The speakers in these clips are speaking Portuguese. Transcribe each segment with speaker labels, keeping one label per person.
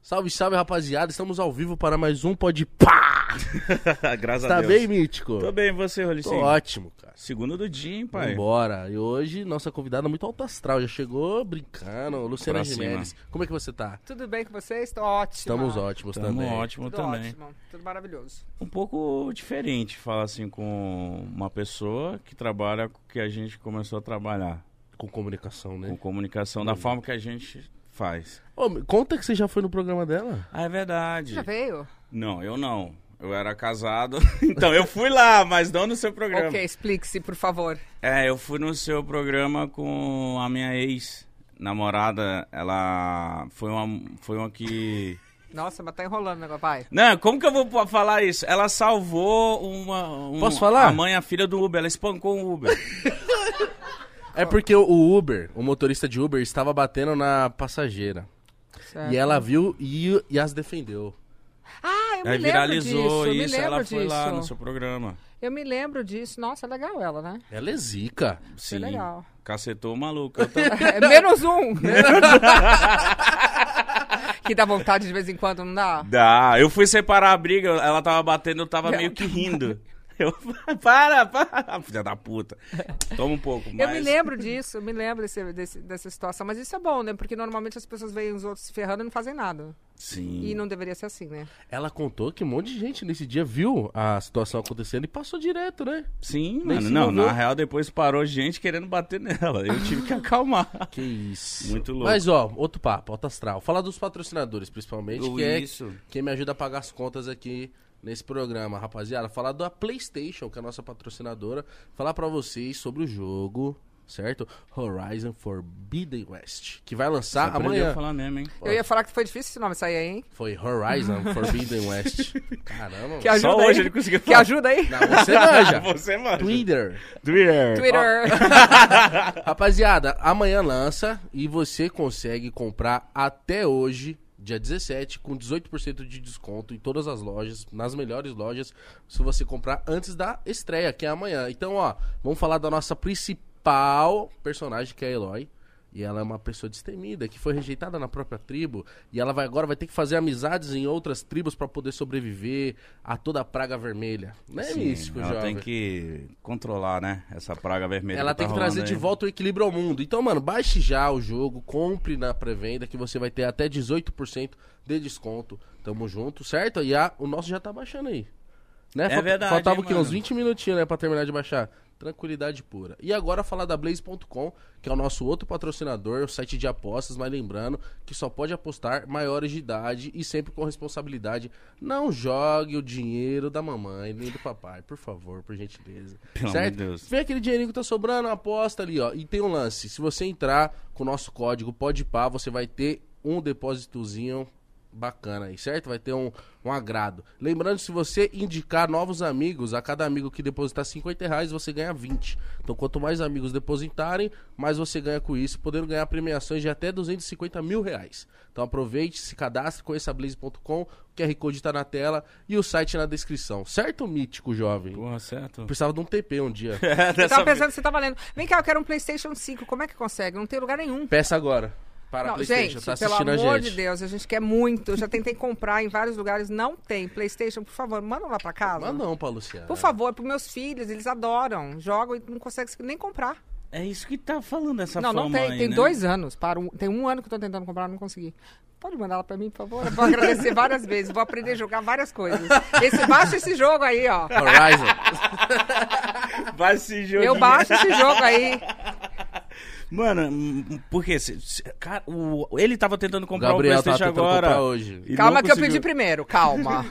Speaker 1: Salve, salve, rapaziada. Estamos ao vivo para mais um Pode Pá!
Speaker 2: Ah, Graças a
Speaker 1: Tá
Speaker 2: Deus.
Speaker 1: bem, Mítico?
Speaker 2: Tô bem, e você,
Speaker 1: Tô
Speaker 2: Rolicinho?
Speaker 1: ótimo, cara.
Speaker 2: Segundo do dia, hein, pai?
Speaker 1: Vambora. E hoje, nossa convidada muito alto astral. Já chegou brincando. Luciana
Speaker 2: Pra cima.
Speaker 1: Gimenez. Como é que você tá?
Speaker 3: Tudo bem com vocês? Tô ótimo.
Speaker 1: Estamos ótimos
Speaker 2: Tamo
Speaker 1: também.
Speaker 2: ótimo
Speaker 3: Tudo
Speaker 2: também.
Speaker 3: ótimo. Tudo maravilhoso.
Speaker 2: Um pouco diferente falar assim com uma pessoa que trabalha com o que a gente começou a trabalhar.
Speaker 1: Com comunicação, né?
Speaker 2: Com comunicação, da forma que a gente faz.
Speaker 1: Ô, me- conta que você já foi no programa dela.
Speaker 2: Ah, é verdade.
Speaker 3: Já veio?
Speaker 2: Não, eu não. Eu era casado. então, eu fui lá, mas não no seu programa.
Speaker 3: Ok, explique-se, por favor.
Speaker 2: É, eu fui no seu programa com a minha ex. Namorada, ela foi uma, foi uma que.
Speaker 3: Nossa, mas tá enrolando o negócio. Vai.
Speaker 2: Não, como que eu vou po- falar isso? Ela salvou uma. um-
Speaker 1: Posso falar?
Speaker 2: A mãe, e a filha do Uber. Ela espancou um Uber. Ah.
Speaker 1: É porque o Uber, o motorista de Uber, estava batendo na passageira.
Speaker 3: Certo.
Speaker 2: Ah.
Speaker 1: E ela viu e, e as defendeu.
Speaker 3: Ah, eu me
Speaker 2: Aí
Speaker 3: lembro
Speaker 2: viralizou
Speaker 3: disso. eu me
Speaker 2: isso.
Speaker 3: lembro
Speaker 2: Ela
Speaker 3: disso.
Speaker 2: foi lá no seu programa.
Speaker 3: Eu me lembro disso. Nossa, é legal ela, né?
Speaker 1: Ela é zica.
Speaker 2: Sim.
Speaker 3: legal.
Speaker 2: Cacetou o maluco. Eu tava-
Speaker 3: É, menos um. que dá vontade de vez em quando, não dá?
Speaker 2: Dá. Eu fui separar a briga, ela tava batendo, eu tava meio que rindo. Eu, para, para, filha da puta. Toma um pouco, mas...
Speaker 3: Eu me lembro disso, eu me lembro desse, desse- dessa situação. Mas isso é bom, né? Porque normalmente as pessoas veem os outros se ferrando e não fazem nada.
Speaker 2: Sim.
Speaker 3: E não deveria ser assim, né?
Speaker 1: Ela contou que um monte de gente nesse dia viu a situação acontecendo e passou direto, né?
Speaker 2: Sim,
Speaker 1: Nem
Speaker 2: mano.
Speaker 1: se
Speaker 2: Não,
Speaker 1: moveu.
Speaker 2: na real, depois parou gente querendo bater nela. Eu tive que acalmar.
Speaker 1: Que isso.
Speaker 2: Muito louco.
Speaker 1: Mas, ó, outro papo, alto astral. Falar dos patrocinadores, principalmente,
Speaker 2: Eu-
Speaker 1: que é
Speaker 2: isso.
Speaker 1: quem me ajuda a pagar as contas aqui nesse programa, rapaziada. Falar da PlayStation, que é a nossa patrocinadora. Falar pra vocês sobre o jogo, certo? Horizon Forbidden West, que vai lançar
Speaker 2: Aprendeu
Speaker 1: Tá, amanhã.
Speaker 2: a falar mesmo, hein?
Speaker 3: Eu ia falar que foi difícil esse nome sair aí, hein?
Speaker 1: Foi Horizon Forbidden West. Caramba.
Speaker 3: Que ajuda
Speaker 2: Só
Speaker 3: aí.
Speaker 2: hoje ele conseguiu
Speaker 3: Que
Speaker 2: falar.
Speaker 3: ajuda aí?
Speaker 1: Não, você manja.
Speaker 2: Você, mano.
Speaker 1: Twitter.
Speaker 2: Twitter.
Speaker 3: Twitter.
Speaker 1: Rapaziada, amanhã lança e você consegue comprar até hoje, dia 17, com 18% de desconto em todas as lojas, nas melhores lojas, se você comprar antes da estreia, que é amanhã. Então, ó, vamos falar da nossa principal personagem, que é a Eloy. E ela é uma pessoa destemida, que foi rejeitada na própria tribo. E ela vai agora vai ter que fazer amizades em outras tribos pra poder sobreviver a toda a praga vermelha. Não é
Speaker 2: Sim,
Speaker 1: místico,
Speaker 2: ela
Speaker 1: jovem.
Speaker 2: tem que controlar, né? Essa praga vermelha.
Speaker 1: Ela
Speaker 2: que
Speaker 1: tem
Speaker 2: tá
Speaker 1: que trazer
Speaker 2: rolando
Speaker 1: de
Speaker 2: aí.
Speaker 1: volta o equilíbrio ao mundo. Então, mano, baixe já o jogo, compre na pré-venda que você vai ter até 18% de desconto. Tamo junto, certo? E a- o nosso já tá baixando aí. Né?
Speaker 2: É verdade,
Speaker 1: Faltava
Speaker 2: hein,
Speaker 1: o quê? uns
Speaker 2: mano?
Speaker 1: 20 minutinhos, né, pra terminar de baixar. Tranquilidade pura. E agora falar da Blaze.com, que é o nosso outro patrocinador, o site de apostas, mas lembrando que só pode apostar maiores de idade e sempre com responsabilidade. Não jogue o dinheiro da mamãe nem do papai, por favor, por gentileza.
Speaker 2: Pelo amor
Speaker 1: certo?
Speaker 2: de Deus.
Speaker 1: Vem aquele dinheirinho que tá sobrando, aposta ali, ó. E tem um lance. Se você entrar com o nosso código PODPAR, você vai ter um depósitozinho bacana aí, certo? Vai ter um, um agrado. Lembrando, se você indicar novos amigos, a cada amigo que depositar 50 reais, você ganha 20. Então, quanto mais amigos depositarem, mais você ganha com isso, podendo ganhar premiações de até 250 mil reais. Então, aproveite, se cadastre, conheça a Blaze.com, o QR Code tá na tela e o site na descrição. Certo, mítico jovem?
Speaker 2: Porra, certo?
Speaker 1: Precisava de um TP um dia.
Speaker 2: É,
Speaker 3: Eu tava pensando que você tava lendo. Vem cá, eu quero um PlayStation 5. Como é que consegue? Não tem lugar nenhum.
Speaker 1: Peça agora. Para a
Speaker 3: Não,
Speaker 1: Playstation,
Speaker 3: gente,
Speaker 1: tá
Speaker 3: pelo
Speaker 1: assistindo a
Speaker 3: amor
Speaker 1: gente.
Speaker 3: de Deus, a gente quer muito. Eu já tentei comprar em vários lugares, não tem. PlayStation, por favor, manda lá pra casa.
Speaker 1: Mas não, Paulo Luciano.
Speaker 3: Por favor, pros meus filhos, eles adoram. Jogam e não conseguem nem comprar.
Speaker 2: É isso que tá falando essa
Speaker 3: não, não
Speaker 2: fama
Speaker 3: tem.
Speaker 2: aí,
Speaker 3: tem
Speaker 2: né?
Speaker 3: dois anos. Para um- tem um ano que eu tô tentando comprar, não consegui. Pode mandar lá pra mim, por favor. Eu vou agradecer várias vezes. Vou aprender a jogar várias coisas. Esse, baixa esse jogo aí, ó.
Speaker 1: Horizon.
Speaker 2: Vai se jogar.
Speaker 3: Eu baixo esse jogo aí.
Speaker 2: Mano, hum, porque se, se- cara, o- ele tava tentando
Speaker 1: o
Speaker 2: comprar
Speaker 1: Gabriel
Speaker 2: o
Speaker 1: tá
Speaker 2: PlayStation
Speaker 1: tentando
Speaker 2: agora.
Speaker 1: comprar hoje.
Speaker 2: E
Speaker 3: Calma
Speaker 2: não
Speaker 3: que eu
Speaker 2: conseguiu.
Speaker 3: pedi primeiro, calma.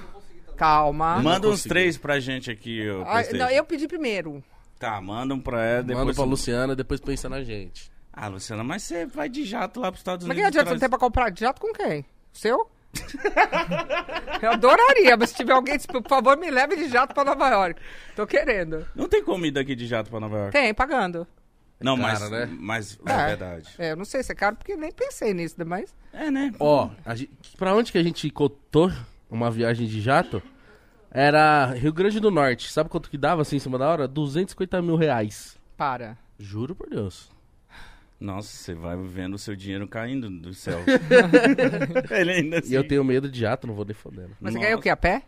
Speaker 3: calma.
Speaker 2: Manda
Speaker 1: não
Speaker 2: uns
Speaker 1: consegui.
Speaker 2: três pra gente aqui, ô,
Speaker 3: Ah,
Speaker 2: PlayStation.
Speaker 3: não, eu pedi primeiro.
Speaker 2: Tá, manda um pra ela, depois...
Speaker 1: Manda pra Luciana, depois pensa na gente.
Speaker 2: Ah, Luciana, mas você vai de jato lá pros Estados
Speaker 3: Mas que
Speaker 2: Unidos.
Speaker 3: adianta você não
Speaker 2: traz-
Speaker 3: ter pra comprar de jato com quem? O Seu? eu adoraria, mas se tiver alguém, diz, por favor, me leve de jato pra Nova York. Tô querendo.
Speaker 2: Não tem comida aqui de jato pra Nova York.
Speaker 3: Tem, pagando.
Speaker 2: Não,
Speaker 1: Cara,
Speaker 2: mas,
Speaker 1: né?
Speaker 2: mas é,
Speaker 3: É.
Speaker 2: verdade.
Speaker 3: É, eu não sei se é caro, porque nem pensei nisso, né, mas...
Speaker 2: É, né?
Speaker 1: Ó, a gen- pra onde que a gente cotou uma viagem de jato? Era Rio Grande do Norte. Sabe quanto que dava assim em cima da hora? 250 mil reais.
Speaker 3: Para.
Speaker 1: Juro por Deus.
Speaker 2: Nossa, você vai vendo o seu dinheiro caindo do céu. Ele ainda assim.
Speaker 1: E eu tenho medo de jato, não vou nem fodendo.
Speaker 3: Mas você
Speaker 2: Nossa.
Speaker 3: ganhou o quê? A pé?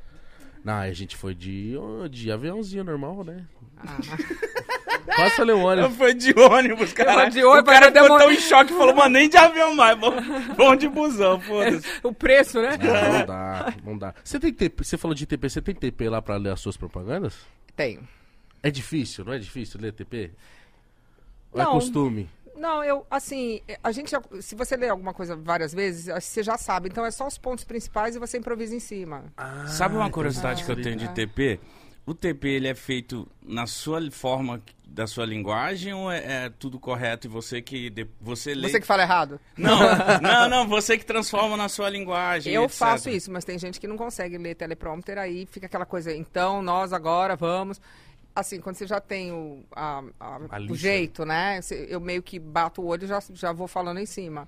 Speaker 1: Não, a gente foi de, de aviãozinho normal, né?
Speaker 3: Ah.
Speaker 1: Quase falei o ônibus.
Speaker 2: Foi de ônibus, cara.
Speaker 3: Foi de ônibus,
Speaker 2: o cara
Speaker 3: mas eu
Speaker 2: ficou
Speaker 3: demo-
Speaker 2: tão em choque, falou, mano, nem de avião mais, bom, bom de busão, foda-se.
Speaker 3: o preço, né?
Speaker 1: Ah, não dá, não dá. Você tem que ter, você falou de TP, você tem TP lá pra ler as suas propagandas?
Speaker 3: Tenho.
Speaker 1: É difícil, não é difícil ler TP? Ou é
Speaker 3: Não.
Speaker 1: costume?
Speaker 3: Não, eu, assim, a gente, já- se você lê alguma coisa várias vezes, acho que você já sabe. Então é só os pontos principais e você improvisa em cima.
Speaker 1: Ah,
Speaker 2: Sabe uma curiosidade que eu tenho de
Speaker 1: né?
Speaker 2: TP? O TP, ele é feito na sua forma, da sua linguagem, ou é, é tudo correto e você que, de- você lê...
Speaker 3: Você que fala errado.
Speaker 2: Não, não, não, você que transforma na sua linguagem,
Speaker 3: Eu
Speaker 2: etc.
Speaker 3: faço isso, mas tem gente que não consegue ler teleprompter, aí fica aquela coisa, então, nós agora vamos. Assim, quando você já tem o, a- a-
Speaker 1: A
Speaker 3: o
Speaker 1: lista.
Speaker 3: jeito, né? Você- Eu meio que bato o olho e já, já vou falando em cima.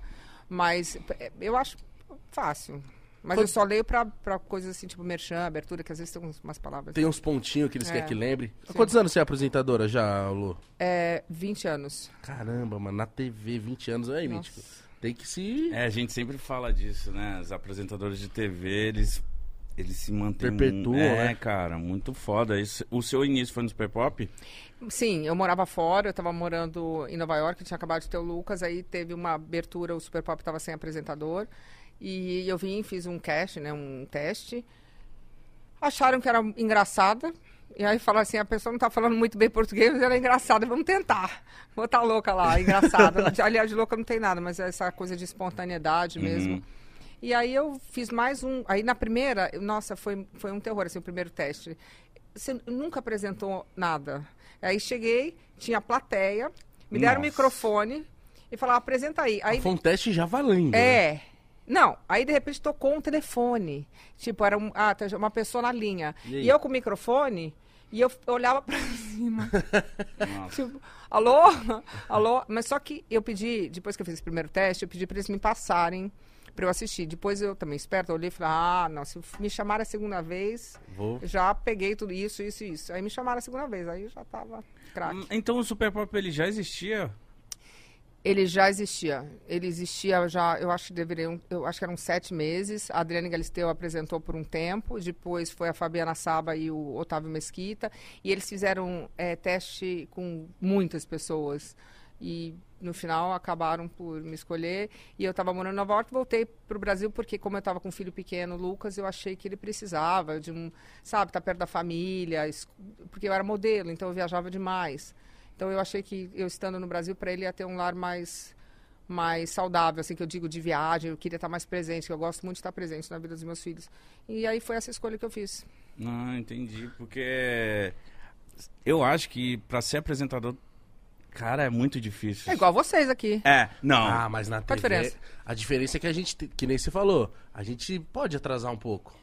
Speaker 3: Mas é, eu acho fácil. Mas eu só leio pra, pra coisas assim, tipo merchan, abertura, que às vezes tem uns- umas palavras.
Speaker 1: Tem um uns pontinhos que eles
Speaker 3: É.
Speaker 1: querem que lembre. Há Quantos anos você é apresentadora já, Lu?
Speaker 3: É, 20 anos.
Speaker 1: Caramba, mano, na TV, 20 anos. Aí,
Speaker 3: Nossa.
Speaker 1: Mítico, tem que se
Speaker 2: É, a gente sempre fala disso, né? Os apresentadores de TV, eles, eles se mantêm...
Speaker 1: Perpetuam,
Speaker 2: É,
Speaker 1: né?
Speaker 2: cara, muito foda. Isso- o seu início foi no Super Pop?
Speaker 3: Sim, eu morava fora, eu tava morando em Nova York, tinha acabado de ter o Lucas, aí teve uma abertura, o Super Pop tava sem apresentador, e eu vim, fiz um cast, né, um teste. Acharam que era engraçada, e aí falaram assim, a pessoa não tá falando muito bem português, mas ela é engraçada, vamos tentar. Botar louca lá, engraçada. Aliás, de louca não tem nada, mas é essa coisa de espontaneidade mesmo. E aí eu fiz mais um. Aí na primeira, eu- nossa, foi, foi um terror, assim, o primeiro teste. Você nunca apresentou nada. Aí cheguei, tinha plateia, me deram o
Speaker 2: Nossa.
Speaker 3: microfone e falaram, apresenta aí. Aí
Speaker 1: Foi um teste já valendo. né?
Speaker 3: é. Não, aí de repente tocou um telefone. Tipo, era um- ah, tá, uma pessoa na linha.
Speaker 1: E
Speaker 3: E,
Speaker 1: aí?
Speaker 3: eu com o microfone, e eu f- eu olhava pra cima.
Speaker 2: Nossa.
Speaker 3: tipo, alô? Alô? Mas só que eu pedi, depois que eu fiz esse primeiro teste, eu pedi pra eles me passarem pra eu assistir. Depois eu também, esperta, olhei e falei, ah, não, se me chamaram a segunda vez,
Speaker 1: Vou.
Speaker 3: eu já peguei tudo isso, isso e isso. Aí me chamaram a segunda vez, aí eu já tava craque.
Speaker 2: Hum, Então o Super Pop, ele já existia?
Speaker 3: Ele já existia. Ele existia já, eu acho que deveriam, eu acho que eram sete meses. A Adriane Galisteu apresentou por um tempo, depois foi a Fabiana Saba e o Otávio Mesquita. E eles fizeram eh, teste com muitas pessoas. E no final acabaram por me escolher. E eu estava morando em Nova York, voltei para o Brasil, porque como eu estava com um filho pequeno, Lucas, eu achei que ele precisava de um, sabe, estar perto da família, es- porque eu era modelo, então eu viajava demais. Então eu achei que eu estando no Brasil para ele ia ter um lar mais mais saudável, assim que eu digo de viagem, eu queria estar mais presente, que eu gosto muito de estar presente na vida dos meus filhos. E aí foi essa escolha que eu fiz.
Speaker 2: Ah, entendi. Porque eu acho que pra ser apresentador, cara, é muito difícil.
Speaker 3: É igual vocês aqui.
Speaker 2: É, não.
Speaker 1: Ah, mas na TV.
Speaker 3: Qual a diferença?
Speaker 1: A diferença é que a gente, te- que nem você falou, a gente pode atrasar um pouco.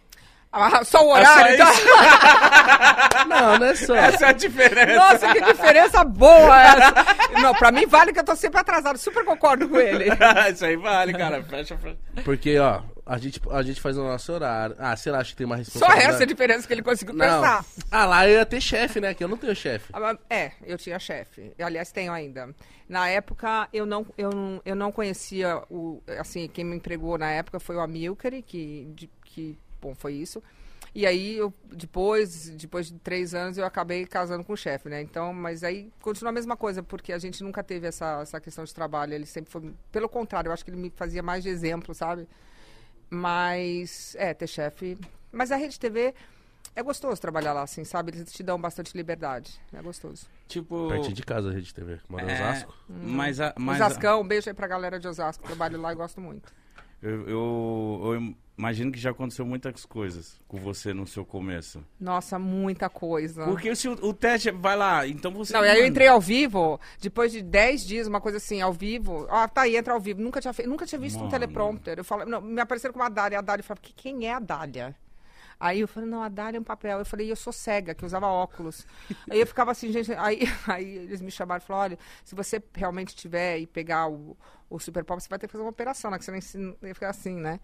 Speaker 3: Ah, só o horário.
Speaker 2: só
Speaker 3: então-
Speaker 1: Não, não é só.
Speaker 2: Essa é a diferença.
Speaker 3: Nossa, que diferença boa essa. Não, para mim vale que eu tô sempre atrasado, super concordo com ele.
Speaker 2: Isso aí vale, cara. Fecha, fecha.
Speaker 1: Porque, ó, a gente, a gente faz o nosso horário. Ah, sei lá, acho que tem uma
Speaker 3: Só
Speaker 1: responsabilidade.
Speaker 3: essa é diferença que ele conseguiu
Speaker 1: Não.
Speaker 3: pensar.
Speaker 1: Ah, lá eu ia ter chefe, né? Que eu não tenho chefe.
Speaker 3: Ah, mas- É, eu tinha chefe. Eu, Aliás, tenho ainda. Na época, eu não, eu, não- eu não conhecia o. Assim, quem me empregou na época foi o Amilcari, que, de- que bom, foi isso. E aí, eu, depois, depois de três anos, eu acabei casando com o chefe, né? Então, mas aí continua a mesma coisa, porque a gente nunca teve essa, essa questão de trabalho. Ele sempre foi. Pelo contrário, eu acho que ele me fazia mais de exemplo, sabe? Mas, é, ter chefe. Mas a Rede TV é gostoso trabalhar lá, assim, sabe? Eles te dão bastante liberdade. É gostoso.
Speaker 2: Tipo.
Speaker 1: Pertinho de casa, a Rede TV. Mora em
Speaker 2: é,
Speaker 1: Osasco.
Speaker 2: Mas a. Mas a-
Speaker 3: Hum. Osascão, um beijo aí pra galera de Osasco. Trabalho lá e gosto muito.
Speaker 2: eu, eu, eu imagino que já aconteceu muitas coisas com você no seu começo.
Speaker 3: Nossa, muita coisa.
Speaker 2: Porque se o, o teste. Vai lá, então você.
Speaker 3: Não, e aí eu
Speaker 2: mano,
Speaker 3: entrei ao vivo, depois de 10 dias, uma coisa assim, ao vivo. Ah, tá aí, entra ao vivo. Nunca tinha, fe... Nunca tinha visto
Speaker 2: Mano.
Speaker 3: um teleprompter. Eu falei, não, me apareceram com uma Dália. A Dália falou, "Que- quem é a Dália? Aí eu falei, não, a Dália é um papel. Eu falei, e eu sou cega, que usava óculos. aí eu ficava assim, gente. Aí, aí eles me chamaram e falaram, olha, se você realmente tiver e pegar o, o Super Pop, você vai ter que fazer uma operação, né? Que você nem se- nem ficar assim, né?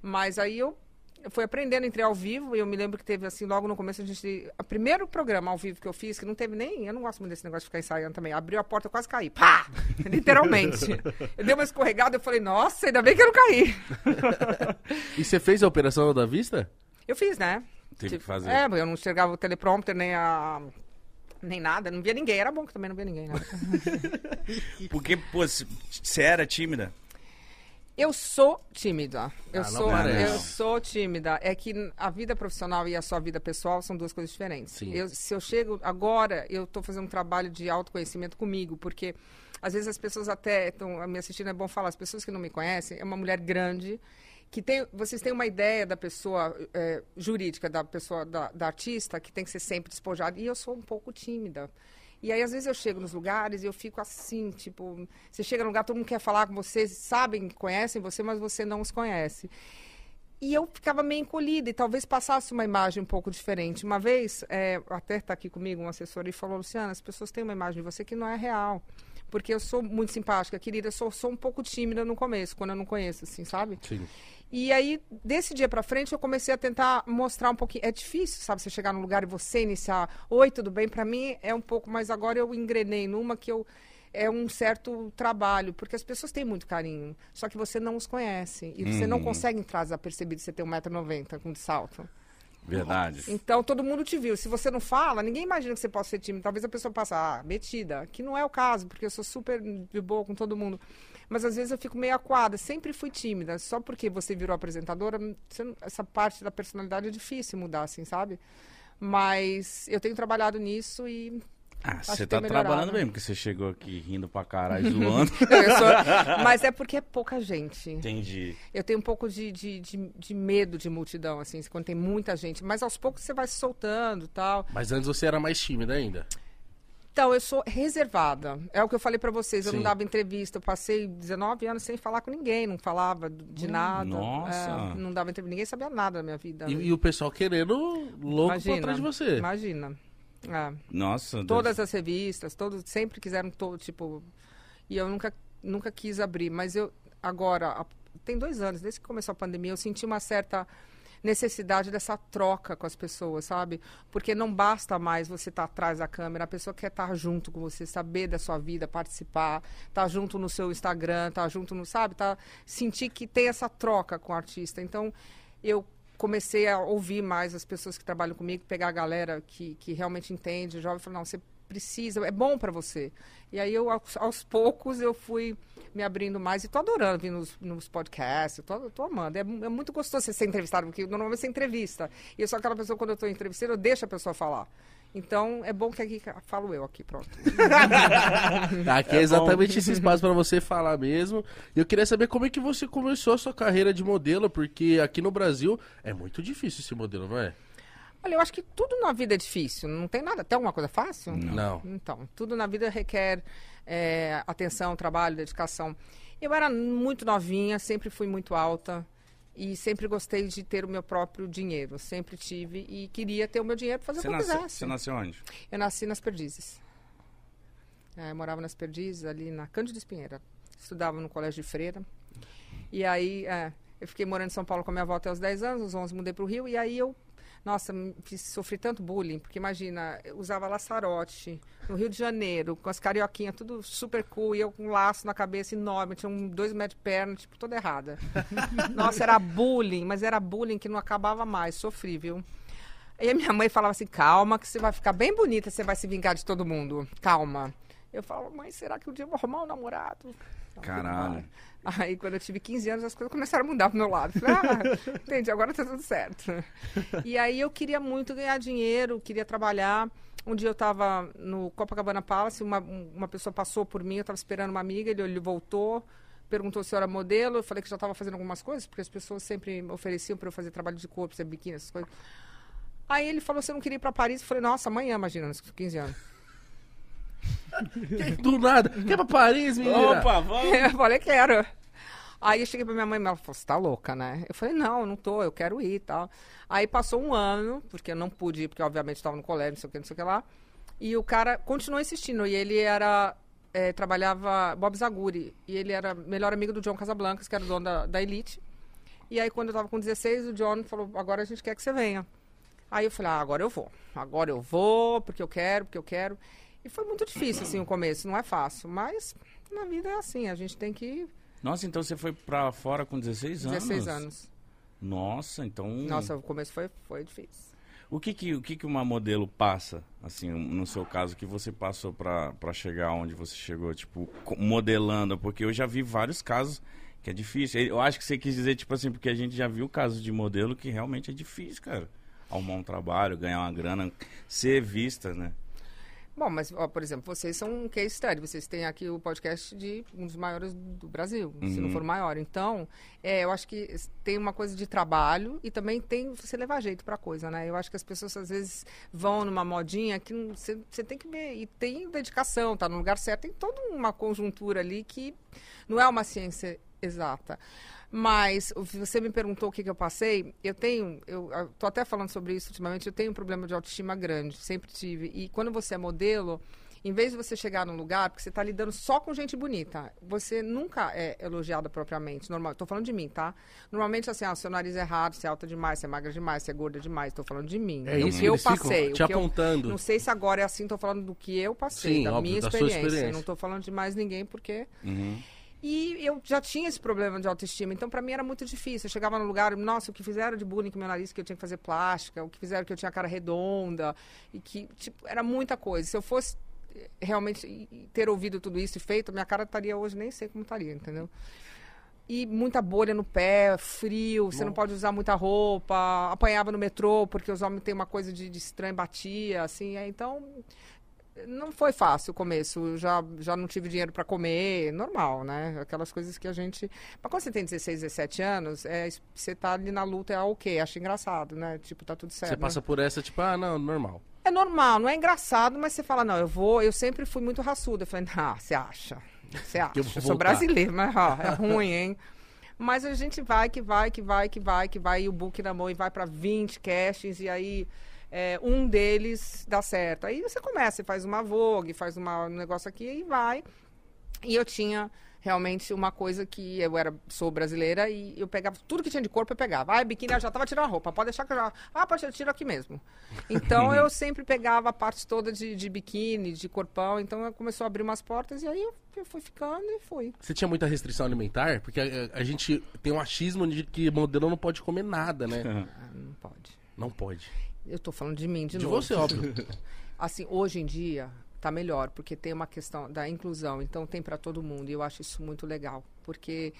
Speaker 3: Mas aí eu eu fui aprendendo, entrei ao vivo, e eu me lembro que teve, assim, logo no começo, a gente. O primeiro programa ao vivo que eu fiz, que não teve nem. Eu não gosto muito desse negócio de ficar ensaiando também. Abriu a porta, eu quase caí. Pá! Literalmente. Eu dei uma escorregada, eu falei, nossa, ainda bem que eu não caí.
Speaker 1: E você fez a operação da vista?
Speaker 3: Eu fiz, né?
Speaker 2: Teve que fazer.
Speaker 3: É, eu não enxergava o teleprompter, nem a. Nem nada, não via ninguém. Era bom que também não via ninguém. Né?
Speaker 2: Porque, pô, você era tímida?
Speaker 3: Eu sou tímida. Eu
Speaker 1: Ah, não
Speaker 3: sou,
Speaker 1: parece.
Speaker 3: eu sou tímida. É que a vida profissional e a sua vida pessoal são duas coisas diferentes.
Speaker 1: Sim.
Speaker 3: Eu- se eu chego agora, eu estou fazendo um trabalho de autoconhecimento comigo, porque às vezes as pessoas até estão me assistindo é bom falar. As pessoas que não me conhecem é uma mulher grande que tem. Vocês têm uma ideia da pessoa eh, jurídica, da pessoa da, da artista que tem que ser sempre despojada. E eu sou um pouco tímida. E aí, às vezes, eu chego nos lugares e eu fico assim, tipo, você chega num lugar, todo mundo quer falar com você, sabem, conhecem você, mas você não os conhece. E eu ficava meio encolhida e talvez passasse uma imagem um pouco diferente. Uma vez, é, até está aqui comigo um assessor e falou, Luciana, as pessoas têm uma imagem de você que não é real. Porque eu sou muito simpática, querida, eu sou, sou um pouco tímida no começo, quando eu não conheço, assim, sabe?
Speaker 1: Sim.
Speaker 3: E aí, desse dia pra frente, eu comecei a tentar mostrar um pouquinho. É difícil, sabe, você chegar num lugar e você iniciar. Oi, tudo bem? Pra mim é um pouco, mas agora eu engrenei numa que eu. É um certo trabalho, porque as pessoas têm muito carinho, só que você não os conhece. E você não consegue entrar desapercebido, você tem 1,90m com de salto.
Speaker 2: Verdade.
Speaker 3: Então todo mundo te viu. Se você não fala, ninguém imagina que você possa ser tímido. Talvez a pessoa passe, ah, metida. Que não é o caso, porque eu sou super de boa com todo mundo. Mas às vezes eu fico meio aquada. Sempre fui tímida. Só porque você virou apresentadora, você não- essa parte da personalidade é difícil mudar, assim, sabe? Mas eu tenho trabalhado nisso e.
Speaker 2: Ah,
Speaker 3: que
Speaker 2: você
Speaker 3: tem
Speaker 2: tá
Speaker 3: melhorado. né?
Speaker 2: trabalhando mesmo, porque você chegou aqui rindo pra caralho, zoando.
Speaker 3: Não, eu sou- Mas é porque é pouca gente.
Speaker 2: Entendi.
Speaker 3: Eu tenho um pouco de, de, de, de medo de multidão, assim, quando tem muita gente. Mas aos poucos você vai se soltando tal.
Speaker 1: Mas antes você era mais tímida ainda.
Speaker 3: Então, eu sou reservada. É o que eu falei pra vocês. Eu
Speaker 1: Sim.
Speaker 3: não dava entrevista. Eu passei 19 anos sem falar com ninguém. Não falava de
Speaker 1: Hum,
Speaker 3: nada.
Speaker 2: nossa.
Speaker 3: É, não dava entrevista. Ninguém sabia nada da minha vida. né?
Speaker 1: E, e o pessoal querendo louco pra trás de você.
Speaker 3: Tá Imagina. É.
Speaker 2: Nossa,
Speaker 3: Todas as revistas, todos sempre quiseram todo tipo. E eu nunca, nunca quis abrir. Mas eu agora a- tem dois anos desde que começou a pandemia eu senti uma certa necessidade dessa troca com as pessoas, sabe? Porque não basta mais você estar atrás da câmera, a pessoa quer estar junto com você, saber da sua vida, participar, estar junto no seu Instagram, estar junto no, sabe? Tá, sentir que tem essa troca com o artista. Então, eu comecei a ouvir mais as pessoas que trabalham comigo, pegar a galera que, que realmente entende, jovem, e falar, não, você precisa, é bom para você. E aí eu, aos, aos poucos, eu fui me abrindo mais e tô adorando vir nos, nos podcasts, eu tô, eu tô amando. É, mu- é muito gostoso você ser entrevistado, porque normalmente você entrevista. E eu sou aquela pessoa, quando eu tô entrevistando, eu deixo a pessoa falar. Então, é bom que aqui falo eu aqui, pronto.
Speaker 1: Tá, aqui é, exatamente esse espaço pra você falar mesmo. E eu queria saber como é que você começou a sua carreira de modelo, porque aqui no Brasil é muito difícil esse modelo, não é?
Speaker 3: Olha, eu acho que tudo na vida é difícil, não tem nada. Tem alguma coisa fácil?
Speaker 1: Não.
Speaker 3: Então, tudo na vida requer é, atenção, trabalho, dedicação. Eu era muito novinha, sempre fui muito alta e sempre gostei de ter o meu próprio dinheiro. Sempre tive e queria ter o meu dinheiro para fazer
Speaker 2: Você
Speaker 3: o que eu
Speaker 2: nasceu,
Speaker 3: quisesse.
Speaker 2: você nasceu onde?
Speaker 3: Eu nasci nas Perdizes. É, eu morava nas Perdizes, ali na Cândido Espinheira. Estudava no colégio de freira. E aí, é, eu fiquei morando em São Paulo com a minha avó até os 10 anos, os 11 mudei para o Rio. E aí eu, nossa, me fiz- sofri tanto bullying, porque imagina, eu usava laçarote no Rio de Janeiro, com as carioquinhas, tudo super cool, e eu com um laço na cabeça enorme, tinha um, dois metros de perna, tipo, toda errada. nossa, era bullying, mas era bullying que não acabava mais, sofri, viu? E a minha mãe falava assim: calma, que você vai ficar bem bonita, você vai se vingar de todo mundo. Calma. Eu falava, mãe, será que um dia eu vou arrumar um namorado? Ela,
Speaker 2: Caralho.
Speaker 3: "Vai." Aí, quando eu tive 15 anos, as coisas começaram a mudar pro meu lado. Falei, ah, entendi, agora tá tudo certo. E aí, eu queria muito ganhar dinheiro, queria trabalhar. Um dia eu tava no Copacabana Palace, uma, um- uma pessoa passou por mim, eu tava esperando uma amiga, ele, ele voltou, perguntou se eu era modelo, eu falei que já tava fazendo algumas coisas, porque as pessoas sempre me ofereciam para eu fazer trabalho de corpo, fazer biquíni, essas coisas. Aí ele falou, você não queria ir pra Paris? Eu falei, nossa, amanhã, imagina, nos 15 anos.
Speaker 1: Do nada. Quer pra Paris, menina?
Speaker 2: Opa, vamos!
Speaker 3: eu falei, quero. Aí eu cheguei pra minha mãe, ela falou, você tá louca, né? Eu falei, não, não tô, eu quero ir e tal. Aí passou um ano, porque eu não pude ir, porque obviamente estava no colégio, não sei o que, não sei o que lá. E o cara continuou insistindo, e ele era... eh, trabalhava Bob Zaguri, e ele era melhor amigo do John Casablancas, que era o dono da, da Elite. E aí, quando eu tava com 16, o John falou: agora a gente quer que você venha. Aí eu falei: ah, agora eu vou. Agora eu vou, porque eu quero, porque eu quero. E foi muito difícil, assim, o começo. Não é fácil. Mas na vida é assim. A gente tem que.
Speaker 2: Nossa, então você foi pra fora com 16 anos?
Speaker 3: 16 anos.
Speaker 2: Nossa, então.
Speaker 3: Nossa, o começo foi, foi difícil.
Speaker 2: O que que, o que que uma modelo passa, assim, no seu caso, que você passou pra pra chegar onde você chegou, tipo, co- modelando? Porque eu já vi vários casos que é difícil. Eu acho que você quis dizer, tipo assim, porque a gente já viu casos de modelo que realmente é difícil, cara. Arrumar um trabalho, ganhar uma grana, ser vista, né?
Speaker 3: Bom, mas, ó, por exemplo, vocês são um case study. Vocês têm aqui o podcast de um dos maiores do Brasil, se não for o maior. Então, é, eu acho que s- tem uma coisa de trabalho e também tem você levar jeito pra coisa, né? Eu acho que as pessoas, às vezes, vão numa modinha que não- você você tem que ver. E tem dedicação, tá no lugar certo. Tem toda uma conjuntura ali que não é uma ciência exata. Mas o- você me perguntou o que, que eu passei. Eu tenho, eu ah, tô até falando sobre isso ultimamente. Eu tenho um problema de autoestima grande, sempre tive. E quando você é modelo, em vez de você chegar num lugar, porque você está lidando só com gente bonita, você nunca é elogiada propriamente. Normal, tô falando de mim, tá? Normalmente assim, ah, seu nariz é errado, você é alta demais, você é magra demais, você é gorda demais. Tô falando de mim.
Speaker 1: É
Speaker 3: do
Speaker 1: isso
Speaker 3: que
Speaker 1: que
Speaker 3: eu
Speaker 1: eles ficam
Speaker 3: passei. o
Speaker 1: te
Speaker 3: que eu-
Speaker 1: apontando.
Speaker 3: Não sei se agora é assim. Tô falando do que eu passei,
Speaker 1: Sim,
Speaker 3: da
Speaker 1: óbvio,
Speaker 3: minha
Speaker 1: da sua
Speaker 3: experiência.
Speaker 1: experiência.
Speaker 3: Eu não tô falando de mais ninguém porque
Speaker 2: Uhum.
Speaker 3: e eu já tinha esse problema de autoestima, então pra mim era muito difícil. Eu chegava no lugar, nossa, o que fizeram de bullying com meu nariz, que eu tinha que fazer plástica, o que fizeram que eu tinha a cara redonda, e que, tipo, era muita coisa. Se eu fosse eh, realmente e- e ter ouvido tudo isso e feito, minha cara estaria hoje, nem sei como estaria, entendeu? E muita bolha no pé, frio, você não pode usar muita roupa, apanhava no metrô, porque os homens têm uma coisa de, de estranho, batia, assim, é, então não foi fácil o começo. Eu Já, já não tive dinheiro para comer, normal, né? Aquelas coisas que a gente. Mas quando você tem 16, 17 anos, é, es- você tá ali na luta, é ok, acho engraçado, né? Tipo, tá tudo certo.
Speaker 1: Você
Speaker 3: né?
Speaker 1: passa por essa, tipo, ah, não, normal.
Speaker 3: É normal, não é engraçado, mas você fala, não, eu vou. Eu sempre fui muito raçuda. Eu falei, ah, você acha? Você acha?
Speaker 1: eu
Speaker 3: Eu,
Speaker 1: vou
Speaker 3: sou
Speaker 1: voltar."
Speaker 3: brasileiro, mas ó, é ruim, hein? Mas a gente vai, que vai, que vai, que vai, que vai, e o book na mão e vai para 20 castings, e aí é, um deles dá certo. Aí você começa, você faz uma Vogue, faz uma- um negócio aqui e vai. E eu tinha realmente uma coisa que eu era sou brasileira e eu pegava tudo que tinha de corpo eu pegava. Ah, biquíni eu já tava tirando a roupa, pode deixar que eu já. Ah, pode tirar, eu tiro aqui mesmo.
Speaker 1: Uhum.
Speaker 3: Então eu sempre pegava a parte toda de, de biquíni, de corpão, então eu- começou a abrir umas portas e aí eu, eu fui ficando e fui.
Speaker 1: Você tinha muita restrição alimentar? Porque a, a- a gente tem um achismo de que modelo não pode comer nada, né?
Speaker 3: Ah, não pode.
Speaker 1: Não pode.
Speaker 3: Eu tô falando de mim de,
Speaker 1: De
Speaker 3: novo.
Speaker 1: você, óbvio.
Speaker 3: Assim, hoje em dia tá melhor, porque tem uma questão da inclusão, então tem para todo mundo, e eu acho isso muito legal, porque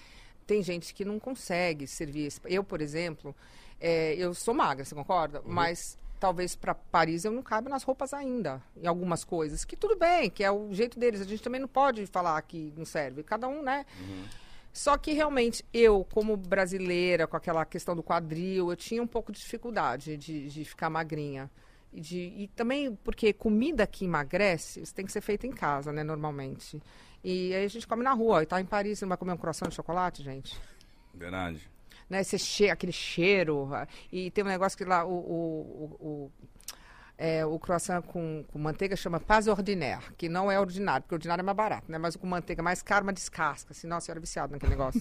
Speaker 3: tem gente que não consegue servir. esse- Eu, por exemplo, eh, eu sou magra, você concorda? Mas talvez para Paris eu não caiba nas roupas ainda, em algumas coisas, que tudo bem, que é o jeito deles, a gente também não pode falar que não serve, cada um, né? Só que realmente eu, como brasileira, com aquela questão do quadril, eu tinha um pouco de dificuldade de, de ficar magrinha. E, de- e também porque comida que emagrece, isso tem que ser feito em casa, né, normalmente. E aí a gente come na rua. E tá em Paris, você não vai comer um croissant de chocolate, gente?
Speaker 2: Verdade.
Speaker 3: Né, você che aquele cheiro. ah, E tem um negócio que lá, o, o, o, o, é, o croissant com, com manteiga chama pas ordinaire, que não é ordinário, porque ordinário é mais barato, né? Mas o com manteiga é mais caro, mas descasca. Assim, nossa, eu era viciado naquele negócio.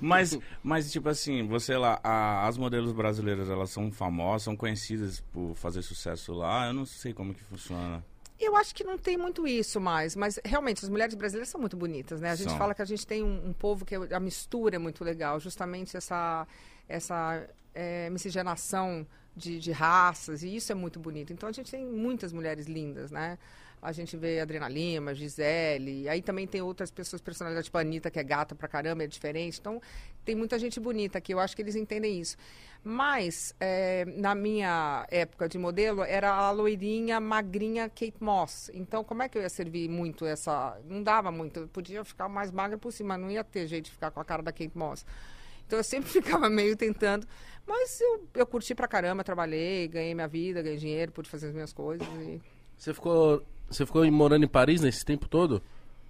Speaker 2: Mas, mas, tipo assim, você lá, a- as modelos brasileiras, elas são famosas, são conhecidas por fazer sucesso lá. Eu não sei como que funciona.
Speaker 3: Eu acho que não tem muito isso mais, mas realmente as mulheres brasileiras são muito bonitas, né? A gente
Speaker 2: São.
Speaker 3: fala que a gente tem um, um povo que é- a mistura é muito legal, justamente essa essa eh, miscigenação de, de raças e isso é muito bonito. Então a gente tem muitas mulheres lindas, né? A gente vê a Adriana Lima, Gisele, aí também tem outras pessoas, personalidade tipo a Anitta, que é gata pra caramba, é diferente. Então, tem muita gente bonita aqui, eu acho que eles entendem isso. Mas, eh, na minha época de modelo, era a loirinha, magrinha Kate Moss. Então, como é que eu ia servir muito essa. Não dava muito, eu podia ficar mais magra por cima, não ia ter jeito de ficar com a cara da Kate Moss. Então eu sempre ficava meio tentando. Mas eu, eu curti pra caramba, trabalhei, ganhei minha vida, ganhei dinheiro, pude fazer as minhas coisas. e-
Speaker 1: Você ficou, você ficou morando em Paris nesse tempo todo?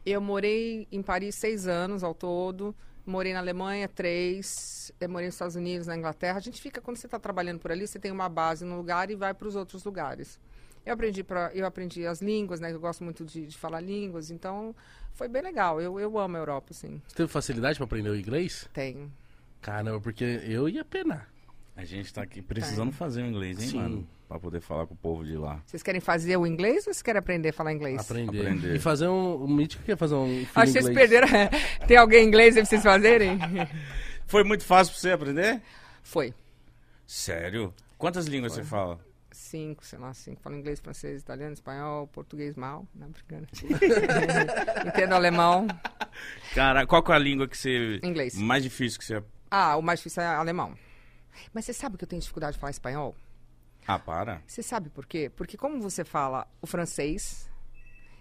Speaker 3: Eu morei em Paris seis anos ao todo. Morei na Alemanha três. Eu morei nos Estados Unidos, na Inglaterra. A gente fica, quando você está trabalhando por ali, você tem uma base num lugar e vai para os outros lugares. Eu aprendi, pra, eu aprendi as línguas, né? Eu gosto muito de, de falar línguas, então foi bem legal. Eu, eu amo a Europa, assim.
Speaker 1: Você teve facilidade pra aprender o inglês?
Speaker 3: Tenho.
Speaker 1: Caramba, porque eu ia penar.
Speaker 2: A gente tá aqui precisando fazer o inglês, hein,
Speaker 1: Sim.
Speaker 2: mano? Pra poder falar com o povo de lá.
Speaker 3: Vocês querem fazer o inglês ou vocês querem aprender a falar inglês?
Speaker 1: Aprender.
Speaker 2: Aprender.
Speaker 1: E fazer um. O Mítico quer fazer um. filme
Speaker 3: Acho que vocês
Speaker 1: inglês.
Speaker 3: perderam. Tem alguém em inglês aí pra vocês fazerem?
Speaker 2: Foi muito fácil pra você aprender?
Speaker 3: Foi.
Speaker 2: Sério? Quantas línguas você fala?
Speaker 3: Cinco, sei lá, cinco. Falo inglês, francês, italiano, espanhol, português mal. Não, brincando. Entendo alemão.
Speaker 2: Cara, qual que é a língua que você.
Speaker 3: Inglês.
Speaker 2: Mais difícil que você.
Speaker 3: Ah, o mais difícil é alemão. Mas você sabe que eu tenho dificuldade de falar espanhol?
Speaker 2: Ah, para.
Speaker 3: Você sabe por quê? Porque como você fala o francês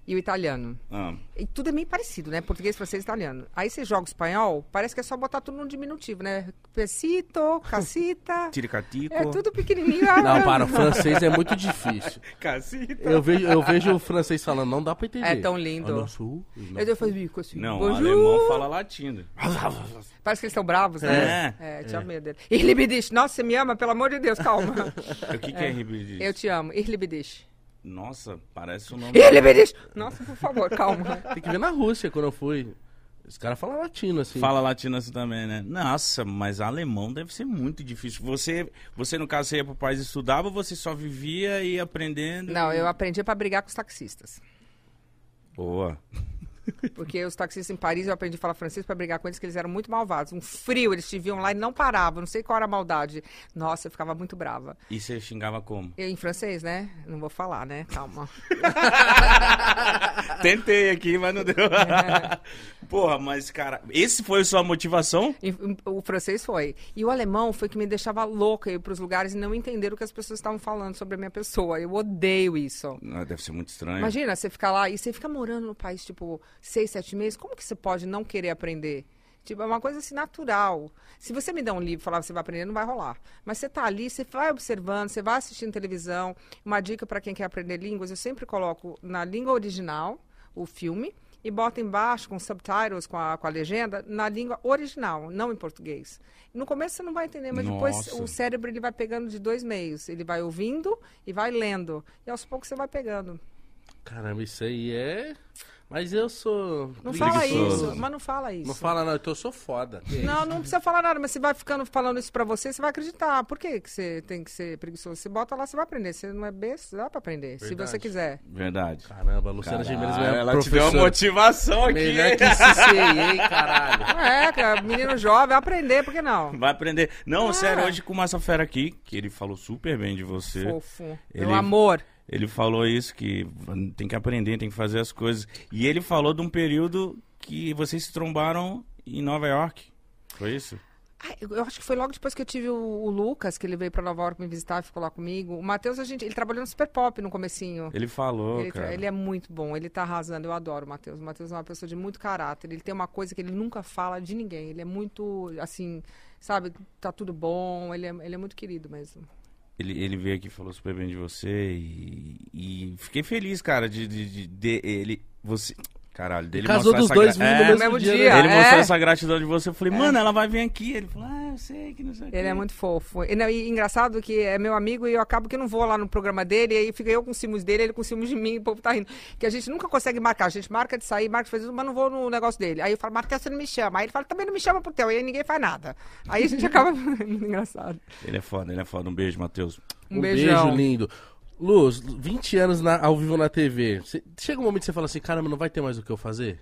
Speaker 3: e o italiano,
Speaker 2: Ah,
Speaker 3: e tudo é meio parecido, né? Português, francês, italiano. Aí você joga o espanhol, parece que é só botar tudo no diminutivo, né? Pesito, casita.
Speaker 2: Tiricatico.
Speaker 3: É tudo pequenininho. ah,
Speaker 1: Não, para, o francês é muito difícil.
Speaker 2: Cacita.
Speaker 1: Eu vejo, eu vejo o francês falando, não dá pra entender.
Speaker 3: É tão lindo.
Speaker 1: Ah, não, su-
Speaker 3: Eu devo fazer bico assim.
Speaker 2: Não,
Speaker 3: bonjour.
Speaker 2: alemão fala latino.
Speaker 3: Parece que eles estão bravos, né?
Speaker 2: É.
Speaker 3: É, tinha medo dele. Ele me diz, nossa, você me ama? Pelo amor de Deus, calma.
Speaker 2: O que, que é ribidis?
Speaker 3: Eu te amo. Ele me diz.
Speaker 2: Nossa, parece o nome.
Speaker 3: Ele me diz. Nossa, por favor, calma.
Speaker 1: Tem que ver na Rússia quando eu fui. Os caras falam latino, assim.
Speaker 2: Fala latino assim também, né? Nossa, mas alemão deve ser muito difícil. Você, você no caso, você ia pro país e estudava, ou você só vivia e ia aprendendo?
Speaker 3: Não, eu aprendi pra brigar com os taxistas.
Speaker 2: Boa.
Speaker 3: Porque os taxistas em Paris, eu aprendi a falar francês pra brigar com eles, que eles eram muito malvados. Um frio, eles te viam lá e não paravam. Não sei qual era a maldade. Nossa, eu ficava muito brava.
Speaker 2: E você xingava como?
Speaker 3: Eu, em francês, né? Não vou falar, né? Calma.
Speaker 2: Tentei aqui, mas não deu. Porra, mas cara, esse foi a sua motivação?
Speaker 3: E, um, O francês foi. E o alemão foi que me deixava louca eu ir pros lugares e não entender o que as pessoas estavam falando sobre a minha pessoa. Eu odeio isso.
Speaker 2: Ah, Deve ser muito estranho.
Speaker 3: Imagina, você ficar lá e você fica morando no país, tipo, seis, sete meses, como que você pode não querer aprender? Tipo, é uma coisa assim natural. Se você me der um livro e falar que você vai aprender, não vai rolar. Mas você tá ali, você vai observando, você vai assistindo televisão. Uma dica para quem quer aprender línguas, eu sempre coloco na língua original o filme e boto embaixo com subtitles, com a, com a legenda, na língua original, não em português. No começo você não vai entender, mas depois
Speaker 2: Nossa.
Speaker 3: o cérebro ele vai pegando de dois meios. Ele vai ouvindo e vai lendo. E aos poucos você vai pegando.
Speaker 1: Caramba, isso aí é. Mas eu sou.
Speaker 3: Não fala
Speaker 1: preguiçoso.
Speaker 3: isso, mas não fala isso.
Speaker 1: Não fala, não, então eu sou foda.
Speaker 3: Não, não precisa falar nada, mas você vai ficando falando isso pra você, você vai acreditar. Por que, que você tem que ser preguiçoso? Você bota lá, você vai aprender. Você não é besta, dá pra aprender,
Speaker 1: Verdade.
Speaker 3: se você quiser.
Speaker 2: Verdade.
Speaker 1: Caramba, a Luciana Gimenez
Speaker 2: Caralho,
Speaker 1: é
Speaker 2: ela te deu
Speaker 1: professora.
Speaker 2: uma motivação aqui.
Speaker 1: Melhor que CCI, hein, caralho.
Speaker 3: É, cara, menino jovem, vai aprender, por que não?
Speaker 2: Vai aprender. Não,
Speaker 3: Ah.
Speaker 2: sério, hoje com o Massa Fera aqui, que ele falou super bem de você.
Speaker 3: Fofo.
Speaker 2: Ele-
Speaker 3: Meu amor.
Speaker 2: Ele falou isso, que tem que aprender, tem que fazer as coisas. E ele falou de um período que vocês se trombaram em Nova York. Foi isso?
Speaker 3: Ai, eu eu acho que foi logo depois que eu tive o, o Lucas, que ele veio pra Nova York me visitar e ficou lá comigo. O Matheus, a gente, ele trabalhou no Super Pop no comecinho.
Speaker 2: Ele falou,
Speaker 3: Ele,
Speaker 2: cara.
Speaker 3: ele é muito bom, ele tá arrasando. Eu adoro o Matheus. O Matheus é uma pessoa de muito caráter. Ele tem uma coisa que ele nunca fala de ninguém. Ele é muito, assim, sabe, tá tudo bom. Ele é, ele é muito querido mesmo.
Speaker 2: Ele, ele veio aqui e falou super bem de você e, e fiquei feliz, cara, de, de, de- de- ele... Você... Caralho, dele
Speaker 1: Casou
Speaker 2: mostrar
Speaker 1: dos
Speaker 2: essa
Speaker 1: dois
Speaker 2: gra-
Speaker 1: vindo no
Speaker 2: É,
Speaker 1: mesmo,
Speaker 3: mesmo
Speaker 1: dia.
Speaker 3: dia.
Speaker 1: né?
Speaker 2: Ele mostrou
Speaker 3: É.
Speaker 2: essa gratidão de você. Eu falei, mano, ela vai vir aqui. Ele falou, ah, eu sei que não sei o
Speaker 3: Ele
Speaker 1: Hum.
Speaker 2: quê.
Speaker 3: é muito fofo. E, não, e engraçado que é meu amigo e eu acabo que não vou lá no programa dele. E aí fica eu com ciúmes dele, ele com ciúmes de mim. E o povo tá rindo. Que a gente nunca consegue marcar. A gente marca de sair, marca de fazer tudo, mas não vou no negócio dele. Aí eu falo, Matheus, você não me chama. Aí ele fala, também não me chama pro teu. E aí ninguém faz nada. Aí a gente acaba. É muito engraçado.
Speaker 2: Ele é foda, ele é foda. Um beijo, Matheus.
Speaker 3: Um,
Speaker 1: Um
Speaker 3: beijão.
Speaker 1: beijo lindo. Luz, 20 anos na- ao vivo na TV. Cê- chega um momento que você fala assim, caramba, não vai ter mais o que eu fazer?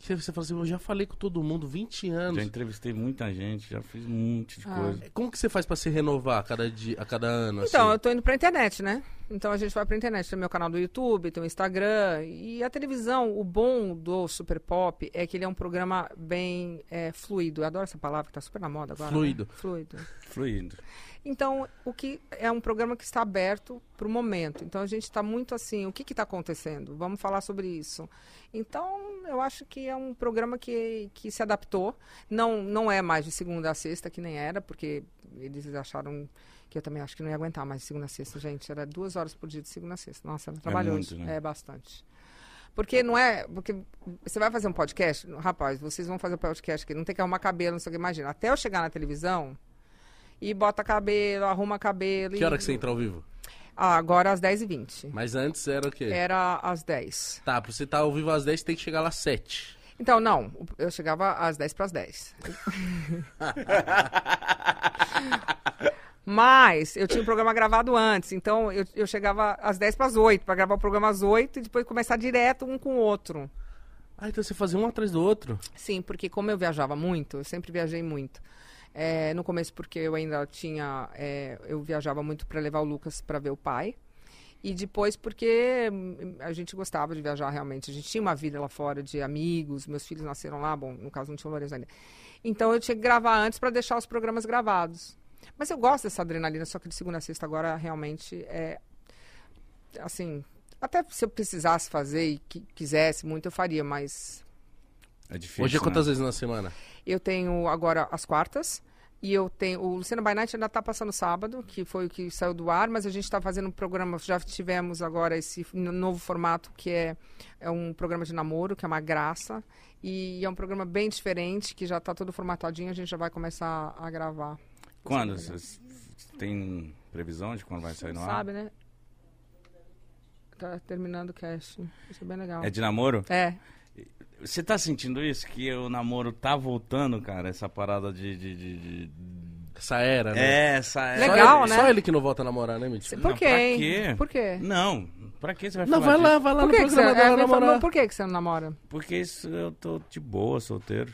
Speaker 1: Você, você fala assim, eu já falei com todo mundo, 20
Speaker 2: Já
Speaker 1: anos. É,
Speaker 2: entrevistei muita gente, já fiz um monte
Speaker 3: Ah.
Speaker 2: de coisa.
Speaker 1: Como que você faz pra se renovar a cada, dia, a cada ano?
Speaker 3: Então,
Speaker 1: assim?
Speaker 3: eu tô indo pra internet, né? Então a gente vai pra internet. Tem meu canal do YouTube, tem o Instagram. E a televisão, o bom do Super Pop é que ele é um programa bem é, fluido. Eu adoro essa palavra que tá super na moda agora. né?
Speaker 1: Fluido.
Speaker 3: Fluido.
Speaker 2: Fluindo.
Speaker 3: Então, o que é um programa que está aberto para o momento. Então, a gente está muito assim, o que está acontecendo? Vamos falar sobre isso. Então, eu acho que é um programa que, que se adaptou. Não, não é mais de segunda a sexta, que nem era, porque eles acharam que eu também acho que não ia aguentar mais de segunda a sexta, gente. Era duas horas por dia de segunda a sexta. Nossa, ela trabalhou
Speaker 2: muito, né?
Speaker 3: É bastante. Porque não é. Porque você vai fazer um podcast, rapaz, vocês vão fazer um podcast que não tem que arrumar cabelo, não sei o que. Imagina, até eu chegar na televisão e bota cabelo, arruma cabelo.
Speaker 1: Que
Speaker 3: e-
Speaker 1: hora que você entra ao vivo?
Speaker 3: Ah, agora às 10h20. É,
Speaker 1: Mas antes era o quê?
Speaker 3: Era às 10.
Speaker 1: Tá, pra você estar ao vivo às 10, tem que chegar lá às 7.
Speaker 3: Então, não, eu chegava às 10 para as 10. Mas eu tinha o programa gravado antes, então eu, eu chegava às 10 para as 8, para gravar o programa às 8 e depois começar direto um com o outro.
Speaker 1: Ah, então você fazia um atrás do outro.
Speaker 3: Sim, porque como eu viajava muito, eu sempre viajei muito. É, no começo, porque eu ainda tinha. é, eu viajava muito para levar o Lucas para ver o pai. E depois, porque hum, a gente gostava de viajar realmente. A gente tinha uma vida lá fora de amigos, meus filhos nasceram lá, bom, no caso não tinha o Lourenço ainda. Então eu tinha que gravar antes para deixar os programas gravados. Mas eu gosto dessa adrenalina, só que de segunda a sexta agora realmente é. Assim, até se eu precisasse fazer e qui- quisesse muito, eu faria, mas
Speaker 2: É difícil.
Speaker 1: Hoje é
Speaker 2: né?
Speaker 1: quantas vezes na semana?
Speaker 3: Eu tenho agora as quartas. E eu tenho. O Luciano By Night ainda está passando sábado, que foi o que saiu do ar, mas a gente está fazendo um programa. Já tivemos agora esse n- novo formato, que é, é um programa de namoro, que é uma graça. E é um programa bem diferente, que já está todo formatadinho, a gente já vai começar a gravar.
Speaker 2: Quando? Vocês tem previsão de quando vai sair no ar?
Speaker 3: Sabe, né? Tá terminando o cast. Isso é bem legal.
Speaker 2: É de namoro?
Speaker 3: é.
Speaker 2: Você tá sentindo isso? Que o namoro tá voltando, cara? Essa parada de. de, de- de-
Speaker 1: Essa era, né?
Speaker 2: É, essa.
Speaker 1: Só
Speaker 3: Legal,
Speaker 1: ele-
Speaker 3: né?
Speaker 1: Só ele que não volta a namorar, né, Mitch?
Speaker 3: Cê-
Speaker 2: Não,
Speaker 3: Por quê?
Speaker 2: pra
Speaker 3: hein?
Speaker 2: quê?
Speaker 3: Por quê?
Speaker 2: Não, pra que você vai
Speaker 1: Não,
Speaker 2: falar
Speaker 1: vai lá,
Speaker 2: disso?
Speaker 1: vai lá
Speaker 3: Por
Speaker 1: no
Speaker 3: que, que você,
Speaker 1: programa
Speaker 3: é,
Speaker 1: dela
Speaker 3: alguém falou,
Speaker 1: namorar.
Speaker 3: por que, que você não namora?
Speaker 2: Porque isso, eu tô de boa, solteiro.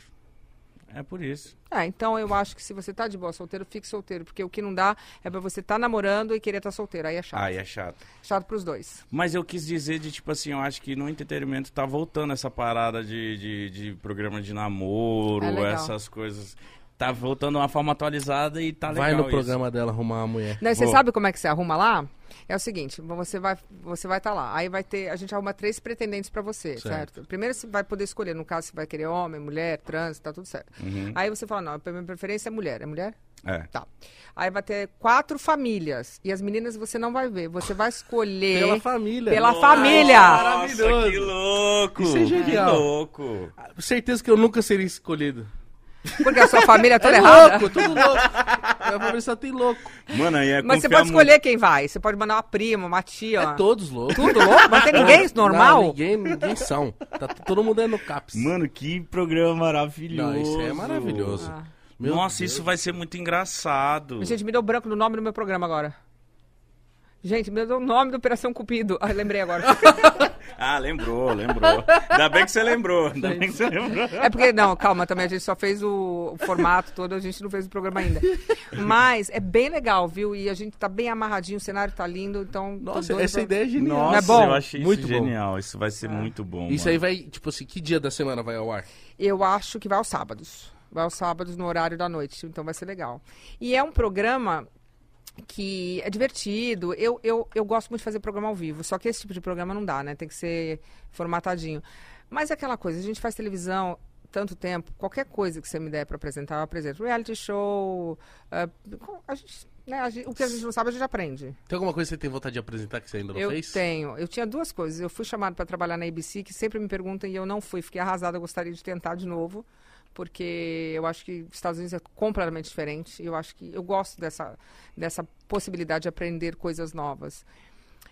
Speaker 2: É por isso.
Speaker 3: Ah, então eu acho que se você tá de boa solteiro, fique solteiro. Porque o que não dá é pra você tá namorando e querer estar solteiro. Aí é chato.
Speaker 2: Ai, é chato.
Speaker 3: Chato pros dois.
Speaker 2: Mas eu quis dizer de, tipo assim, eu acho que no entretenimento tá voltando essa parada de, de, de programa de namoro,
Speaker 3: É legal.
Speaker 2: essas coisas. Tá voltando de uma forma atualizada e tá legal
Speaker 1: Vai no
Speaker 2: isso.
Speaker 1: programa dela arrumar a mulher.
Speaker 3: Ah, Não, e você
Speaker 2: Vou.
Speaker 3: sabe como é que você arruma lá? É o seguinte, você vai você vai estar lá. Aí vai ter, a gente arruma três pretendentes pra você, certo.
Speaker 1: Certo.
Speaker 3: Primeiro você vai poder escolher, no caso você vai querer homem, mulher, trans, tá tudo certo.
Speaker 1: Uhum.
Speaker 3: Aí você fala, não, a minha preferência é mulher. É mulher?
Speaker 2: É.
Speaker 3: Tá. Aí vai ter quatro famílias e as meninas você não vai ver. Você vai escolher
Speaker 1: Pela família.
Speaker 3: Pela
Speaker 1: Nossa,
Speaker 3: família.
Speaker 2: Nossa, que louco!
Speaker 1: Isso é genial.
Speaker 2: Que louco!
Speaker 1: Certeza que eu nunca seria escolhido.
Speaker 3: porque a sua família é toda
Speaker 1: é
Speaker 3: errada.
Speaker 1: louco, tudo louco. Minha família só tem louco.
Speaker 2: Mano, aí é
Speaker 3: Mas você
Speaker 2: confiar
Speaker 3: pode escolher quem vai. Você pode mandar uma prima, uma tia.
Speaker 1: É todos loucos.
Speaker 3: Tudo louco? Mas tem ninguém normal?
Speaker 1: Não, ninguém, ninguém são. Tá t- todo mundo é no caps.
Speaker 2: muito. Mano, que programa maravilhoso!
Speaker 1: Não, isso é maravilhoso.
Speaker 3: Ah.
Speaker 1: Meu
Speaker 2: Nossa,
Speaker 1: Deus.
Speaker 2: isso vai ser muito engraçado.
Speaker 3: Gente, me deu branco no nome do meu programa agora. Gente, me deu o nome da Operação Cupido. Ah, lembrei agora.
Speaker 2: Ah, lembrou, lembrou. Ainda bem que você lembrou. Ainda bem que você lembrou.
Speaker 3: É porque, não, calma, também a gente só fez o, o formato todo, a gente não fez o programa ainda. Mas é bem legal, viu? E a gente tá bem amarradinho, o cenário tá lindo, então. tô
Speaker 1: Nossa,
Speaker 3: doida
Speaker 1: essa
Speaker 3: pra-
Speaker 1: ideia é genial.
Speaker 2: Nossa,
Speaker 3: bom? Ah.
Speaker 2: eu achei
Speaker 1: Muito
Speaker 2: isso
Speaker 1: bom.
Speaker 2: genial. Isso vai ser muito bom.
Speaker 1: Isso
Speaker 2: mano.
Speaker 1: aí vai, tipo assim, que dia da semana vai ao ar?
Speaker 3: Eu acho que vai aos sábados. Vai aos sábados no horário da noite, então vai ser legal. E é um programa que é divertido. Eu, eu, eu gosto muito de fazer programa ao vivo, só que esse tipo de programa não dá, né? Tem que ser formatadinho. Mas é aquela coisa, a gente faz televisão tanto tempo, qualquer coisa que você me der para apresentar, eu apresento. Reality show, ah, a gente, né, a gente- o que a gente não sabe, a gente aprende.
Speaker 1: Tem alguma coisa que você tem vontade de apresentar que você ainda não
Speaker 3: Eu
Speaker 1: fez?
Speaker 3: tenho. Eu tinha duas coisas. Eu fui chamado para trabalhar na ABC, que sempre me perguntam, e eu não fui. Fiquei arrasada, eu gostaria de tentar de novo, porque eu acho que os Estados Unidos é completamente diferente. e Eu acho que eu gosto dessa, dessa possibilidade de aprender coisas novas.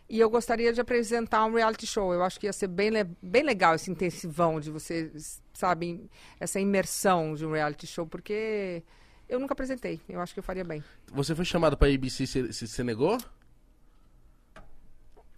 Speaker 3: E eu gostaria de apresentar um reality show. Eu acho que ia ser bem, le- bem legal esse intensivão de você, sabe, essa imersão de um reality show, porque eu nunca apresentei. Eu acho que eu faria bem.
Speaker 1: Você foi chamado pra ABC e você- você você negou?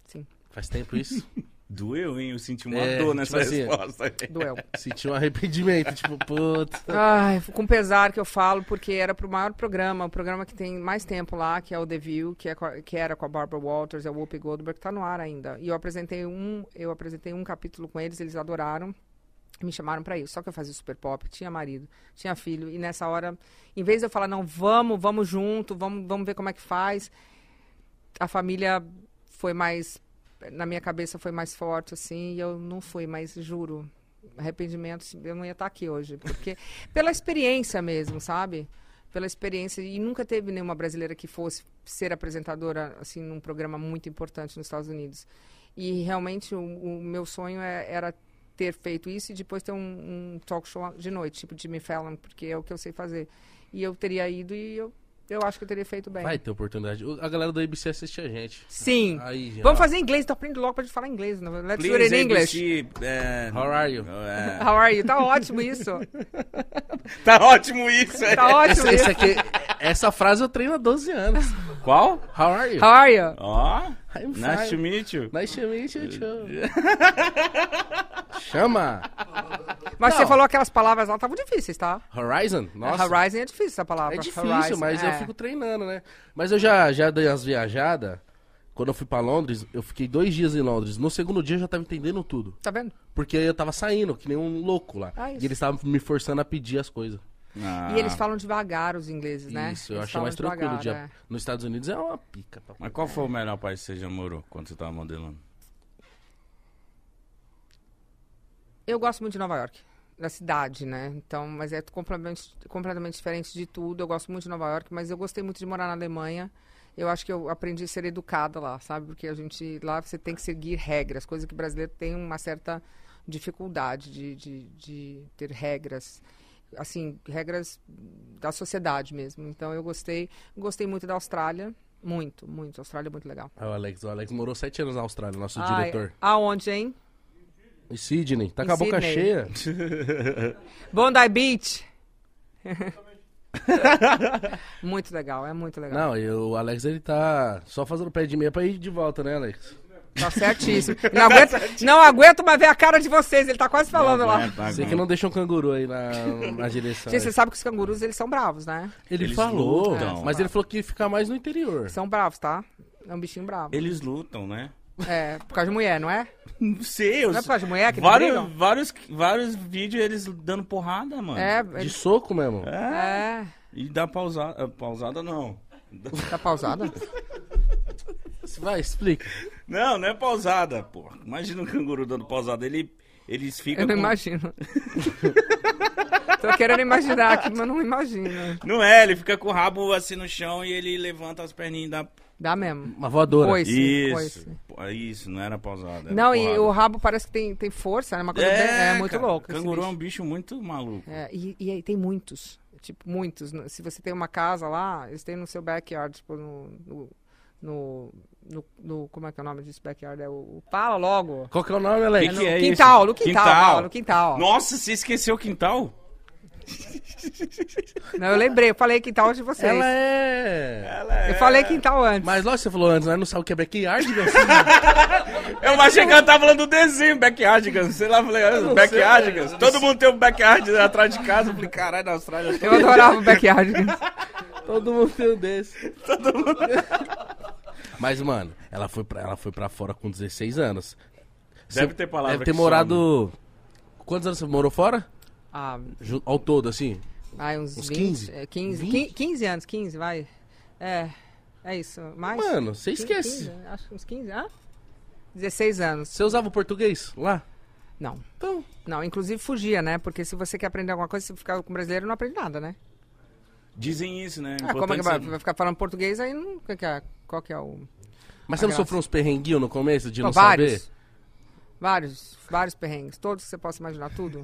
Speaker 3: Sim,
Speaker 1: Faz tempo isso?
Speaker 2: Doeu, hein? Eu senti uma
Speaker 1: É,
Speaker 2: dor nessa
Speaker 1: tipo assim,
Speaker 2: resposta.
Speaker 3: doeu.
Speaker 1: Sentiu um arrependimento, tipo, putz.
Speaker 3: Ai, com pesar que eu falo, porque era pro maior programa, o programa que tem mais tempo lá, que é o The View, que, é com a- que era com a Barbara Walters, a Whoopi Goldberg, tá no ar ainda. E eu apresentei um, eu apresentei um capítulo com eles, eles adoraram. Me chamaram pra isso, só que eu fazia super pop, tinha marido, tinha filho, e nessa hora, em vez de eu falar, não, vamos, vamos junto, vamos, vamos ver como é que faz, a família foi mais, na minha cabeça foi mais forte, assim, e eu não fui, mas juro, arrependimento, se- eu não ia estar aqui hoje, porque pela experiência mesmo, sabe? Pela experiência e nunca teve nenhuma brasileira que fosse ser apresentadora assim num programa muito importante nos Estados Unidos. E realmente o, o meu sonho é- era ter feito isso e depois ter um, um talk show de noite, tipo Jimmy Fallon, porque é o que eu sei fazer. E eu teria ido e eu Eu acho que eu teria feito bem.
Speaker 1: Vai ter oportunidade. O- A galera da ABC assiste a gente.
Speaker 3: Sim.
Speaker 1: Aí, já.
Speaker 3: Vamos fazer em inglês, então aprende logo pra gente falar inglês. não- Let's do it
Speaker 2: Please,
Speaker 3: in English.
Speaker 2: ABC, é,
Speaker 1: How are you?
Speaker 2: é.
Speaker 3: How are you? Tá ótimo isso.
Speaker 2: Tá ótimo isso. é.
Speaker 3: Tá ótimo
Speaker 1: Essa,
Speaker 3: isso.
Speaker 1: essa aqui- essa frase eu treino há 12 anos.
Speaker 2: Qual?
Speaker 1: How are you?
Speaker 3: How are you?
Speaker 2: Ó,
Speaker 1: I'm
Speaker 2: nice
Speaker 1: fine.
Speaker 2: to meet you.
Speaker 1: Nice to meet you, too. Chama!
Speaker 3: Mas
Speaker 1: Não.
Speaker 3: você falou aquelas palavras lá, estavam difíceis, tá?
Speaker 1: Horizon? Nossa.
Speaker 3: Horizon é difícil essa palavra.
Speaker 1: É difícil,
Speaker 3: Horizon,
Speaker 1: mas
Speaker 3: é.
Speaker 1: eu fico treinando, né? Mas eu já, já dei umas viajadas. Quando eu fui pra Londres, eu fiquei dois dias em Londres. No segundo dia eu já tava entendendo tudo.
Speaker 3: Tá vendo?
Speaker 1: Porque eu tava saindo, que nem um louco lá.
Speaker 3: Ah,
Speaker 1: e
Speaker 3: isso.
Speaker 1: eles estavam me forçando a pedir as coisas.
Speaker 2: Ah,
Speaker 3: E eles falam devagar, os ingleses, né?
Speaker 1: Isso, eu
Speaker 3: Eles
Speaker 1: achei
Speaker 3: falam
Speaker 1: mais tranquilo.
Speaker 3: devagar,
Speaker 1: de-
Speaker 3: é.
Speaker 1: Nos Estados Unidos é uma pica. Pra...
Speaker 2: Mas qual foi o melhor país que você já morou quando você tava modelando?
Speaker 3: Eu gosto muito de Nova York, da cidade, né? Então, mas é completamente, completamente diferente de tudo. Eu gosto muito de Nova York, mas eu gostei muito de morar na Alemanha. Eu acho que eu aprendi a ser educada lá, sabe? Porque a gente lá você tem que seguir regras, coisa que brasileiro tem uma certa dificuldade de, de, de ter regras, assim, regras da sociedade mesmo. Então, eu gostei, gostei muito da Austrália, muito, muito. A Austrália é muito legal.
Speaker 1: Ah, o Alex, o Alex morou sete anos na Austrália, nosso
Speaker 3: Ai,
Speaker 1: diretor.
Speaker 3: Aonde, hein?
Speaker 1: E Sydney, tá
Speaker 3: Em
Speaker 1: com a boca
Speaker 3: Sydney.
Speaker 1: cheia.
Speaker 3: Bondi Beach. muito legal, é muito legal.
Speaker 1: Não, e o Alex, ele tá só fazendo pé de meia pra ir de volta, né, Alex?
Speaker 3: Tá certíssimo. Não aguento, não aguento mais ver a cara de vocês. Ele tá quase falando lá.
Speaker 2: Aguenta, aguenta.
Speaker 1: Você que não deixou um canguru aí na, na direção.
Speaker 3: Gente, você sabe que os cangurus, eles são bravos, né?
Speaker 1: Ele
Speaker 2: Eles
Speaker 1: falou,
Speaker 2: lutam.
Speaker 1: mas ele falou que ia ficar mais no interior.
Speaker 3: São bravos, tá? É um bichinho bravo.
Speaker 2: Eles lutam, né?
Speaker 3: É, por causa de mulher, não é?
Speaker 2: Não sei, eu...
Speaker 3: Não é por causa de mulher que
Speaker 2: vários,
Speaker 3: brigam?
Speaker 2: vários, vários vídeos eles dando porrada, mano.
Speaker 3: É,
Speaker 1: De
Speaker 3: ele-
Speaker 1: soco mesmo.
Speaker 2: É,
Speaker 3: é.
Speaker 2: E dá pausada. eh, Pausada não.
Speaker 3: Tá pausada?
Speaker 1: Vai, explica.
Speaker 2: Não, não é pausada, pô. Imagina um canguru dando pausada. Ele, eles ficam.
Speaker 3: Eu não
Speaker 2: com-
Speaker 3: imagino. Tô querendo imaginar aqui, mas não imagino.
Speaker 2: Não é, ele fica com o rabo assim no chão e ele levanta as perninhas e dá.
Speaker 3: Dá mesmo.
Speaker 1: Uma voadora.
Speaker 3: Pois. Esse,
Speaker 2: Isso.
Speaker 3: coice.
Speaker 2: Pô, é Isso, não era pausada. era
Speaker 3: Não, e
Speaker 2: porrada.
Speaker 3: o rabo parece que tem, tem força, né? Uma coisa bem- é, muito
Speaker 2: cara,
Speaker 3: louco. esse
Speaker 2: Canguru É é
Speaker 3: bicho.
Speaker 2: um bicho muito maluco.
Speaker 3: É, e, e aí tem muitos, tipo, muitos. né? Se você tem uma casa lá, eles têm no seu backyard, tipo, no. no, no, no- no- como é que é o nome disso? Backyard? É o. o- Fala logo!
Speaker 1: Qual que é o nome, Alex?
Speaker 2: Que
Speaker 3: no
Speaker 2: que é
Speaker 3: quintal,
Speaker 2: isso?
Speaker 3: no quintal,
Speaker 2: Quintal.
Speaker 3: Paulo, no quintal.
Speaker 2: Nossa, você esqueceu o quintal?
Speaker 3: Não, eu lembrei, eu falei quintal de vocês.
Speaker 1: Ela é...
Speaker 3: Eu falei quintal antes.
Speaker 1: Mas lógico que você falou antes, né? Não sabe o que é backyard, meu
Speaker 2: Eu achei que ela tava falando do desenho, Backyardigans. Sei lá, falei, ah, Backyardigans. Todo mundo tem um Backyard atrás de casa. Eu falei, caralho, na Austrália.
Speaker 3: Eu adorava o backyard.
Speaker 1: Todo mundo tem um desse. Todo
Speaker 2: um
Speaker 1: mundo. Mas, mano, ela foi, pra, ela foi pra fora com 16 anos.
Speaker 2: Deve ter palavra
Speaker 1: Deve ter
Speaker 2: que
Speaker 1: morado... Quantos anos você morou fora?
Speaker 3: ah,
Speaker 1: Ju- Ao todo, assim?
Speaker 3: ai, uns,
Speaker 1: Uns
Speaker 3: 20,
Speaker 1: 15?
Speaker 3: é, 15,
Speaker 1: 20?
Speaker 3: 15, 15 anos, 15, vai. É, é isso. Mais?
Speaker 1: Mano, você
Speaker 3: 15,
Speaker 1: esquece.
Speaker 3: 15, acho que uns 15, ah? 16 anos.
Speaker 1: Você usava o português lá?
Speaker 3: Não.
Speaker 1: Então...
Speaker 3: Não, inclusive fugia, né? Porque se você quer aprender alguma coisa, se ficar com brasileiro, não aprende nada, né?
Speaker 2: Dizem isso, né?
Speaker 3: Ah, como é que
Speaker 2: Importante
Speaker 3: vai,
Speaker 2: saber.
Speaker 3: vai ficar falando português aí? Não, qual, que é, qual que é o.
Speaker 1: Mas você não
Speaker 3: Graça.
Speaker 1: sofreu uns perrenguinhos no começo de não,
Speaker 3: Não, vários.
Speaker 1: saber?
Speaker 3: Vários, vários perrengues, todos que você possa imaginar, tudo.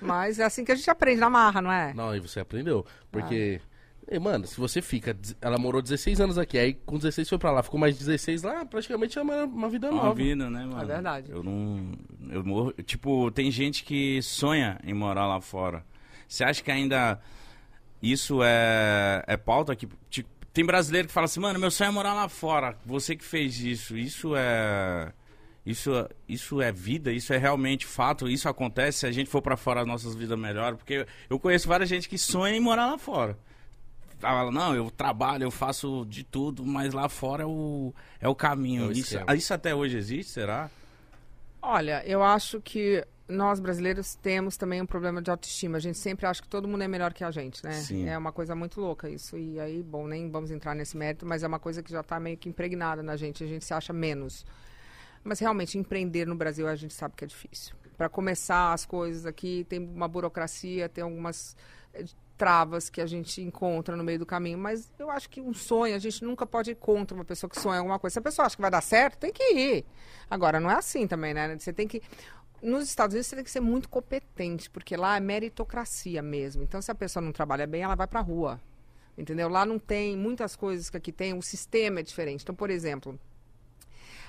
Speaker 3: Mas é assim que a gente aprende na marra, não é?
Speaker 1: Não, e você aprendeu. Porque.
Speaker 3: Ah,
Speaker 1: e, mano, se você fica. Ela morou 16 anos aqui, aí com 16 foi pra lá, ficou mais 16 lá, praticamente é uma, uma vida
Speaker 2: É
Speaker 1: nova.
Speaker 2: uma vida, né, mano?
Speaker 3: É verdade.
Speaker 2: Eu não. Eu morro. Tipo, tem gente que sonha em morar lá fora. Você acha que ainda isso é, é pauta? Que, tipo, tem brasileiro que fala assim, mano, meu sonho é morar lá fora. Você que fez isso. Isso é. Isso, é- isso é vida, isso é realmente fato, isso acontece. Se a gente for pra fora, as nossas vidas melhoram. Porque eu conheço várias gente que sonha em morar lá fora. Fala, não, eu trabalho, eu faço de tudo, mas lá fora é o, é o
Speaker 1: É
Speaker 2: caminho.
Speaker 1: o
Speaker 2: isso,
Speaker 1: esquema.
Speaker 2: isso até hoje existe, será?
Speaker 3: Olha, eu acho que nós brasileiros temos também um problema de autoestima. A gente sempre acha que todo mundo é melhor que a gente, né?
Speaker 2: Sim.
Speaker 3: É uma coisa muito louca isso. E aí, bom, nem vamos entrar nesse mérito, mas é uma coisa que já está meio que impregnada na gente. A gente se acha menos. Mas realmente, empreender no Brasil a gente sabe que é difícil. Para começar as coisas aqui, tem uma burocracia, tem algumas eh, travas que a gente encontra no meio do caminho. Mas eu acho que um sonho, a gente nunca pode ir contra uma pessoa que sonha alguma coisa. Se a pessoa acha que vai dar certo, tem que ir. Agora, não é assim também, né? Você tem que. Nos Estados Unidos você tem que ser muito competente, porque lá é meritocracia mesmo. Então, se a pessoa não trabalha bem, ela vai para rua. Entendeu? Lá não tem muitas coisas que aqui tem, o sistema é diferente. Então, por exemplo,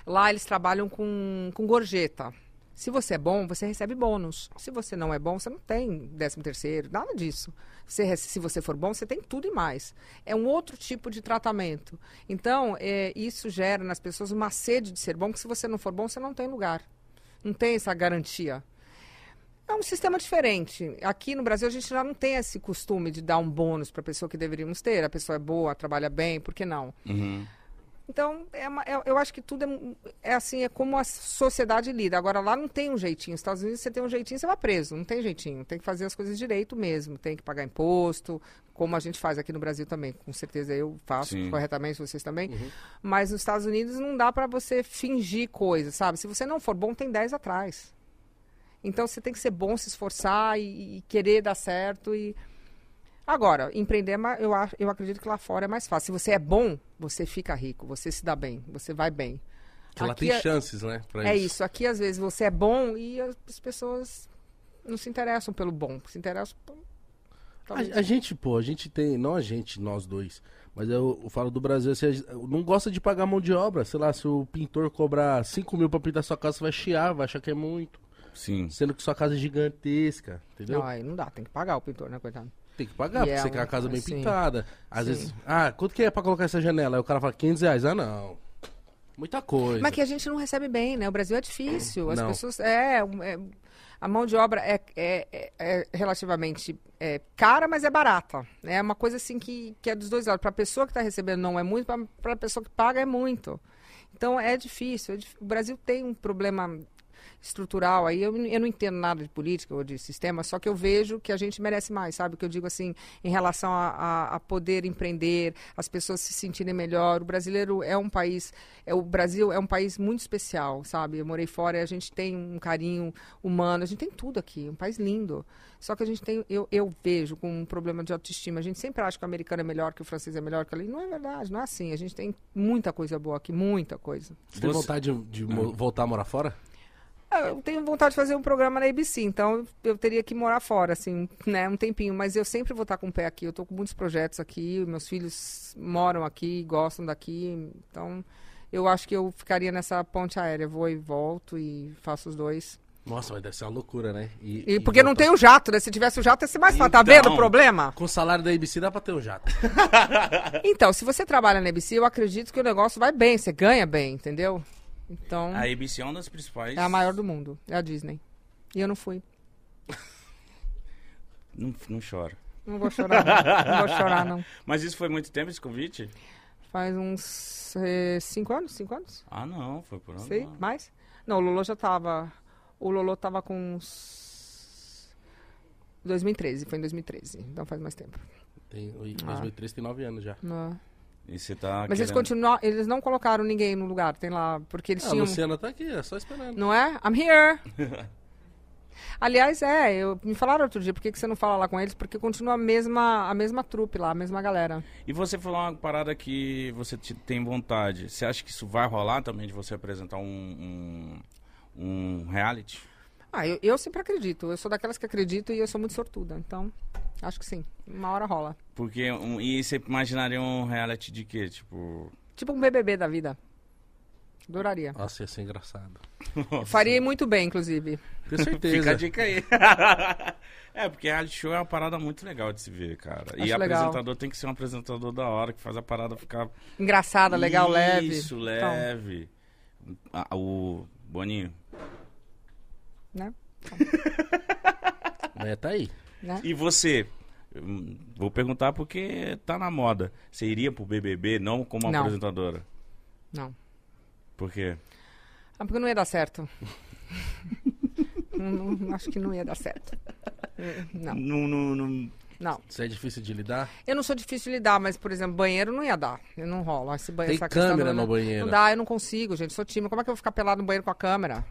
Speaker 3: lá eles trabalham com, com gorjeta. Se você é bom, você recebe bônus. Se você não é bom, você não tem 13 terceiro, nada disso. Você rece- se você for bom, você tem tudo e mais. É um outro tipo de tratamento. Então, é, isso gera nas pessoas uma sede de ser bom, que se você não for bom, você não tem lugar. Não tem essa garantia. É um sistema diferente. Aqui no Brasil, a gente já não tem esse costume de dar um bônus para a pessoa que deveríamos ter. A pessoa é boa, trabalha bem, por que não?
Speaker 2: Uhum.
Speaker 3: Então, é uma- é- eu acho que tudo é, um- é assim, é como a sociedade lida. Agora, lá não tem um jeitinho. Nos Estados Unidos, você tem um jeitinho, você vai preso. Não tem jeitinho. Tem que fazer as coisas direito mesmo. Tem que pagar imposto, como a gente faz aqui no Brasil também. Com certeza eu faço
Speaker 2: Sim.
Speaker 3: corretamente, vocês também. Mas nos Estados Unidos não dá para você fingir coisas, sabe? Se você não for bom, tem 10 atrás. Então, você tem que ser bom, se esforçar e, e querer dar certo e... Agora, empreender, é ma- eu, acho- eu acredito que lá fora é mais fácil. Se você é bom, você fica rico, você se dá bem, você vai bem.
Speaker 1: Que ela
Speaker 3: Aqui
Speaker 1: tem
Speaker 3: é-
Speaker 1: chances, né? pra
Speaker 3: É isso. Aqui, às vezes, você é bom e as pessoas não se interessam pelo bom, se interessam por...
Speaker 1: A, a gente, pô, a gente tem, não a gente, nós dois, mas eu, eu falo do Brasil, assim, a gente não gosta de pagar mão de obra, sei lá, se o pintor cobrar 5 mil pra pintar sua casa, você vai chiar, vai achar que é muito,
Speaker 2: Sim.
Speaker 1: sendo que sua casa é gigantesca, entendeu?
Speaker 3: Não, aí não dá, tem que pagar o pintor, né, coitado?
Speaker 1: Tem que pagar,
Speaker 3: E
Speaker 1: porque
Speaker 3: é
Speaker 1: você quer uma
Speaker 3: uma-
Speaker 1: casa bem
Speaker 3: sim.
Speaker 1: pintada. Às
Speaker 3: Sim.
Speaker 1: vezes, ah, quanto que é pra colocar essa janela? Aí o cara fala 500 reais, ah não, muita coisa.
Speaker 3: Mas que a gente não recebe bem, né? O Brasil é difícil. As
Speaker 1: Não.
Speaker 3: pessoas. É, um, é- a mão de obra é, é- é- é relativamente é, cara, mas é barata. É uma coisa assim que, que é dos dois lados. Para a pessoa que está recebendo não é muito, para a pessoa que paga é muito. Então é difícil. é dif- O Brasil tem um problema estrutural aí. Eu, n- eu não entendo nada de política ou de sistema, só que eu vejo que a gente merece mais, sabe? O que eu digo assim, em relação a, a- a poder empreender, as pessoas se sentirem melhor. O brasileiro é um país, é, o Brasil é um país muito especial, sabe? Eu morei fora e a gente tem um carinho humano, a gente tem tudo aqui, é um país lindo. Só que a gente tem, eu, eu vejo com um problema de autoestima. A gente sempre acha que o americano é melhor, que o francês é melhor, que ali. Não é verdade, não é assim. A gente tem muita coisa boa aqui, muita coisa.
Speaker 1: Você tem
Speaker 2: Você-
Speaker 1: vontade de, de mo- voltar a morar fora?
Speaker 3: Ah, Eu tenho vontade de fazer um programa na ABC, então eu teria que morar fora, assim, né, um tempinho. Mas eu sempre vou estar com o pé aqui. Eu tô com muitos projetos aqui, meus filhos moram aqui, gostam daqui. Então, eu acho que eu ficaria nessa ponte aérea. Vou e volto e faço os dois.
Speaker 1: Nossa, mas deve ser uma loucura, né?
Speaker 3: E porque não
Speaker 1: voltar-
Speaker 3: tem o jato, né? Se tivesse o jato, ia ser mais fácil. Tá
Speaker 2: Então.
Speaker 3: vendo o problema?
Speaker 1: Com o salário da ABC dá pra ter um jato.
Speaker 3: Então, se você trabalha na ABC, eu acredito que o negócio vai bem, você ganha bem, entendeu? Então,
Speaker 2: A ABC é uma das principais.
Speaker 3: é a maior do mundo, é a Disney. E eu não fui.
Speaker 2: Não, não chora.
Speaker 3: Não vou chorar, não. Não vou chorar, não.
Speaker 2: Mas isso foi muito tempo esse convite?
Speaker 3: Faz uns eh, cinco anos, cinco anos?
Speaker 2: Ah, não, foi por ano.
Speaker 3: Sei, mais? Não, o Lolo já tava. O Lolo tava com uns. 2013, foi em 2013, então faz mais tempo.
Speaker 1: Tem,
Speaker 3: Ah.
Speaker 1: em 2003 tem 9 anos já.
Speaker 3: Não.
Speaker 2: E você tá.
Speaker 3: Mas eles
Speaker 2: querendo-
Speaker 3: continuam, eles não colocaram ninguém no lugar, tem lá, porque eles
Speaker 1: Ah, a
Speaker 3: tinham.
Speaker 1: Luciana tá aqui, é só esperando.
Speaker 3: Não é? I'm here. Aliás, é, eu, me falaram outro dia, por que, que você não fala lá com eles? Porque continua a mesma, a mesma trupe lá, a mesma galera.
Speaker 2: E você falou uma parada que você te- tem vontade. Você acha que isso vai rolar também de você apresentar um, um, um reality?
Speaker 3: Ah, eu, eu sempre acredito, eu sou daquelas que acredito e eu sou muito sortuda, então acho que sim, uma hora rola.
Speaker 2: Porque. um- e você imaginaria um reality de quê? Tipo.
Speaker 3: Tipo um BBB da vida. Adoraria.
Speaker 1: Nossa, ia ser engraçado.
Speaker 3: Faria muito bem, inclusive.
Speaker 1: Tenho certeza.
Speaker 2: Fica a dica aí. é, porque reality show é uma parada muito legal de se ver, cara. e
Speaker 3: Acho legal.
Speaker 2: apresentador tem que ser um apresentador da hora, que faz a parada ficar
Speaker 3: Engraçada, legal, leve. Então,
Speaker 2: Isso, leve. Ah, o Boninho.
Speaker 3: Né?
Speaker 1: Mas tá aí.
Speaker 3: Né?
Speaker 2: E você? Hum, Vou perguntar porque tá na moda. Você iria pro BBB não como
Speaker 3: Não.
Speaker 2: apresentadora?
Speaker 3: Não.
Speaker 2: Por quê?
Speaker 3: Ah, porque não ia dar certo. Não- não- acho que não ia dar certo. Não,
Speaker 2: Não, não, não-
Speaker 3: não.
Speaker 1: Isso é difícil de lidar?
Speaker 3: Eu não sou difícil de lidar, mas, por exemplo, banheiro não ia dar. Eu não rolo. Esse banheiro,
Speaker 1: Tem
Speaker 3: essa questão
Speaker 1: câmera
Speaker 3: do-
Speaker 1: no banheiro.
Speaker 3: Não dá, eu não consigo, gente. Sou tímida. Como é que eu vou ficar pelado no banheiro com a câmera?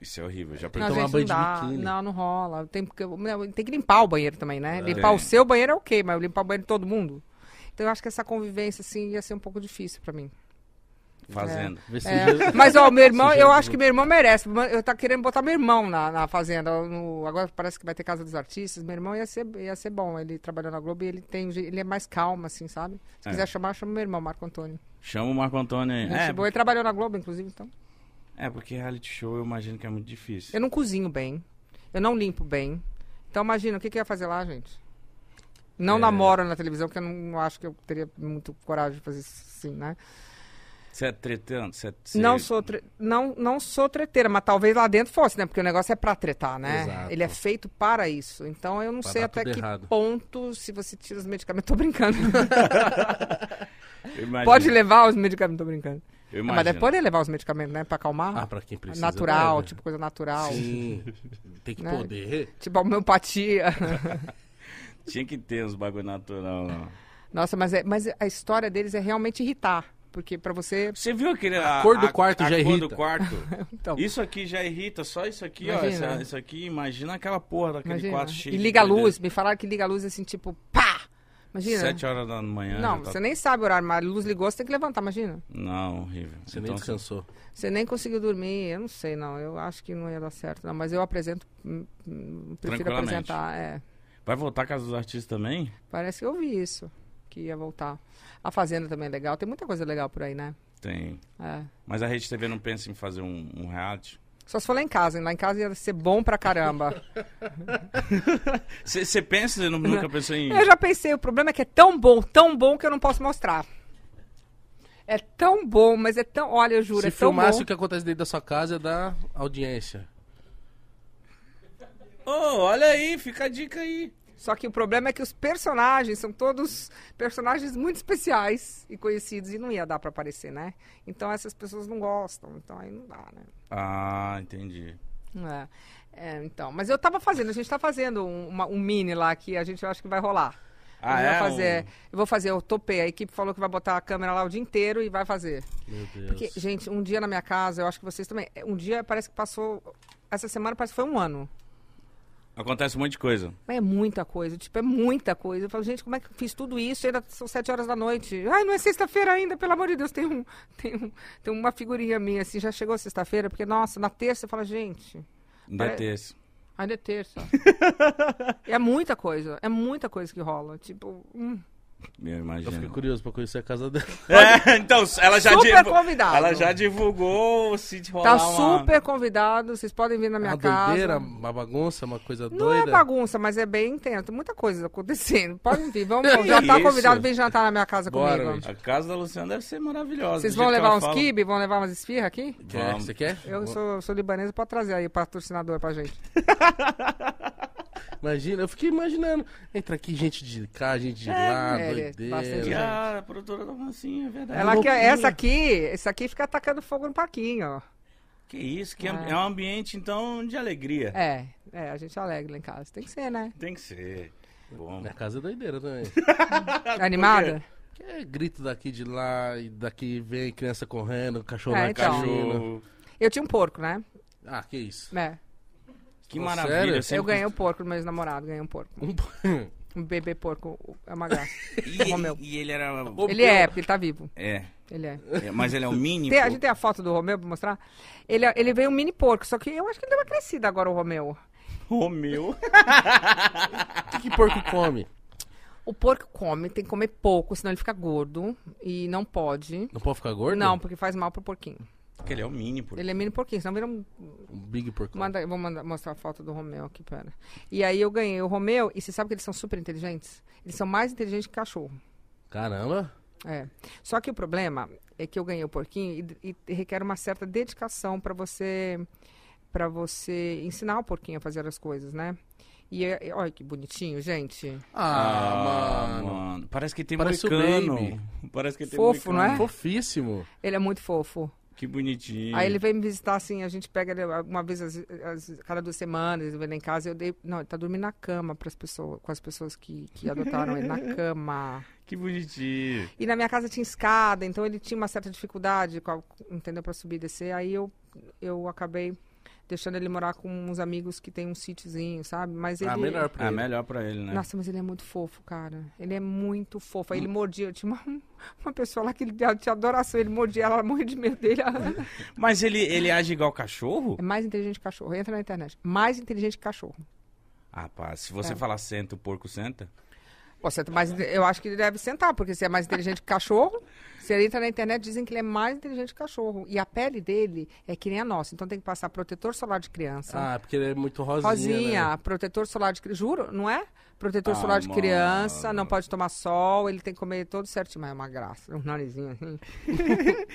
Speaker 2: Isso é horrível. Já
Speaker 3: Não,
Speaker 2: perguntei.
Speaker 1: tomar
Speaker 3: gente,
Speaker 1: banho
Speaker 3: não
Speaker 1: de
Speaker 3: dá.
Speaker 1: biquíni.
Speaker 3: Não, não rola. Tem, porque- não, tem que limpar o banheiro também, né? Limpar
Speaker 2: É.
Speaker 3: o seu banheiro é ok, mas limpar o banheiro de todo mundo. Então eu acho que essa convivência, assim, ia ser um pouco difícil pra mim.
Speaker 2: Fazenda.
Speaker 1: Vê se-
Speaker 3: É, Mas, ó, meu irmão,
Speaker 1: Sujeira
Speaker 3: eu
Speaker 1: de
Speaker 3: acho que meu irmão merece. Eu tá querendo botar meu irmão na, na fazenda. no- agora parece que vai ter Casa dos Artistas. Meu irmão ia ser, ia ser bom. Ele trabalhou na Globo e ele, tem, um je- ele é mais calmo, assim, sabe? Se
Speaker 2: É.
Speaker 3: quiser chamar, chama meu irmão, Marco Antônio.
Speaker 2: Chama o Marco Antônio aí.
Speaker 3: Gente
Speaker 2: É,
Speaker 3: boa. Ele trabalhou na Globo, inclusive, então.
Speaker 2: é, porque reality show eu imagino que é muito difícil.
Speaker 3: Eu não cozinho bem. Eu não limpo bem. Então, imagina, o que, que eu ia fazer lá, gente? Não
Speaker 2: É.
Speaker 3: namoro na televisão, porque eu não acho que eu teria muito coragem de fazer isso, assim, né?
Speaker 2: Você é tretando? Você é- você-
Speaker 3: Não sou, tre- não, não sou treteira, mas talvez lá dentro fosse, né? Porque o negócio é pra tretar, né?
Speaker 1: Exato.
Speaker 3: Ele é feito para isso. Então eu não
Speaker 1: Pra
Speaker 3: sei
Speaker 1: dar
Speaker 3: até
Speaker 1: tudo
Speaker 3: que
Speaker 1: errado.
Speaker 3: ponto, se você tira os medicamentos. Tô brincando.
Speaker 2: Eu imagino,
Speaker 3: Pode levar os medicamentos, tô brincando. É,
Speaker 2: Eu
Speaker 3: Mas
Speaker 2: imagino.
Speaker 3: deve poder levar os medicamentos, né? Pra acalmar.
Speaker 1: Ah, pra quem precisa.
Speaker 3: natural,
Speaker 1: leva.
Speaker 3: tipo coisa natural.
Speaker 1: Sim. Tem que
Speaker 3: Né?
Speaker 1: poder.
Speaker 3: Tipo a homeopatia.
Speaker 2: Tinha que ter uns bagulho natural. lá.
Speaker 3: Nossa, mas, é, mas a história deles é realmente irritar. Porque pra você.
Speaker 2: Você viu aquele... A,
Speaker 1: cor do quarto
Speaker 2: a
Speaker 1: já
Speaker 2: cor
Speaker 1: irrita.
Speaker 2: do quarto.
Speaker 3: Então,
Speaker 2: Isso aqui já irrita. Só isso aqui,
Speaker 3: Imagina.
Speaker 2: ó. essa- isso aqui, imagina aquela porra daquele
Speaker 3: imagina.
Speaker 2: quarto cheio
Speaker 3: E
Speaker 2: de
Speaker 3: liga a
Speaker 2: doideira.
Speaker 3: luz. Me falaram que liga a luz assim, tipo, pá! Imagina.
Speaker 2: Sete horas da manhã.
Speaker 3: Não,
Speaker 2: já tá-
Speaker 3: você nem sabe o horário, mas a luz ligou, você tem que levantar, imagina.
Speaker 2: Não, horrível. Então,
Speaker 1: Você
Speaker 3: Então,
Speaker 1: nem descansou.
Speaker 3: Você nem conseguiu dormir, eu não sei, não. Eu acho que não ia dar certo, não. Mas eu apresento, hum, hum, prefiro
Speaker 2: Tranquilamente.
Speaker 3: apresentar. É,
Speaker 2: Vai voltar a Casa dos Artistas também?
Speaker 3: parece que eu vi isso, que ia voltar. A Fazenda também é legal, tem muita coisa legal por aí, né?
Speaker 2: Tem.
Speaker 3: É.
Speaker 2: Mas a Rede TV não pensa em fazer um, um reality?
Speaker 3: Só se for lá em casa, hein? lá em casa ia ser bom pra caramba.
Speaker 2: Você pensa? Você nunca pensou em...
Speaker 3: eu já pensei, o problema é que é tão bom, tão bom que eu não posso mostrar. É tão bom, mas é tão. Olha, eu juro,
Speaker 1: Se
Speaker 3: é tão bom.
Speaker 1: filmasse o que acontece dentro da sua casa, dá audiência.
Speaker 2: Ô, olha aí, fica a dica aí.
Speaker 3: Só que o problema é que os personagens são todos personagens muito especiais e conhecidos e não ia dar pra aparecer, né? Então essas pessoas não gostam, então aí não dá, né?
Speaker 2: Ah, entendi.
Speaker 3: Não É. É, então, mas eu tava fazendo, a gente tá fazendo um, uma- um mini lá que a gente acha que vai rolar.
Speaker 2: Ah,
Speaker 3: eu,
Speaker 2: é?
Speaker 3: vou fazer,
Speaker 2: Um-
Speaker 3: eu vou fazer, eu topei, a equipe falou que vai botar a câmera lá o dia inteiro e vai fazer.
Speaker 1: Meu Deus.
Speaker 3: Porque, gente, um dia na minha casa, eu acho que vocês também, um dia parece que passou, essa semana parece que foi um ano.
Speaker 2: Acontece um monte de coisa.
Speaker 3: Mas é muita coisa, tipo, é muita coisa. Eu falo, gente, como é que eu fiz tudo isso? Ainda são sete horas da noite. Ai, não é sexta-feira ainda, pelo amor de Deus. Tem, um, tem, um, tem uma figurinha minha, assim, já chegou sexta-feira, porque, nossa, na terça fala, gente,
Speaker 2: Ainda
Speaker 3: Pare-
Speaker 2: é terça.
Speaker 3: ainda é terça. é muita coisa, é muita coisa que rola. Tipo, hum.
Speaker 2: Eu
Speaker 1: Eu fiquei
Speaker 2: imagino.
Speaker 1: curioso pra conhecer a casa dela.
Speaker 2: É, então, ela já,
Speaker 3: Super
Speaker 2: divu-
Speaker 3: convidado.
Speaker 2: ela já divulgou se rolar
Speaker 3: tá
Speaker 2: uma- É
Speaker 3: super convidado, vocês podem vir na minha
Speaker 1: uma
Speaker 3: casa.
Speaker 1: doideira, uma bagunça, uma coisa
Speaker 3: Não
Speaker 1: doida.
Speaker 3: é bagunça, mas é bem intenso. Muita coisa acontecendo. Podem vir, vamos
Speaker 2: Que
Speaker 3: já tá
Speaker 2: É isso?
Speaker 3: convidado, vem jantar na minha casa
Speaker 1: Bora,
Speaker 3: comigo.
Speaker 1: gente.
Speaker 2: A casa da Luciana deve ser maravilhosa.
Speaker 3: Vocês
Speaker 2: do
Speaker 3: vão
Speaker 2: jeito que
Speaker 3: levar
Speaker 2: ela
Speaker 3: uns
Speaker 2: fala.
Speaker 3: quibe? Vão levar umas esfirras aqui?
Speaker 1: Quer?
Speaker 2: Vamos.
Speaker 1: Você quer?
Speaker 3: Eu sou, sou libanesa, pode trazer aí patrocinador pra gente.
Speaker 1: Imagina, eu fiquei imaginando. Entra aqui gente de cá, gente de lá,
Speaker 3: é,
Speaker 1: doideira.
Speaker 3: bastante
Speaker 2: E a produtora da Rocinha, é verdade.
Speaker 3: Ela aqui,
Speaker 1: loucura.
Speaker 3: essa aqui, esse aqui fica atacando fogo no parquinho. ó.
Speaker 2: Que isso, que é.
Speaker 3: Ah.
Speaker 2: é um ambiente, então, de alegria.
Speaker 3: É, é, a gente é alegre lá em casa. Tem que ser, né?
Speaker 2: Tem que ser. Bom.
Speaker 3: Então,
Speaker 1: Minha casa é doideira também.
Speaker 3: Animada?
Speaker 1: Que é grito daqui de lá, e daqui vem criança correndo, cachorro
Speaker 3: É,
Speaker 1: é,
Speaker 3: então.
Speaker 2: Cachorro.
Speaker 3: Eu tinha um porco, né?
Speaker 1: Ah, que isso.
Speaker 3: É.
Speaker 2: Que
Speaker 1: Pô, sério?
Speaker 2: maravilha.
Speaker 3: Eu
Speaker 2: sempre-
Speaker 3: ganhei um porco do meu namorado, ganhei um porco.
Speaker 1: Um-
Speaker 3: Um bebê porco, é uma graça.
Speaker 2: E,
Speaker 3: Romeu.
Speaker 2: e ele era.
Speaker 3: Ele é, porque ele tá vivo.
Speaker 2: É.
Speaker 3: Ele é.
Speaker 2: é, Mas ele é um mini.
Speaker 3: Tem- a
Speaker 2: pô.
Speaker 3: gente tem a foto do Romeu pra mostrar? Ele, ele veio um mini porco, só que eu acho que ele deu uma crescida agora, o Romeu.
Speaker 2: Romeu.
Speaker 1: O que, que porco come?
Speaker 3: O porco come, tem que comer pouco, senão ele fica gordo e não pode.
Speaker 1: Não pode ficar gordo?
Speaker 3: Não, porque faz mal pro porquinho.
Speaker 2: Porque ele é um mini, pô.
Speaker 3: Ele é mini porquinho, senão vira um.
Speaker 1: Um big porco.
Speaker 3: Manda, eu vou mandar, mostrar a foto do Romeu aqui, pera. E aí eu ganhei o Romeu, e você sabe que eles são super inteligentes? Eles são mais inteligentes que cachorro.
Speaker 1: Caramba.
Speaker 3: É. Só que o problema é que eu ganhei o porquinho e, e requer uma certa dedicação para você para você ensinar o porquinho a fazer as coisas, né? E é- é- olha que bonitinho, gente.
Speaker 1: Ah, mano.
Speaker 2: Ah, Parece que tem
Speaker 1: Parece o
Speaker 2: moicano.
Speaker 1: Baby.
Speaker 2: Parece que tem
Speaker 3: Fofo,
Speaker 2: moicano.
Speaker 3: não é?
Speaker 1: Fofíssimo.
Speaker 3: Ele é muito fofo.
Speaker 2: Que bonitinho.
Speaker 3: Aí ele vem me visitar assim, a gente pega ele uma vez às- às- cada duas semanas, ele vem lá em casa, eu dei, não, ele tá dormindo na cama para pessoas, com as pessoas que, que adotaram ele na cama.
Speaker 2: Que bonitinho.
Speaker 3: E na minha casa tinha escada, então ele tinha uma certa dificuldade, com a- entendeu, para subir e descer. Aí eu eu acabei deixando ele morar com uns amigos que tem um sítiozinho, sabe? Mas ele.
Speaker 1: Ah, melhor pra
Speaker 2: É
Speaker 1: ele.
Speaker 2: melhor pra ele, né?
Speaker 3: Nossa, mas ele é muito fofo, cara. Ele é muito fofo.
Speaker 1: Hum.
Speaker 3: Aí ele mordia. Tinha uma, uma pessoa lá que ele tinha adoração. Ele mordia ela, ela morria de medo dele.
Speaker 2: Mas ele, ele age igual cachorro?
Speaker 3: É mais inteligente que cachorro. Entra na internet. Mais inteligente que cachorro.
Speaker 2: Ah, pá, se você
Speaker 3: É.
Speaker 2: falar senta, o porco senta.
Speaker 3: Pô, você é mais, inte- eu acho que ele deve sentar, porque se é mais inteligente que cachorro, se ele entra na internet, dizem que ele é mais inteligente que cachorro. E a pele dele é que nem a nossa. Então tem que passar protetor solar de criança.
Speaker 1: Ah, porque ele é muito rosinha.
Speaker 3: Rosinha,
Speaker 1: né?
Speaker 3: protetor solar de criança. Juro, não é? Protetor
Speaker 2: Ah,
Speaker 3: solar de
Speaker 2: mano.
Speaker 3: criança, não pode tomar sol, ele tem que comer todo certinho, mas é uma graça. Um narizinho assim.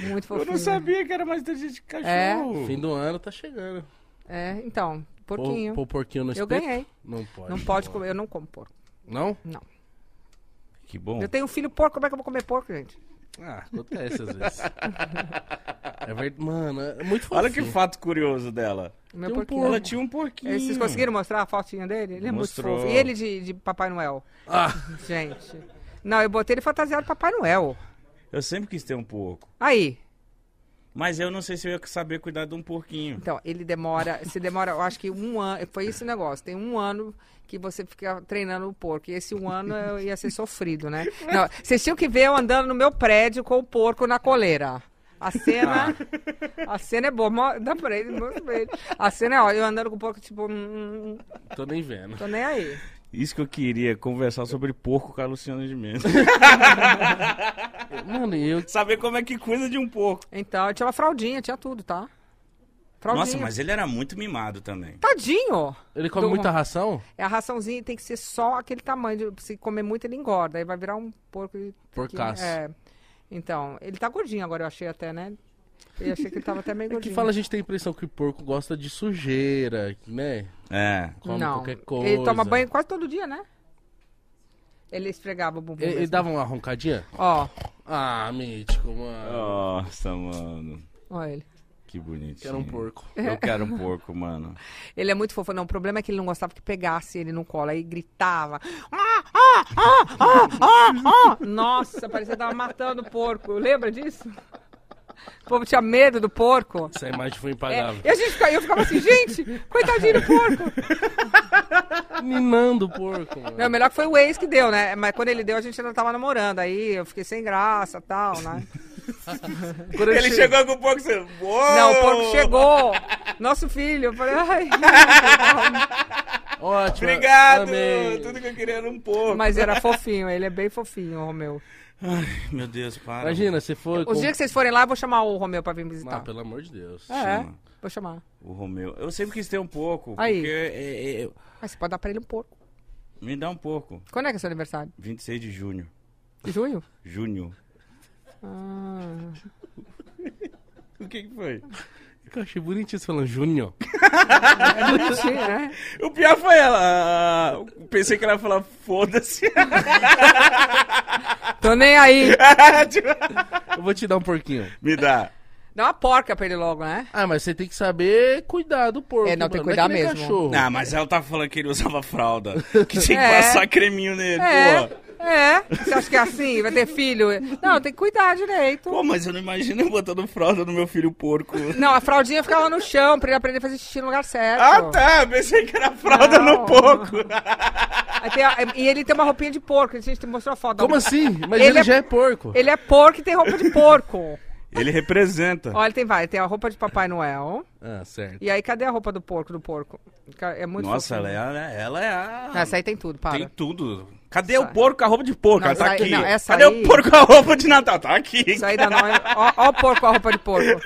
Speaker 3: Muito fofinho. né?
Speaker 2: Eu não sabia que era mais inteligente que
Speaker 3: É.
Speaker 2: cachorro.
Speaker 1: Fim do ano tá chegando.
Speaker 3: É, então, porquinho.
Speaker 1: Pô, pô porquinho no
Speaker 3: eu
Speaker 1: espeto?
Speaker 3: ganhei.
Speaker 1: Não pode.
Speaker 3: Não pode comer, eu não como porco.
Speaker 1: Não?
Speaker 3: Não.
Speaker 2: Que bom.
Speaker 3: Eu tenho um filho porco, como é que eu vou comer porco, gente?
Speaker 1: Ah, acontece às vezes. é verdade. Mano, é muito fofinho.
Speaker 2: Olha que fato curioso dela.
Speaker 3: O Meu
Speaker 1: Tem um
Speaker 3: porquinho.
Speaker 2: Ela tinha um porquinho.
Speaker 3: É, Vocês conseguiram mostrar a fotinha dele? Ele é
Speaker 2: Mostrou.
Speaker 3: muito fofo. E ele de, de Papai Noel?
Speaker 1: Ah,
Speaker 3: Gente. Não, eu botei ele fantasiado de Papai Noel.
Speaker 2: Eu sempre quis ter um porco.
Speaker 3: Aí.
Speaker 2: Mas eu não sei se eu ia saber cuidar de um porquinho.
Speaker 3: Então, ele demora, se demora, eu acho que um ano, foi esse negócio, tem um ano que você fica treinando o porco, e esse um ano eu ia ser sofrido, né? Não, vocês tinham que ver eu andando no meu prédio com o porco na coleira. A cena, a cena é boa, mo- dá pra ele, mostra pra ele. A cena é, ó, eu andando com o porco, tipo, hum, hum,
Speaker 1: tô nem vendo.
Speaker 3: tô nem aí.
Speaker 2: Isso que eu queria, conversar sobre porco com a Luciana de Mendes.
Speaker 1: Mano, e eu.
Speaker 2: saber como é que cuida de um porco.
Speaker 3: Então, eu tinha uma fraldinha, tinha tudo, tá? Fraldinha.
Speaker 2: Nossa, mas ele era muito mimado também.
Speaker 3: Tadinho!
Speaker 1: Ele come
Speaker 3: Do-
Speaker 1: muita ração?
Speaker 3: É a raçãozinha e tem que ser só aquele tamanho. de- Se comer muito, ele engorda. Aí vai virar um porco. de-
Speaker 1: Porcaço.
Speaker 3: que- É. Então, ele tá gordinho agora, eu achei até, né? Eu achei que ele tava até meio
Speaker 1: É
Speaker 3: gordinho.
Speaker 1: que fala, a gente tem a impressão que o porco gosta de sujeira, né?
Speaker 2: É.
Speaker 1: Come
Speaker 3: Não,
Speaker 1: qualquer coisa.
Speaker 3: Ele toma banho quase todo dia, né? Ele esfregava o bumbum.
Speaker 1: Ele, ele
Speaker 3: mesmo.
Speaker 1: dava uma roncadinha?
Speaker 3: Ó,
Speaker 1: Ah, mítico, mano.
Speaker 2: Nossa, mano.
Speaker 3: ó ele.
Speaker 2: Que bonitinho.
Speaker 1: Quero um porco.
Speaker 2: Eu quero um porco, mano.
Speaker 3: Ele é muito fofo. Não, o problema é que ele não gostava que pegasse ele no colo. Aí gritava. Ah, ah, ah, ah, ah, ah. Nossa, parecia que tava matando o porco. Lembra disso? O povo tinha medo do porco.
Speaker 1: Essa imagem foi
Speaker 3: É,
Speaker 1: um impagável.
Speaker 3: e a gente fica- eu ficava assim, gente, coitadinho do porco.
Speaker 1: Minando o porco, mano.
Speaker 3: Não, o melhor que foi o ex que deu, né? Mas quando ele deu, a gente ainda tava namorando. Aí eu fiquei sem graça e tal, né?
Speaker 1: Quando ele che-
Speaker 2: com o porco e você.
Speaker 3: Não, o porco chegou. Nosso filho. Eu falei, ai.
Speaker 1: Ótimo. amei.
Speaker 2: que eu queria era um porco.
Speaker 3: Mas era fofinho, ele é bem fofinho, o Romeu.
Speaker 2: Ai, meu Deus, para.
Speaker 1: Imagina, você foi.
Speaker 3: Os dias que vocês forem lá, eu vou chamar o Romeu pra vir
Speaker 1: Ah,
Speaker 3: visitar.
Speaker 1: pelo amor de Deus.
Speaker 3: É,
Speaker 2: Chama.
Speaker 3: vou chamar.
Speaker 2: O Romeu. Eu sempre quis ter um porco.
Speaker 3: Aí.
Speaker 2: Porque é, é, é,
Speaker 3: Mas você pode dar pra ele um porco.
Speaker 2: me dá um porco.
Speaker 3: Quando é que é seu aniversário?
Speaker 2: 26 de junho.
Speaker 3: Junho?
Speaker 2: Junho.
Speaker 3: Ah.
Speaker 2: O que, que foi?
Speaker 1: Eu achei bonitinho você falando Júnior.
Speaker 3: É bonitinho, né?
Speaker 2: O pior foi ela. ah, Pensei que ela ia falar, foda-se.
Speaker 3: Tô nem aí.
Speaker 1: Eu vou te dar um porquinho.
Speaker 2: Me dá.
Speaker 3: Dá uma porca pra ele logo, né?
Speaker 1: Ah, mas você tem que saber cuidar do porco.
Speaker 3: É, não, tem que
Speaker 1: mano.
Speaker 3: cuidar
Speaker 1: é nem
Speaker 3: mesmo.
Speaker 1: Cachorro.
Speaker 2: Ah, mas ela tava falando que ele usava fralda. Que tinha que
Speaker 3: É.
Speaker 2: passar creminho nele, pô.
Speaker 3: É, é. Você acha que é assim? Vai ter filho? Não, tem que cuidar direito.
Speaker 2: Pô, mas eu não imagino eu botando fralda no meu filho porco.
Speaker 3: Não, a fraldinha ficava no chão pra ele aprender a fazer xixi no lugar certo.
Speaker 2: Ah, tá. Pensei que era fralda
Speaker 3: Não.
Speaker 2: no porco.
Speaker 3: Aí tem a- e ele tem uma roupinha de porco. A gente te mostrou a foto.
Speaker 1: Como assim? Mas
Speaker 3: Ele
Speaker 1: ele,
Speaker 3: é-
Speaker 1: já é porco.
Speaker 2: assim?
Speaker 3: Ele é porco e tem roupa de porco.
Speaker 2: Ele representa.
Speaker 3: Olha, tem vai. Tem a roupa de Papai Noel.
Speaker 1: Ah, certo.
Speaker 3: E aí, cadê a roupa do porco? Do porco? Ca- É muito
Speaker 2: Nossa, ela
Speaker 3: fofinho.
Speaker 2: é, a- ela é a.
Speaker 3: Essa aí tem tudo, para.
Speaker 2: Tem tudo. Cadê o porco com a roupa de porco?
Speaker 3: Não,
Speaker 2: Ela tá
Speaker 3: essa aí-
Speaker 2: aqui.
Speaker 3: não, essa
Speaker 2: Cadê
Speaker 3: aí-
Speaker 2: o porco com a roupa de Natal? Tá aqui.
Speaker 3: Isso aí dá nó. em- Ó, ó o porco com a roupa de porco.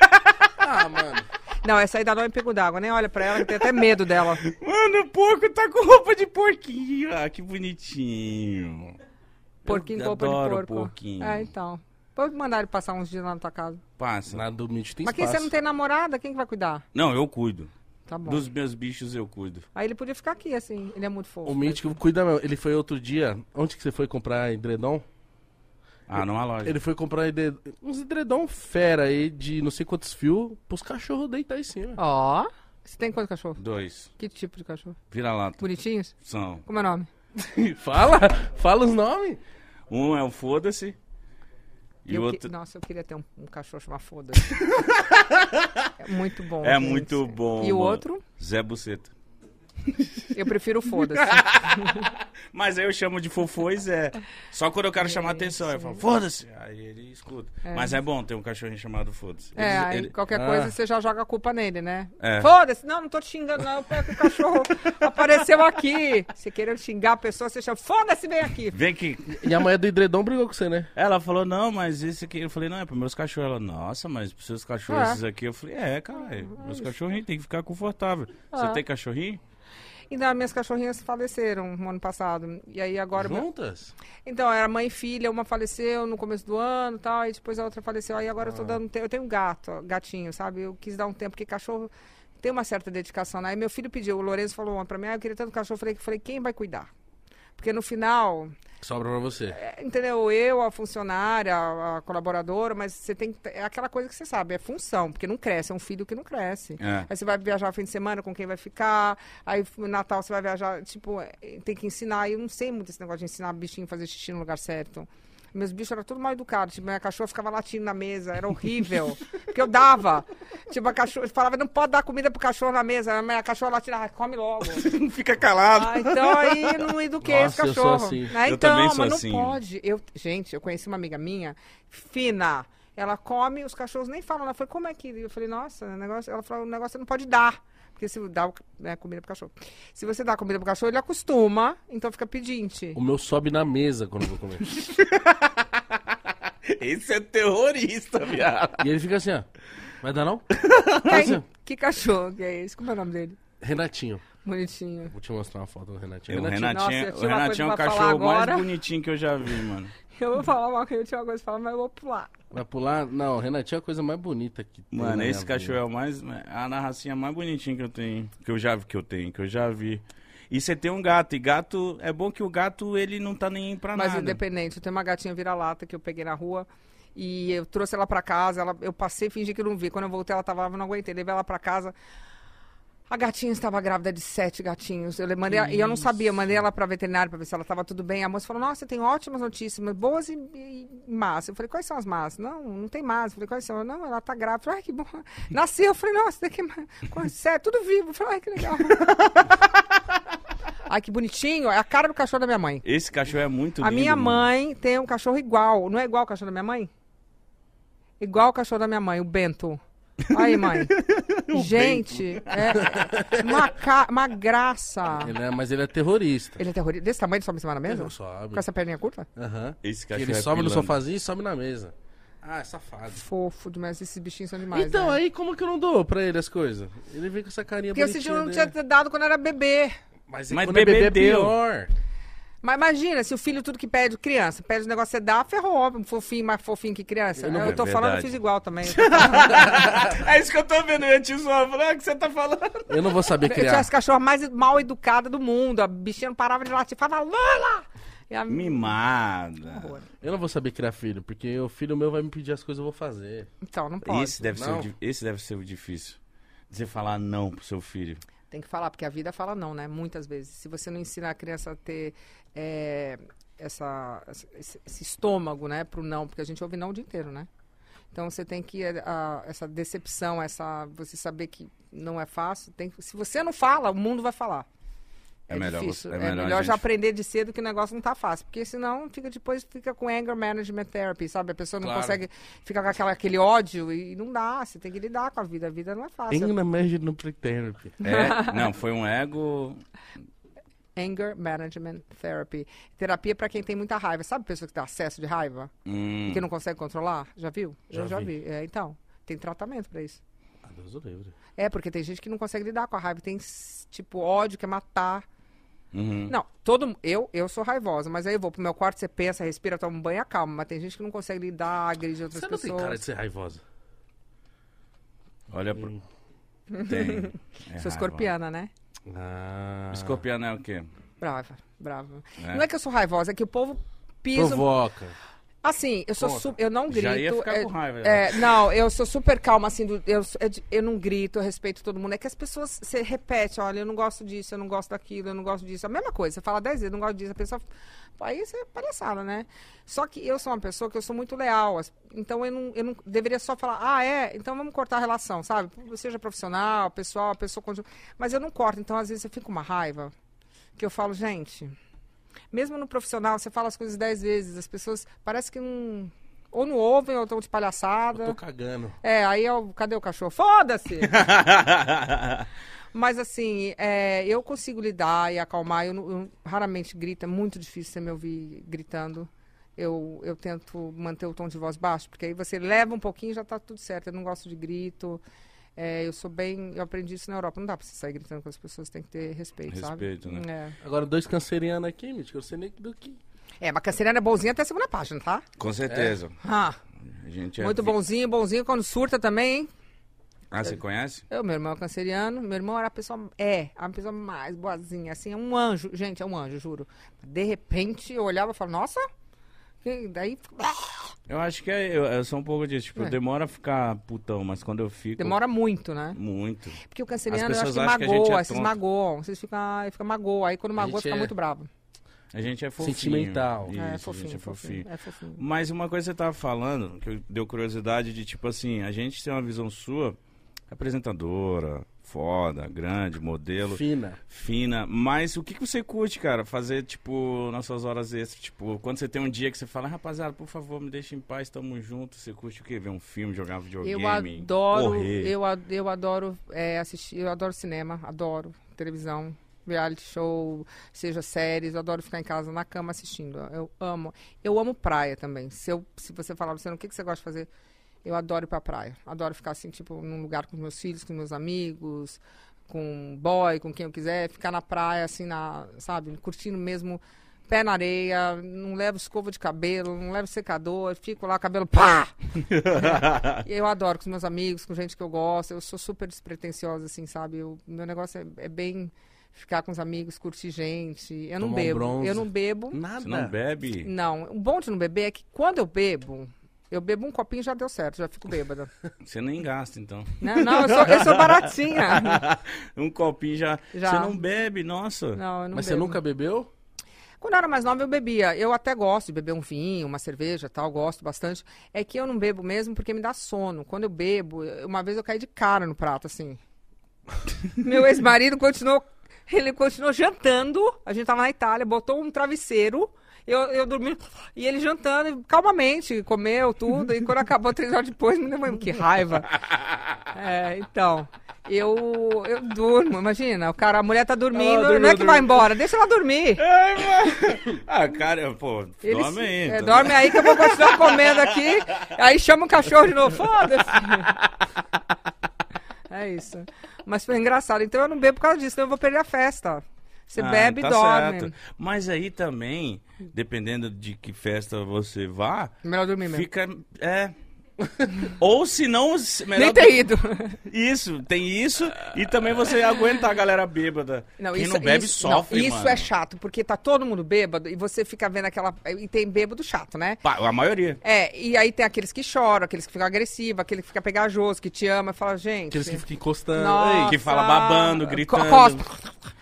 Speaker 1: Ah, mano.
Speaker 3: Não, essa aí dá nó em pingo d'água. Nem olha pra ela, que tem até medo dela.
Speaker 2: Mano, o porco tá com roupa de porquinho. Ah, que bonitinho.
Speaker 3: Porquinho
Speaker 2: Eu
Speaker 3: com roupa
Speaker 2: adoro
Speaker 3: de porco.
Speaker 2: porquinho.
Speaker 3: É, então. Pode mandar ele passar uns dias lá na tua casa.
Speaker 2: Passa.
Speaker 1: Na do Mitch tem
Speaker 3: Mas quem
Speaker 1: espaço.
Speaker 3: você não tem namorada, quem que vai cuidar?
Speaker 2: Não, eu cuido.
Speaker 3: Tá bom.
Speaker 2: Dos meus bichos eu cuido.
Speaker 3: Aí ele podia ficar aqui, assim. Ele é muito fofo.
Speaker 1: O Mitch que cuida mesmo. Ele foi outro dia. Onde que você foi comprar edredom?
Speaker 2: Ah, numa loja.
Speaker 1: Ele foi comprar edre- uns edredom fera aí de não sei quantos fios pros cachorros deitar em cima.
Speaker 3: Ó. Você tem quantos cachorros?
Speaker 2: Dois.
Speaker 3: Que tipo de cachorro?
Speaker 2: Vira lata.
Speaker 3: Bonitinhos?
Speaker 2: São.
Speaker 3: Como é o nome?
Speaker 1: fala! Fala os nomes!
Speaker 2: Um é o foda-se. E
Speaker 3: Eu que-
Speaker 2: outro...
Speaker 3: Nossa, eu queria ter um, um cachorro chamado Foda-se. é muito bom.
Speaker 2: É
Speaker 3: gente.
Speaker 2: muito bom,
Speaker 3: E o
Speaker 2: mano.
Speaker 3: outro,
Speaker 2: Zé Buceta.
Speaker 3: eu prefiro o Foda-se.
Speaker 2: Mas aí eu chamo de fofô e Zé. Só quando eu quero chamar atenção, eu falo, foda-se. Aí ele escuta. Mas é bom ter um cachorrinho chamado foda-se.
Speaker 3: É,
Speaker 2: Ele-
Speaker 3: aí
Speaker 2: ele-
Speaker 3: qualquer
Speaker 1: Ah.
Speaker 3: coisa você já joga a culpa nele, né?
Speaker 2: É.
Speaker 3: Foda-se, não, não tô te xingando, não. Eu pego o cachorro, apareceu aqui. Você querendo xingar a pessoa, você chama, foda-se, vem aqui.
Speaker 2: Vem aqui.
Speaker 1: E a mulher do edredom brigou com você, né?
Speaker 2: Ela falou, não, mas esse aqui. Eu falei, não, é para meus cachorros. Ela, nossa, mas para seus cachorros,
Speaker 3: É.
Speaker 2: esses aqui. Eu falei, é, caralho. Meus cachorrinhos tem que ficar confortável. Você
Speaker 3: É.
Speaker 2: tem cachorrinho?
Speaker 3: E não, minhas cachorrinhas faleceram no ano passado. E aí
Speaker 2: Uhum.
Speaker 3: agora.
Speaker 1: Juntas?
Speaker 3: Então, era mãe e filha, uma faleceu no começo do ano e tal, e depois a outra faleceu. Aí agora eu tô
Speaker 2: Ah.
Speaker 3: dando. te- Eu tenho um gato, ó, gatinho, sabe? Eu quis dar um tempo, porque cachorro tem uma certa dedicação. né? Aí meu filho pediu, o Lourenço falou uma pra mim, ah, eu queria tanto cachorro. Eu falei, falei, quem vai cuidar? Porque no final,
Speaker 1: Sobra pra você.
Speaker 3: é, entendeu? Eu, a funcionária, a, a colaboradora, mas você tem que. É aquela coisa que você sabe, é função, porque não cresce, é um filho que não cresce.
Speaker 2: É.
Speaker 3: Aí você vai viajar fim de semana, com quem vai ficar. Aí no Natal você vai viajar, tipo, é, tem que ensinar. E eu não sei muito esse negócio de ensinar bichinho a fazer xixi no lugar certo. Meus bichos eram tudo mal educados. Tipo, minha cachorra ficava latindo na mesa, era horrível. porque eu dava. Tipo, a cachorra falava, não pode dar comida pro cachorro na mesa. A minha cachorra latindo, ah, come logo.
Speaker 2: Não fica calado.
Speaker 3: Ah, então aí eu não eduquei
Speaker 1: Nossa,
Speaker 3: esse
Speaker 1: eu sou
Speaker 3: cachorro.
Speaker 1: assim.
Speaker 3: Ah,
Speaker 2: Eu
Speaker 3: então,
Speaker 2: também sou
Speaker 3: mas não
Speaker 2: assim.
Speaker 3: pode. Eu, gente, eu conheci uma amiga minha, fina. Ela come, os cachorros nem falam. Ela falou, como é que. Eu falei, nossa, o negócio. Ela falou, o negócio você não pode dar. Porque se dá né, comida pro cachorro. Se você dá comida pro cachorro, ele acostuma, então fica pedinte.
Speaker 1: O meu sobe na mesa quando eu vou comer.
Speaker 2: Esse é terrorista, viado.
Speaker 1: E ele fica assim, ó. Vai dar não? assim,
Speaker 3: Quem- que cachorro que é esse? Como é o nome dele?
Speaker 1: Renatinho.
Speaker 3: Bonitinho.
Speaker 1: Vou te mostrar uma foto do Renatinho.
Speaker 2: O
Speaker 1: Renatinho.
Speaker 2: um Renatinho,
Speaker 3: Nossa, eu
Speaker 2: o
Speaker 3: tinha uma
Speaker 2: Renatinho é o
Speaker 3: coisa pra falar
Speaker 2: cachorro mais
Speaker 3: agora.
Speaker 2: bonitinho que eu já vi, mano.
Speaker 3: Eu vou falar uma coisa, eu tinha uma coisa pra falar, mas eu vou pular.
Speaker 1: Vai pular? Não, o Renatinho é a coisa mais bonita que tem.
Speaker 2: Mano,
Speaker 1: na
Speaker 2: esse
Speaker 1: minha
Speaker 2: cachorro é o mais. A narracinha mais bonitinha que eu tenho. Que eu já vi, que eu tenho, que eu já vi. E você tem um gato, e gato. É bom que o gato ele não tá nem pra
Speaker 3: Mas
Speaker 2: nada.
Speaker 3: independente, eu tenho uma gatinha vira-lata que eu peguei na rua e eu trouxe ela pra casa. Ela, eu passei e fingi que eu não vi. Quando eu voltei, ela tava lá, eu não aguentei. Levei ela pra casa. A gatinha estava grávida de sete gatinhos. Eu le- mandei, e eu não sabia, mandei ela pra veterinária pra ver se ela estava tudo bem. A moça falou: Nossa, tem ótimas notícias, mas boas e, e más. Eu falei: Quais são as más? Não, não tem más. Eu falei: Quais são? Eu, Não, ela tá grávida. Eu falei: Ai, que bom. Nasceu. Eu falei: Nossa, daqui a sete, tudo vivo. Eu falei: Ai, que legal. Ai, que bonitinho. É a cara do cachorro da minha mãe.
Speaker 2: Esse cachorro é muito
Speaker 3: A
Speaker 2: lindo.
Speaker 3: minha
Speaker 2: mano.
Speaker 3: mãe tem um cachorro igual. Não é igual o cachorro da minha mãe? Igual o cachorro da minha mãe, o Bento. Aí, mãe. Gente, é, é uma, ca- uma graça.
Speaker 1: vida. Ele é- mas ele é terrorista.
Speaker 3: Ele é terrorista. Desse tamanho ele sobe em cima da
Speaker 1: Ele é um
Speaker 3: mesa?
Speaker 1: não sobe.
Speaker 3: Com essa perninha curta?
Speaker 1: Aham.
Speaker 2: Esse
Speaker 1: Que
Speaker 2: cachorro
Speaker 1: ele
Speaker 2: é
Speaker 1: sobe no
Speaker 2: pilantra.
Speaker 1: sofazinho e sobe na mesa. Ah, é safado.
Speaker 3: Fofo demais, esses bichinhos são demais.
Speaker 1: então,
Speaker 3: né?
Speaker 1: aí como que eu não dou pra ele as coisas? Ele vem com essa carinha
Speaker 3: Porque esse
Speaker 1: bonitinha
Speaker 3: dia eu não
Speaker 1: dele.
Speaker 3: tinha dado quando era bebê.
Speaker 1: Mas, é
Speaker 2: Mas
Speaker 1: quando é
Speaker 2: bebê
Speaker 1: bebê, é
Speaker 2: deu.
Speaker 1: pior.
Speaker 3: Mas imagina, se o filho tudo que pede, criança, pede o negócio, você dá, ferrou, um fofinho, mais fofinho que criança.
Speaker 1: Eu
Speaker 3: Eu,
Speaker 1: não-
Speaker 3: tô
Speaker 2: É
Speaker 3: falando, eu
Speaker 2: verdade.
Speaker 3: fiz igual também.
Speaker 2: é isso que eu tô vendo, eu ia te zoar. Falei, ah, o que você tá falando?
Speaker 1: Eu não vou saber
Speaker 3: Eu tinha
Speaker 1: criar.
Speaker 3: as cachorras mais mal educadas do mundo. A bichinha não parava de latir. Falava, Lola! E a...
Speaker 2: Mimada.
Speaker 3: Horror.
Speaker 1: Eu não vou saber criar filho, porque o filho meu vai me pedir as coisas, eu vou fazer.
Speaker 3: Então, não pode.
Speaker 2: Esse, deve ser
Speaker 1: Não.
Speaker 2: o, di- esse deve ser o difícil. Você falar não pro seu filho.
Speaker 3: Tem que falar, porque a vida fala não, né? Muitas vezes. Se você não ensina a criança a ter é, essa, esse, esse estômago, né? Pro não, porque a gente ouve não o dia inteiro, né? Então você tem que. eh, a- essa decepção, essa. Você saber que não é fácil. Tem, que- se você não fala, o mundo vai falar.
Speaker 2: É melhor você- é
Speaker 3: difícil. É,
Speaker 2: melhor
Speaker 3: melhor,
Speaker 2: a gente-
Speaker 3: já aprender de cedo que o negócio não tá fácil. Porque senão fica, depois fica com anger management therapy, sabe? A pessoa não
Speaker 1: Claro.
Speaker 3: consegue ficar com aquela, aquele ódio e não dá. Você tem que lidar com a vida. A vida não é fácil.
Speaker 1: Ainda mais no pretérapy.
Speaker 2: É, não, foi um ego.
Speaker 3: Anger Management Therapy. Terapia pra quem tem muita raiva. Sabe pessoa que tem acesso de raiva?
Speaker 2: Hum,
Speaker 3: Que não consegue controlar? Já viu?
Speaker 1: Já
Speaker 3: Eu já
Speaker 1: vi.
Speaker 3: vi. É, então, tem tratamento pra isso.
Speaker 1: Ah, Deus o livre.
Speaker 3: É, porque tem gente que não consegue lidar com a raiva. Tem, s- tipo, ódio, quer matar.
Speaker 2: uhum.
Speaker 3: Não, todo mu- eu eu sou raivosa, mas aí eu vou pro meu quarto, você pensa, respira, toma um banho e acalma. Mas tem gente que não consegue lidar, agride outras
Speaker 1: Você não
Speaker 3: pessoas.
Speaker 1: tem cara de ser raivosa.
Speaker 2: Olha pro. Tem. É
Speaker 3: Sou
Speaker 2: raiva.
Speaker 3: escorpiana, né?
Speaker 1: Ah.
Speaker 2: Escorpiano é o quê?
Speaker 3: Brava, brava.
Speaker 2: É.
Speaker 3: Não é que eu sou raivosa, é que o povo pisa.
Speaker 1: Provoca.
Speaker 3: Assim, eu sou
Speaker 2: Conta.
Speaker 3: su- eu não grito.
Speaker 2: Já ia ficar
Speaker 3: é-
Speaker 2: com raiva. já.
Speaker 3: é, não, eu sou super calma, assim, do- eu, é de- eu não grito, eu respeito todo mundo. É que as pessoas, você repete, olha, eu não gosto disso, eu não gosto daquilo, eu não gosto disso. A mesma coisa, você fala dez vezes, eu não gosto disso, a pessoa. pô, Aí você é palhaçada, né? Só que eu sou uma pessoa que eu sou muito leal, as- então eu não, eu não deveria só falar, ah, é, então vamos cortar a relação, sabe? Seja profissional, pessoal, a pessoa continua. Mas eu não corto, então às vezes eu fico com uma raiva, que eu falo, gente, mesmo no profissional, você fala as coisas dez vezes, as pessoas parece que não. Ou não ouvem, ou estão de
Speaker 1: Eu
Speaker 3: palhaçada.
Speaker 1: tô cagando.
Speaker 3: É, aí eu, cadê o cachorro? Foda-se! Mas assim, é, eu consigo lidar e acalmar. Eu, não- eu raramente grito, é muito difícil você me ouvir gritando. Eu, eu tento manter o tom de voz baixo, porque aí você leva um pouquinho e já tá tudo certo. Eu não gosto de grito. É, eu sou bem. Eu aprendi isso na Europa. Não dá pra você sair gritando com as pessoas, tem que ter respeito,
Speaker 2: Respeito,
Speaker 3: sabe? Né?
Speaker 1: Agora, dois cancerianos aqui, Mitch, que eu sei nem do que.
Speaker 3: É. é, mas canceriano é bonzinho até a segunda página, tá?
Speaker 2: Com certeza.
Speaker 3: Ah,
Speaker 2: A gente é
Speaker 3: muito
Speaker 2: vi-
Speaker 3: bonzinho, bonzinho quando surta também, hein?
Speaker 2: Ah, você conhece?
Speaker 3: Eu, meu irmão é canceriano, meu irmão era a pessoa, é, a pessoa mais boazinha, assim, é um anjo, gente, é um anjo, juro. De repente, eu olhava e falava, nossa, que- daí
Speaker 2: Eu acho que é, eu, eu sou um pouco disso. Tipo,
Speaker 3: É.
Speaker 2: demora a ficar putão, mas quando eu fico.
Speaker 3: demora muito, né?
Speaker 2: Muito.
Speaker 3: Porque o canceriano,
Speaker 2: As
Speaker 3: eu acho que
Speaker 2: pessoas acham que a gente é
Speaker 3: magoa, vocês
Speaker 2: tonto.
Speaker 3: magoam, vocês ficam, ai, fica magoa, aí quando magoa,
Speaker 1: gente
Speaker 3: fica
Speaker 1: é-
Speaker 3: muito bravo.
Speaker 2: A gente é fofinho.
Speaker 1: Sentimental.
Speaker 2: Isso,
Speaker 3: é,
Speaker 2: a gente
Speaker 3: fofinho,
Speaker 2: é fofinho.
Speaker 3: É fofinho.
Speaker 2: Mas uma coisa que você tava falando, que eu- deu curiosidade de tipo assim, a gente tem uma visão sua, apresentadora, foda, grande, modelo,
Speaker 1: Fina.
Speaker 2: fina, mas o que, que você curte, cara? Fazer, tipo, nas suas horas extras, tipo, quando você tem um dia que você fala, rapaziada, por favor, me deixa em paz, tamo junto, você curte o quê? Ver um filme, jogar videogame,
Speaker 3: Eu adoro,
Speaker 2: correr.
Speaker 3: eu, a- eu adoro é, assistir, eu adoro cinema, adoro televisão, reality show, seja séries, eu adoro ficar em casa na cama assistindo. Eu amo. Eu amo praia também. Se, eu, se você falar pra você, o que, que você gosta de fazer? Eu adoro ir pra praia. Adoro ficar assim, tipo, num lugar com meus filhos, com meus amigos, com boy, com quem eu quiser, ficar na praia, assim, na, sabe, curtindo mesmo. Pé na areia, não levo escova de cabelo, não levo secador, fico lá, cabelo pá! E Eu adoro com os meus amigos, com gente que eu gosto. Eu sou super despretensiosa, assim, sabe? Eu- meu negócio é, é bem ficar com os amigos, curtir gente. Eu não
Speaker 1: Tomar um
Speaker 3: bebo.
Speaker 1: bronze.
Speaker 3: Eu não bebo.
Speaker 1: Nada.
Speaker 2: Você não bebe?
Speaker 3: Não. O bom de não beber é que quando eu bebo, eu bebo um copinho e já deu certo, já fico bêbada.
Speaker 2: Você nem gasta, então.
Speaker 3: Né? Não, eu sou, eu sou baratinha.
Speaker 2: um copinho já.
Speaker 3: Já.
Speaker 2: Você não bebe, nossa.
Speaker 3: Não, eu não
Speaker 1: Mas você
Speaker 3: bebo.
Speaker 1: nunca bebeu?
Speaker 3: Quando eu era mais nova, eu bebia. Eu até gosto de beber um vinho, uma cerveja tal, gosto bastante. É que eu não bebo mesmo porque me dá sono. Quando eu bebo, eu- uma vez eu caí de cara no prato, assim. Meu ex-marido continuou. Ele continuou jantando. A gente tava na Itália, botou um travesseiro. Eu, eu dormi. E ele jantando calmamente, comeu tudo. E quando acabou, três horas depois, me levou. Que raiva. É, então. Eu, eu durmo, imagina. O cara, a mulher tá dormindo, não
Speaker 1: dormiu,
Speaker 3: é que vai embora, deixa ela dormir.
Speaker 2: Ah, cara, pô,
Speaker 3: Ele
Speaker 2: dorme
Speaker 3: se-
Speaker 2: aí.
Speaker 3: é,
Speaker 2: então.
Speaker 3: dorme aí que eu vou continuar comendo aqui. Aí chama o cachorro de novo. Foda-se. É isso. Mas foi engraçado. Então eu não bebo por causa disso, senão eu vou perder a festa. Você
Speaker 2: Ah,
Speaker 3: bebe
Speaker 2: tá
Speaker 3: e dorme.
Speaker 2: certo. Mas aí também, dependendo de que festa você vá,
Speaker 3: Melhor dormir mesmo.
Speaker 2: fica. É. Ou se não. se- melhor
Speaker 3: Nem ter ido.
Speaker 2: Isso, tem isso. E também você aguentar a galera bêbada. Quem não bebe
Speaker 3: isso,
Speaker 2: sofre.
Speaker 3: não, isso
Speaker 2: mano.
Speaker 3: é chato, porque tá todo mundo bêbado e você fica vendo aquela. E tem bêbado chato, né?
Speaker 2: Pá, A maioria.
Speaker 3: É, e aí tem aqueles que choram, aqueles que ficam agressivos, aquele que fica pegajoso, que te ama e fala, gente.
Speaker 1: Aqueles que ficam encostando.
Speaker 3: Nossa.
Speaker 2: Ei, que fala babando,
Speaker 3: Co-
Speaker 2: gritando.
Speaker 3: cospe.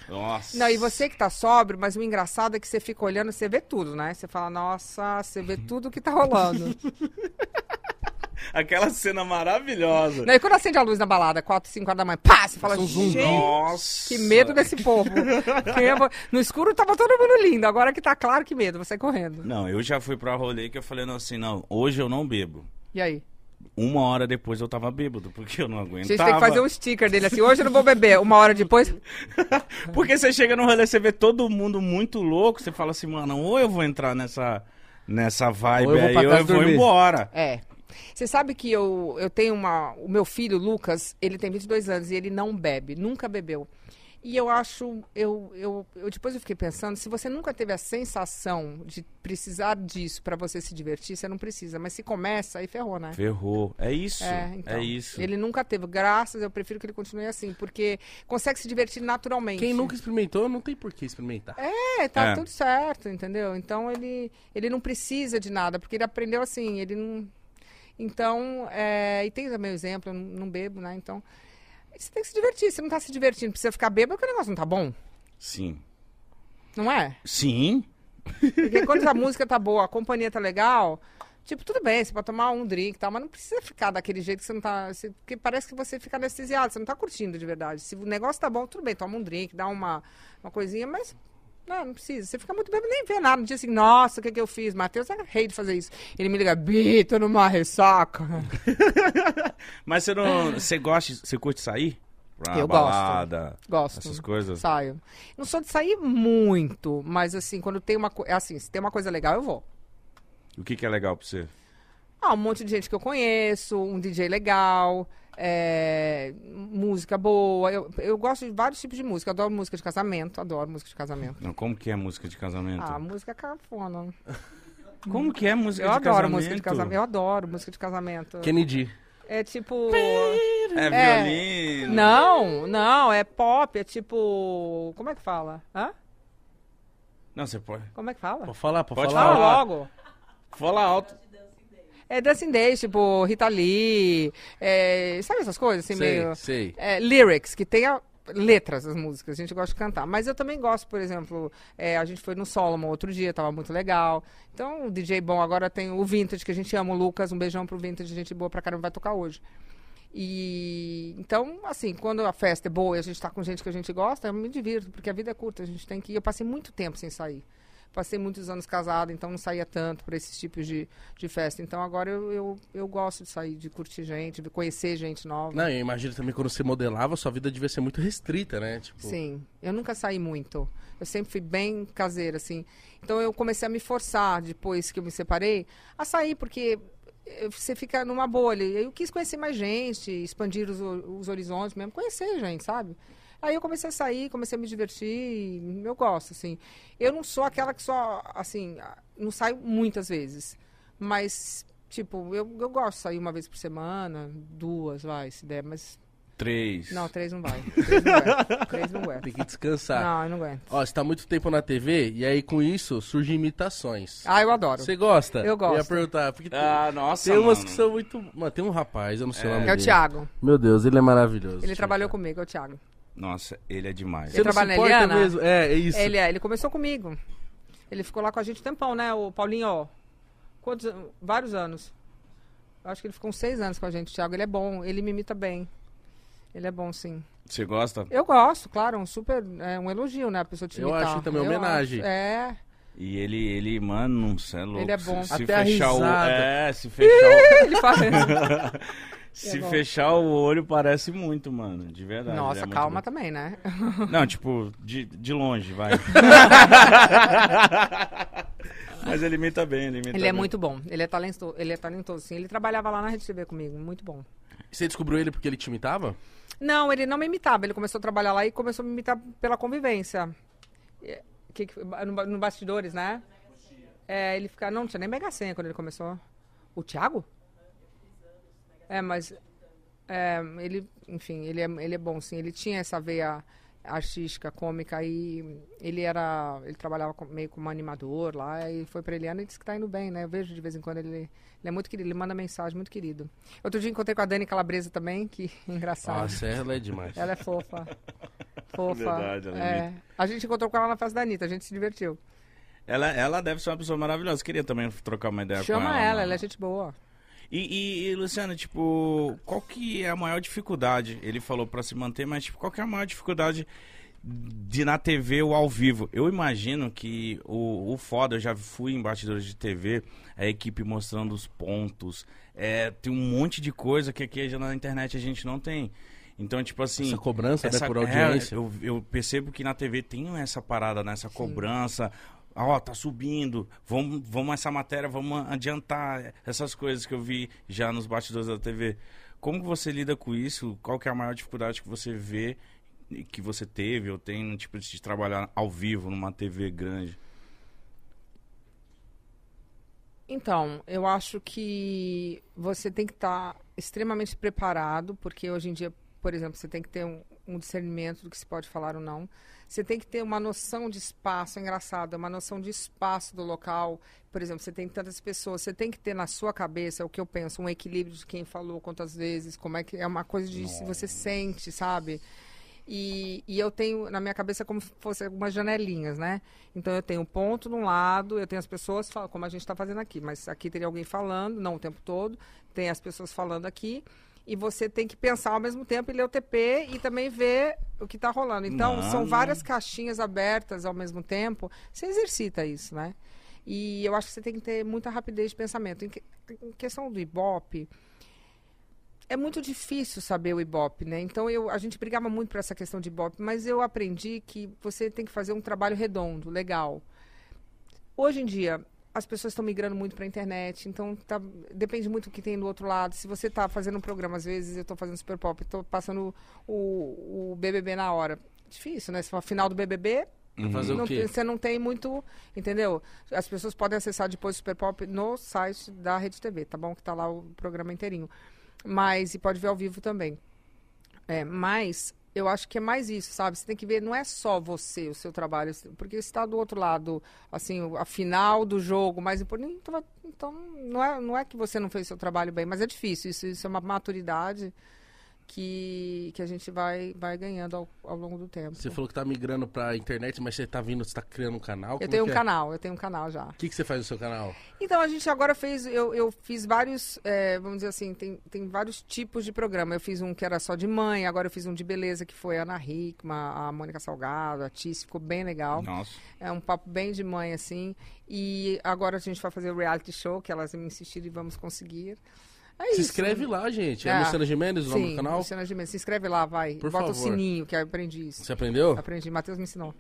Speaker 2: Nossa.
Speaker 3: Não, e você que tá sóbrio, mas o engraçado é que você fica olhando, você vê tudo, né? Você fala, nossa, você vê tudo que tá rolando.
Speaker 2: Aquela cena maravilhosa.
Speaker 3: não, Né? e quando acende a luz na balada, 4, 5 horas da manhã, pá, você fala,
Speaker 1: Passa um zoom.
Speaker 3: gente,
Speaker 2: Nossa.
Speaker 3: que medo desse povo. Quem é vo- no escuro tava todo mundo lindo, agora que tá claro, que medo, você correndo.
Speaker 2: Não, eu já fui pra rolê que eu falei não, assim, não, hoje eu não bebo.
Speaker 3: E aí?
Speaker 2: Uma hora depois eu tava bêbado, porque eu não
Speaker 3: A
Speaker 2: aguentava.
Speaker 3: gente tem que fazer um sticker dele assim, hoje eu não vou beber, uma hora depois, um-
Speaker 2: Porque você chega no rolê, você vê todo mundo muito louco, você fala assim, mano, ou eu vou entrar nessa, nessa vibe
Speaker 1: Ou eu vou
Speaker 2: aí,
Speaker 1: pra
Speaker 2: ou
Speaker 1: casa
Speaker 2: eu vou
Speaker 1: dormir.
Speaker 2: embora.
Speaker 3: É. Você sabe que eu, eu tenho uma. O meu filho, Lucas, ele tem 22 anos e ele não bebe, nunca bebeu. E eu acho, eu, eu, eu depois eu fiquei pensando, se você nunca teve a sensação de precisar disso para você se divertir, você não precisa. Mas se começa, aí ferrou, né?
Speaker 2: Ferrou. É isso.
Speaker 3: É,
Speaker 2: É,
Speaker 3: então.
Speaker 2: isso.
Speaker 3: Ele nunca teve. Graças, eu prefiro que ele continue assim, porque consegue se divertir naturalmente.
Speaker 1: Quem nunca experimentou, não tem por que experimentar.
Speaker 3: É, tá
Speaker 2: É.
Speaker 3: tudo certo, entendeu? Então ele, ele não precisa de nada, porque ele aprendeu assim, ele não. Então, é, e tem também o exemplo, eu não, não bebo, né? Então, você tem que se divertir. Se não tá se divertindo, precisa ficar bêbado, porque o negócio não tá bom,
Speaker 2: Sim.
Speaker 3: não é?
Speaker 2: Sim.
Speaker 3: Porque quando a música tá boa, a companhia tá legal, tipo, tudo bem, você pode tomar um drink e tal, mas não precisa ficar daquele jeito que você não tá. você- porque parece que você fica anestesiado, você não tá curtindo de verdade. Se o negócio tá bom, tudo bem, toma um drink, dá uma, uma coisinha, mas. né, Não, não precisa. Você fica muito bem, nem vê nada. No dia assim, nossa, o que, que eu fiz? Matheus é rei de fazer isso. Ele me liga, Bi, tô numa ressaca.
Speaker 2: Mas você não. Você gosta. Você curte sair? Pra
Speaker 3: Eu gosto.
Speaker 2: balada,
Speaker 3: Gosto.
Speaker 2: Essas coisas.
Speaker 3: Saio. Não sou de sair muito, mas assim, quando tem uma coisa. Assim, se tem uma coisa legal, eu vou.
Speaker 2: O que, que é legal pra você?
Speaker 3: Ah, um monte de gente que eu conheço, um DJ legal, é, música boa. Eu, eu gosto de vários tipos de música. Adoro música de casamento, adoro música de casamento.
Speaker 2: Não, como que é música de casamento?
Speaker 3: Ah, música cafona.
Speaker 2: como que é música
Speaker 3: Eu
Speaker 2: de
Speaker 3: adoro
Speaker 2: casamento?
Speaker 3: música de casamento. Eu adoro música de casamento.
Speaker 1: Kennedy.
Speaker 3: É tipo.
Speaker 2: É violino.
Speaker 3: Não, não, é pop, é tipo. Como é que fala? Hã?
Speaker 2: Não, você pode.
Speaker 3: Como é que fala?
Speaker 1: Pode falar, pode,
Speaker 2: Pode
Speaker 1: falar.
Speaker 3: Fala
Speaker 2: falar.
Speaker 3: logo.
Speaker 2: Fala alto.
Speaker 3: É Dancing Days, tipo Rita Lee, é, sabe essas coisas assim, meio...
Speaker 1: Sei, sei.
Speaker 3: é, lyrics, que tenha letras as músicas, a gente gosta de cantar. Mas eu também gosto, por exemplo, é, a gente foi no Solomon outro dia, tava muito legal. Então, o DJ bom, agora tem o Vintage, que a gente ama, o Lucas, um beijão pro Vintage, gente boa pra caramba, vai tocar hoje. E então, assim, quando a festa é boa e a gente tá com gente que a gente gosta, eu me divirto, porque a vida é curta, a gente tem que ir. Eu passei muito tempo sem sair. Passei muitos anos casada, então não saía tanto para esses tipos de, de festa. Então agora eu, eu, eu gosto de sair, de curtir gente, de conhecer gente nova.
Speaker 1: Não, eu imagino também quando você modelava, sua vida devia ser muito restrita, né? Tipo,
Speaker 3: Sim, eu nunca saí muito. Eu sempre fui bem caseira, assim. Então eu comecei a me forçar, depois que eu me separei, a sair, porque eh, você fica numa bolha. E Eu quis conhecer mais gente, expandir os, ho- os horizontes mesmo, conhecer gente, sabe? Aí eu comecei a sair, comecei a me divertir, e eu gosto, assim. Eu não sou aquela que só, assim, a- não saio muitas vezes, mas, tipo, eu, eu gosto de sair uma vez por semana, duas, vai, se der, mas...
Speaker 2: Três.
Speaker 3: Não, três não vai. Três não aguento. Três não aguento.
Speaker 1: tem que descansar.
Speaker 3: Não, eu não aguento.
Speaker 1: Ó, você tá muito tempo na TV e aí com isso surgem imitações.
Speaker 3: Ah, eu adoro.
Speaker 1: Você gosta?
Speaker 3: Eu gosto.
Speaker 1: Eu ia perguntar, porque tem-
Speaker 2: Ah, nossa.
Speaker 1: tem umas
Speaker 2: mano.
Speaker 1: que são muito. Mano, tem um rapaz, eu não sei o nome
Speaker 3: É o
Speaker 1: dele.
Speaker 3: Thiago.
Speaker 1: Meu Deus, ele é maravilhoso.
Speaker 3: Ele trabalhou comigo, é o Thiago.
Speaker 2: Nossa, ele é demais.
Speaker 1: Você não
Speaker 3: trabalha
Speaker 1: trabalha
Speaker 3: na
Speaker 1: se importa
Speaker 3: Eliana?
Speaker 1: mesmo? É, é isso.
Speaker 3: Ele, é, ele começou comigo. Ele ficou lá com a gente um tempão, né? O Paulinho, ó. Quantos an- Vários anos. Eu acho que ele ficou uns seis anos com a gente, o Thiago. Ele é bom, ele me imita bem. Ele é bom, sim.
Speaker 2: Você gosta?
Speaker 3: Eu gosto, claro, um super. É um elogio, né? A pessoa te
Speaker 1: Eu
Speaker 3: imitar.
Speaker 1: acho também uma homenagem.
Speaker 3: acho, É.
Speaker 2: E ele, ele, mano, você é louco.
Speaker 3: Ele é bom.
Speaker 2: Se, se
Speaker 1: Até a
Speaker 2: fechar o
Speaker 1: risada.
Speaker 2: É, se fechar,
Speaker 3: Ele faz.
Speaker 2: o- se
Speaker 3: bom.
Speaker 2: fechar o olho parece muito, mano. De verdade. ele é
Speaker 3: Nossa,
Speaker 2: muito
Speaker 3: calma
Speaker 2: bom.
Speaker 3: também, né?
Speaker 2: Não, tipo, de, de longe, vai. Mas ele imita bem, ele imita
Speaker 3: Ele
Speaker 2: bem.
Speaker 3: é muito bom. Ele é talentoso, ele é talentoso, sim. Ele trabalhava lá na Rede TV comigo, muito bom.
Speaker 1: Você descobriu ele porque ele te imitava?
Speaker 3: Não, ele não me imitava. Ele começou a trabalhar lá e começou a me imitar pela convivência. E- eh, Que, que- no, ba- no bastidores, né? É, ele fica. Não, não tinha nem Mega Senha quando ele começou. O Thiago? É, mas. é, ele, enfim, ele é, ele é bom, sim. Ele tinha essa veia artística, cômica e ele era. Ele trabalhava com- meio como animador lá e foi pra Eliana e disse que tá indo bem, né? Eu vejo de vez em quando ele, ele é muito querido, ele manda mensagem, muito querido. Outro dia encontrei com a Dani Calabresa também, que engraçado.
Speaker 1: Nossa, ela é demais.
Speaker 3: Ela é fofa. fofa.
Speaker 2: Verdade, ela
Speaker 3: É.
Speaker 2: imita.
Speaker 3: A gente encontrou com ela na festa da Anitta, a gente se divertiu.
Speaker 2: Ela, ela deve ser uma pessoa maravilhosa. Queria também trocar uma ideia com
Speaker 3: Chama
Speaker 2: ela. né?
Speaker 3: ela, ela,
Speaker 2: mano.
Speaker 3: é gente boa.
Speaker 2: E, e, e, Luciano, tipo, qual que é a maior dificuldade? Ele falou pra se manter, mas tipo, qual que é a maior dificuldade de na TV ou ao vivo? Eu imagino que o, o foda, eu já fui em bastidores de TV, a equipe mostrando os pontos, é, tem um monte de coisa que aqui já na internet a gente não tem. Então, tipo assim.
Speaker 1: Essa cobrança, né,
Speaker 2: essa-
Speaker 1: por
Speaker 2: é,
Speaker 1: audiência.
Speaker 2: eu, eu percebo que na TV tem essa parada, né? Essa cobrança. Ah, Ó, tá subindo, vamos, vamos essa matéria, vamos adiantar essas coisas que eu vi já nos bastidores da TV. Como que você lida com isso? Qual que é a maior dificuldade que você vê que você teve ou tem, no tipo, de trabalhar ao vivo numa TV grande?
Speaker 3: Então, eu acho que você tem que estar extremamente preparado, porque hoje em dia, por exemplo, você tem que ter um, um discernimento do que se pode falar ou não. Você tem que ter uma noção de espaço, é engraçado, uma noção de espaço do local. Por exemplo, você tem tantas pessoas, você tem que ter na sua cabeça o que eu penso, um equilíbrio de quem falou quantas vezes, como é que é uma coisa de se você sente, sabe? E, e eu tenho na minha cabeça como se fossem algumas janelinhas, né? Então eu tenho um ponto de um lado, eu tenho as pessoas, fal- como a gente está fazendo aqui, mas aqui teria alguém falando, não o tempo todo, tem as pessoas falando aqui, e você tem que pensar ao mesmo tempo e ler o TP e também ver o que está rolando. Então são
Speaker 2: Mano.
Speaker 3: várias caixinhas abertas ao mesmo tempo, você exercita isso, né? E eu acho que você tem que ter muita rapidez de pensamento. Em, que- em questão do Ibope, é muito difícil saber o Ibope, né? Então eu, a gente brigava muito por essa questão de Ibope, mas eu aprendi que você tem que fazer um trabalho redondo, legal. Hoje em dia, as pessoas estão migrando muito para a internet, então tá- depende muito do que tem do outro lado. Se você está fazendo um programa, às vezes eu estou fazendo super pop, estou passando o, o BBB na hora. Difícil, né? Se for a final do BBB,
Speaker 1: Fazer
Speaker 3: Uhum. não
Speaker 1: o quê?
Speaker 3: tem- você não tem muito, entendeu? As pessoas podem acessar depois o Super Pop no site da Rede TV, tá bom? Que tá lá o programa inteirinho. Mas, e pode ver ao vivo também. É, mas eu acho que é mais isso, sabe? Você tem que ver, não é só você, o seu trabalho, porque se está do outro lado, assim, o- a final do jogo, mais importante, então, vai- então não, é, não é que você não fez seu trabalho bem, mas é difícil, isso, isso é uma maturidade que, que a gente vai, vai ganhando ao, ao longo do tempo.
Speaker 1: Você falou que tá migrando pra internet, mas você tá vindo, você tá criando um canal?
Speaker 3: Eu
Speaker 1: Como
Speaker 3: tenho
Speaker 1: que
Speaker 3: um
Speaker 1: é?
Speaker 3: canal, eu tenho um canal já.
Speaker 1: O que, que você faz no seu canal?
Speaker 3: Então, a gente agora fez. Eu, eu fiz vários. eh, vamos dizer assim, tem, tem vários tipos de programa. Eu fiz um que era só de mãe, agora eu fiz um de beleza, que foi a Ana Hickman, a Mônica Salgado, a Tice, ficou bem legal.
Speaker 2: Nossa.
Speaker 3: É um papo bem de mãe, assim. E agora a gente vai fazer o reality show, que elas me insistiram e vamos conseguir. É
Speaker 1: Se
Speaker 3: isso.
Speaker 1: inscreve lá, gente. É,
Speaker 3: É.
Speaker 1: Luciana Gimenez o nome
Speaker 3: Sim,
Speaker 1: do canal?
Speaker 3: Luciana Gimenez. Se inscreve lá, vai.
Speaker 1: Por
Speaker 3: Bota o
Speaker 1: favor. Ah,
Speaker 3: sininho, que eu aprendi isso.
Speaker 1: Você aprendeu?
Speaker 3: Aprendi, Matheus me ensinou.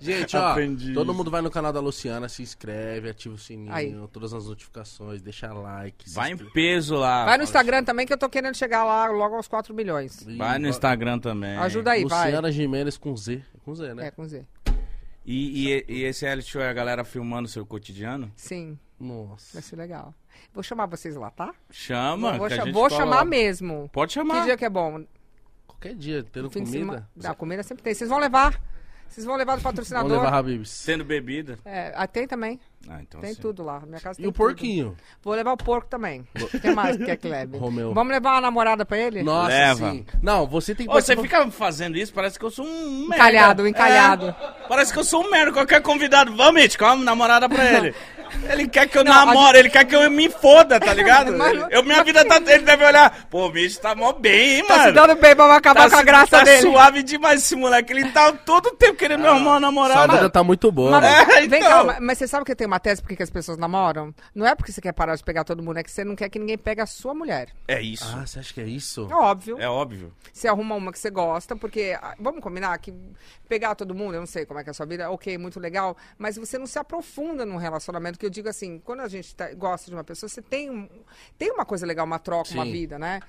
Speaker 1: Gente, ó,
Speaker 2: Aprendi
Speaker 1: todo
Speaker 2: isso.
Speaker 1: mundo vai no canal da Luciana, se inscreve, ativa o sininho,
Speaker 3: Aí.
Speaker 1: todas as notificações, deixa like. se
Speaker 2: Vai em
Speaker 1: inscreve.
Speaker 2: peso lá.
Speaker 3: Vai no Instagram também, que eu tô querendo chegar lá logo aos 4 milhões.
Speaker 2: Vai no Instagram
Speaker 1: É,
Speaker 2: também.
Speaker 3: Ajuda aí, vai.
Speaker 1: Luciana Gimenez com Z. É Com Z, né?
Speaker 3: É, com Z.
Speaker 2: E, e- e esse reality show é a galera filmando seu cotidiano?
Speaker 3: Sim.
Speaker 1: Nossa.
Speaker 3: Vai ser legal. Vou chamar vocês lá, tá?
Speaker 2: Chama.
Speaker 3: vou
Speaker 2: Ah, que a
Speaker 3: cha-
Speaker 2: gente
Speaker 3: vou
Speaker 2: cola
Speaker 3: chamar
Speaker 2: lá.
Speaker 3: mesmo.
Speaker 2: Pode chamar.
Speaker 3: Que dia que é bom?
Speaker 1: Qualquer dia, tendo
Speaker 3: Fim de
Speaker 1: comida.
Speaker 3: semana. Da comida sempre tem. Vocês vão levar. Vocês vão levar
Speaker 1: Vamos
Speaker 3: do patrocinador.
Speaker 1: levar Habibs.
Speaker 2: Sendo bebida.
Speaker 3: É, ah, tem também.
Speaker 2: Ah, então
Speaker 3: Tem
Speaker 2: sim.
Speaker 3: tudo lá. Minha casa
Speaker 1: E
Speaker 3: tem
Speaker 1: o
Speaker 3: tudo.
Speaker 1: porquinho.
Speaker 3: Vou levar o porco também. O que mais que é que leve?
Speaker 1: Romeu.
Speaker 3: Vamos levar uma namorada pra ele?
Speaker 1: Nossa,
Speaker 2: Leva.
Speaker 1: sim. Não, você tem que
Speaker 2: Ô, você
Speaker 1: participar-
Speaker 2: fica fazendo isso, parece que eu sou um merda.
Speaker 3: Encalhado, um encalhado.
Speaker 2: É, parece que eu sou um merda. Qualquer convidado, vamos, Mitch, calma, namorada pra ele. Ele quer que eu
Speaker 3: a
Speaker 2: namore, ele quer que eu me foda, tá ligado?
Speaker 3: Mas
Speaker 2: Ele-
Speaker 3: não-
Speaker 2: eu, minha vida tá. Ele deve olhar. Pô, o Mitch tá mó bem, hein,
Speaker 3: Tá se
Speaker 2: mano.
Speaker 3: dando bem, vamos acabar com a
Speaker 2: su-
Speaker 3: graça
Speaker 2: tá
Speaker 3: dele.
Speaker 2: suave demais esse moleque. Ele tá todo tempo querendo me arrumar
Speaker 1: Sua
Speaker 2: uma namorada.
Speaker 1: vida tá muito boa.
Speaker 3: Mas-
Speaker 1: né?
Speaker 2: É,
Speaker 3: Vem cá,
Speaker 2: então.
Speaker 3: ma- mas você sabe que eu tenho uma tese por que que as pessoas namoram? Não é porque você quer parar de pegar todo mundo, é que você não quer que ninguém pegue a sua mulher.
Speaker 2: É isso.
Speaker 1: Ah, você acha que é isso?
Speaker 3: É óbvio.
Speaker 2: É óbvio.
Speaker 3: Você arruma uma que você gosta, porque ah, vamos combinar que pegar todo mundo, eu não sei como é que é a sua vida, ok, muito legal, mas você não se aprofunda num relacionamento, que eu digo assim, quando a gente tá- gosta de uma pessoa, você tem, um- tem uma coisa legal, uma troca, uma
Speaker 1: Sim.
Speaker 3: vida, né?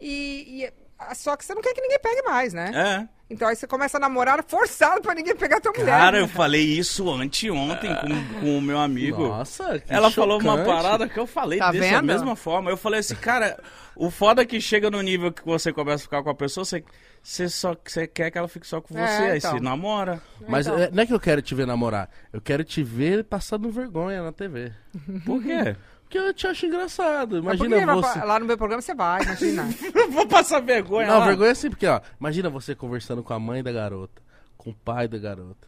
Speaker 3: E, e é- ah, só que você não quer que ninguém pegue mais, né?
Speaker 2: É.
Speaker 3: Então aí você começa a namorar forçado pra ninguém pegar a tua mulher.
Speaker 2: Cara,
Speaker 3: né?
Speaker 2: eu falei isso anteontem com, com o meu amigo.
Speaker 1: Nossa, que
Speaker 2: Ela falou uma
Speaker 1: chocante.
Speaker 2: parada que eu falei
Speaker 3: Tá
Speaker 2: dessa
Speaker 3: vendo?
Speaker 2: mesma forma. Eu falei assim, cara, o foda é que chega no nível que você começa a ficar com a pessoa, você, você só você quer que ela fique só com você,
Speaker 3: É,
Speaker 2: aí
Speaker 3: então.
Speaker 2: você namora.
Speaker 1: Mas
Speaker 3: Então.
Speaker 1: é, não é que eu quero te ver namorar. Eu quero te ver passando vergonha na TV.
Speaker 3: Uhum.
Speaker 2: Por quê?
Speaker 1: Porque eu te acho engraçado.
Speaker 3: Mas por
Speaker 1: Imagina
Speaker 3: que vai
Speaker 1: você.
Speaker 3: pra- Lá no meu programa você vai, imagina.
Speaker 2: Eu Vou passar vergonha.
Speaker 1: Não,
Speaker 2: lá.
Speaker 1: vergonha é sim, porque, ó, imagina você conversando com a mãe da garota, com o pai da garota.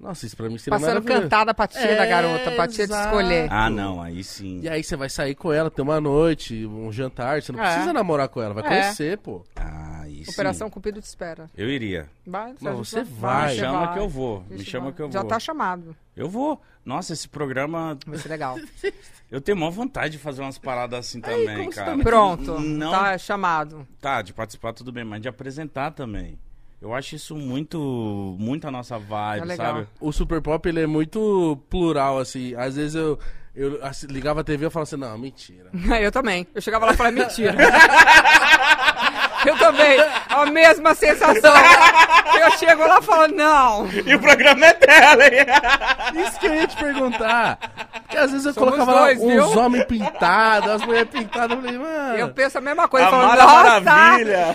Speaker 1: Nossa, isso pra mim seria
Speaker 3: Passando
Speaker 1: maravilhoso.
Speaker 3: cantada pra tia da
Speaker 1: É,
Speaker 3: garota, pra tia de
Speaker 1: exato.
Speaker 3: escolher.
Speaker 2: Ah, não, aí sim.
Speaker 1: é E aí você vai sair com ela, ter uma noite, um jantar, você não
Speaker 3: É.
Speaker 1: precisa namorar com ela, vai
Speaker 3: É.
Speaker 1: conhecer, pô.
Speaker 2: Ah, aí sim.
Speaker 3: Operação Cupido te espera.
Speaker 2: Eu iria.
Speaker 3: Vai,
Speaker 1: Não,
Speaker 3: a gente
Speaker 1: você
Speaker 2: Me
Speaker 1: vai.
Speaker 3: você
Speaker 2: chama
Speaker 3: vai.
Speaker 2: que eu vou. Me
Speaker 3: Deixa eu
Speaker 2: chama
Speaker 3: falar.
Speaker 2: que eu vou.
Speaker 3: Já tá chamado.
Speaker 2: Eu vou. Nossa, esse programa.
Speaker 3: Vai ser legal.
Speaker 2: Eu tenho maior vontade de fazer umas paradas assim também,
Speaker 1: como você
Speaker 2: cara.
Speaker 1: tá me-
Speaker 3: Pronto.
Speaker 2: Não
Speaker 3: Tá chamado.
Speaker 2: Tá, de participar tudo bem, mas de apresentar também. Eu acho isso muito, muito a nossa vibe,
Speaker 3: É legal.
Speaker 2: sabe?
Speaker 1: O Super Pop, ele é muito plural, assim. Às vezes eu, eu assim, ligava a TV e eu falava assim, não, mentira.
Speaker 3: Eu também. Eu chegava lá e falava, mentira. Eu também. A mesma sensação. Eu chego lá e falo, não.
Speaker 2: E o programa é dela, hein?
Speaker 1: Isso que eu ia te perguntar. Porque às vezes eu
Speaker 3: Somos
Speaker 1: colocava lá
Speaker 3: dois, viu?
Speaker 1: uns homens pintados, as mulheres pintadas. Eu falei, mano.
Speaker 3: Eu penso a mesma coisa.
Speaker 2: A
Speaker 3: eu falo,
Speaker 2: Mara
Speaker 3: Nossa!
Speaker 2: Maravilha.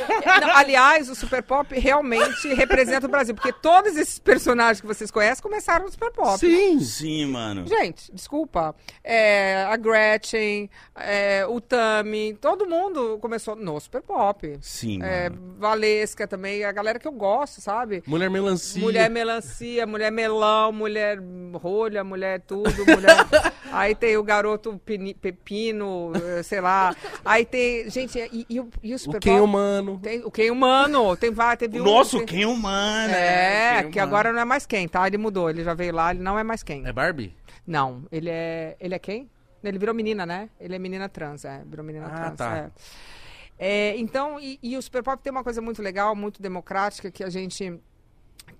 Speaker 3: Não, aliás, o Super Pop realmente representa o Brasil. Porque todos esses personagens que vocês conhecem começaram no Super Pop.
Speaker 1: Sim.
Speaker 2: Sim, mano.
Speaker 3: Gente, desculpa. É, a Gretchen, é, o Tami, todo mundo começou no Super Pop.
Speaker 2: Sim,
Speaker 3: É,
Speaker 2: mano.
Speaker 3: Valesca também, a galera que eu gosto, sabe?
Speaker 1: Mulher melancia.
Speaker 3: Mulher melancia, mulher melão, mulher rolha, mulher tudo, mulher. Aí tem o garoto pini- pepino, eh, sei lá. Aí tem. Gente, e, e o- e o
Speaker 1: o
Speaker 3: Super
Speaker 1: quem
Speaker 3: Pop?
Speaker 1: humano.
Speaker 3: Tem, o quem humano? Tem vários. Teve um-
Speaker 2: Nossa,
Speaker 3: tem-
Speaker 2: o quem humano.
Speaker 3: É,
Speaker 2: Quem
Speaker 3: que
Speaker 2: humano.
Speaker 3: agora não é mais quem, tá? Ele mudou, ele já veio lá, ele não é mais quem.
Speaker 1: É Barbie?
Speaker 3: Não, ele é. Ele é quem? Ele virou menina, né? Ele é menina trans, é. Virou menina
Speaker 1: Ah,
Speaker 3: trans.
Speaker 1: tá.
Speaker 3: é. É, então, e, e o Super Pop tem uma coisa muito legal, muito democrática, que a gente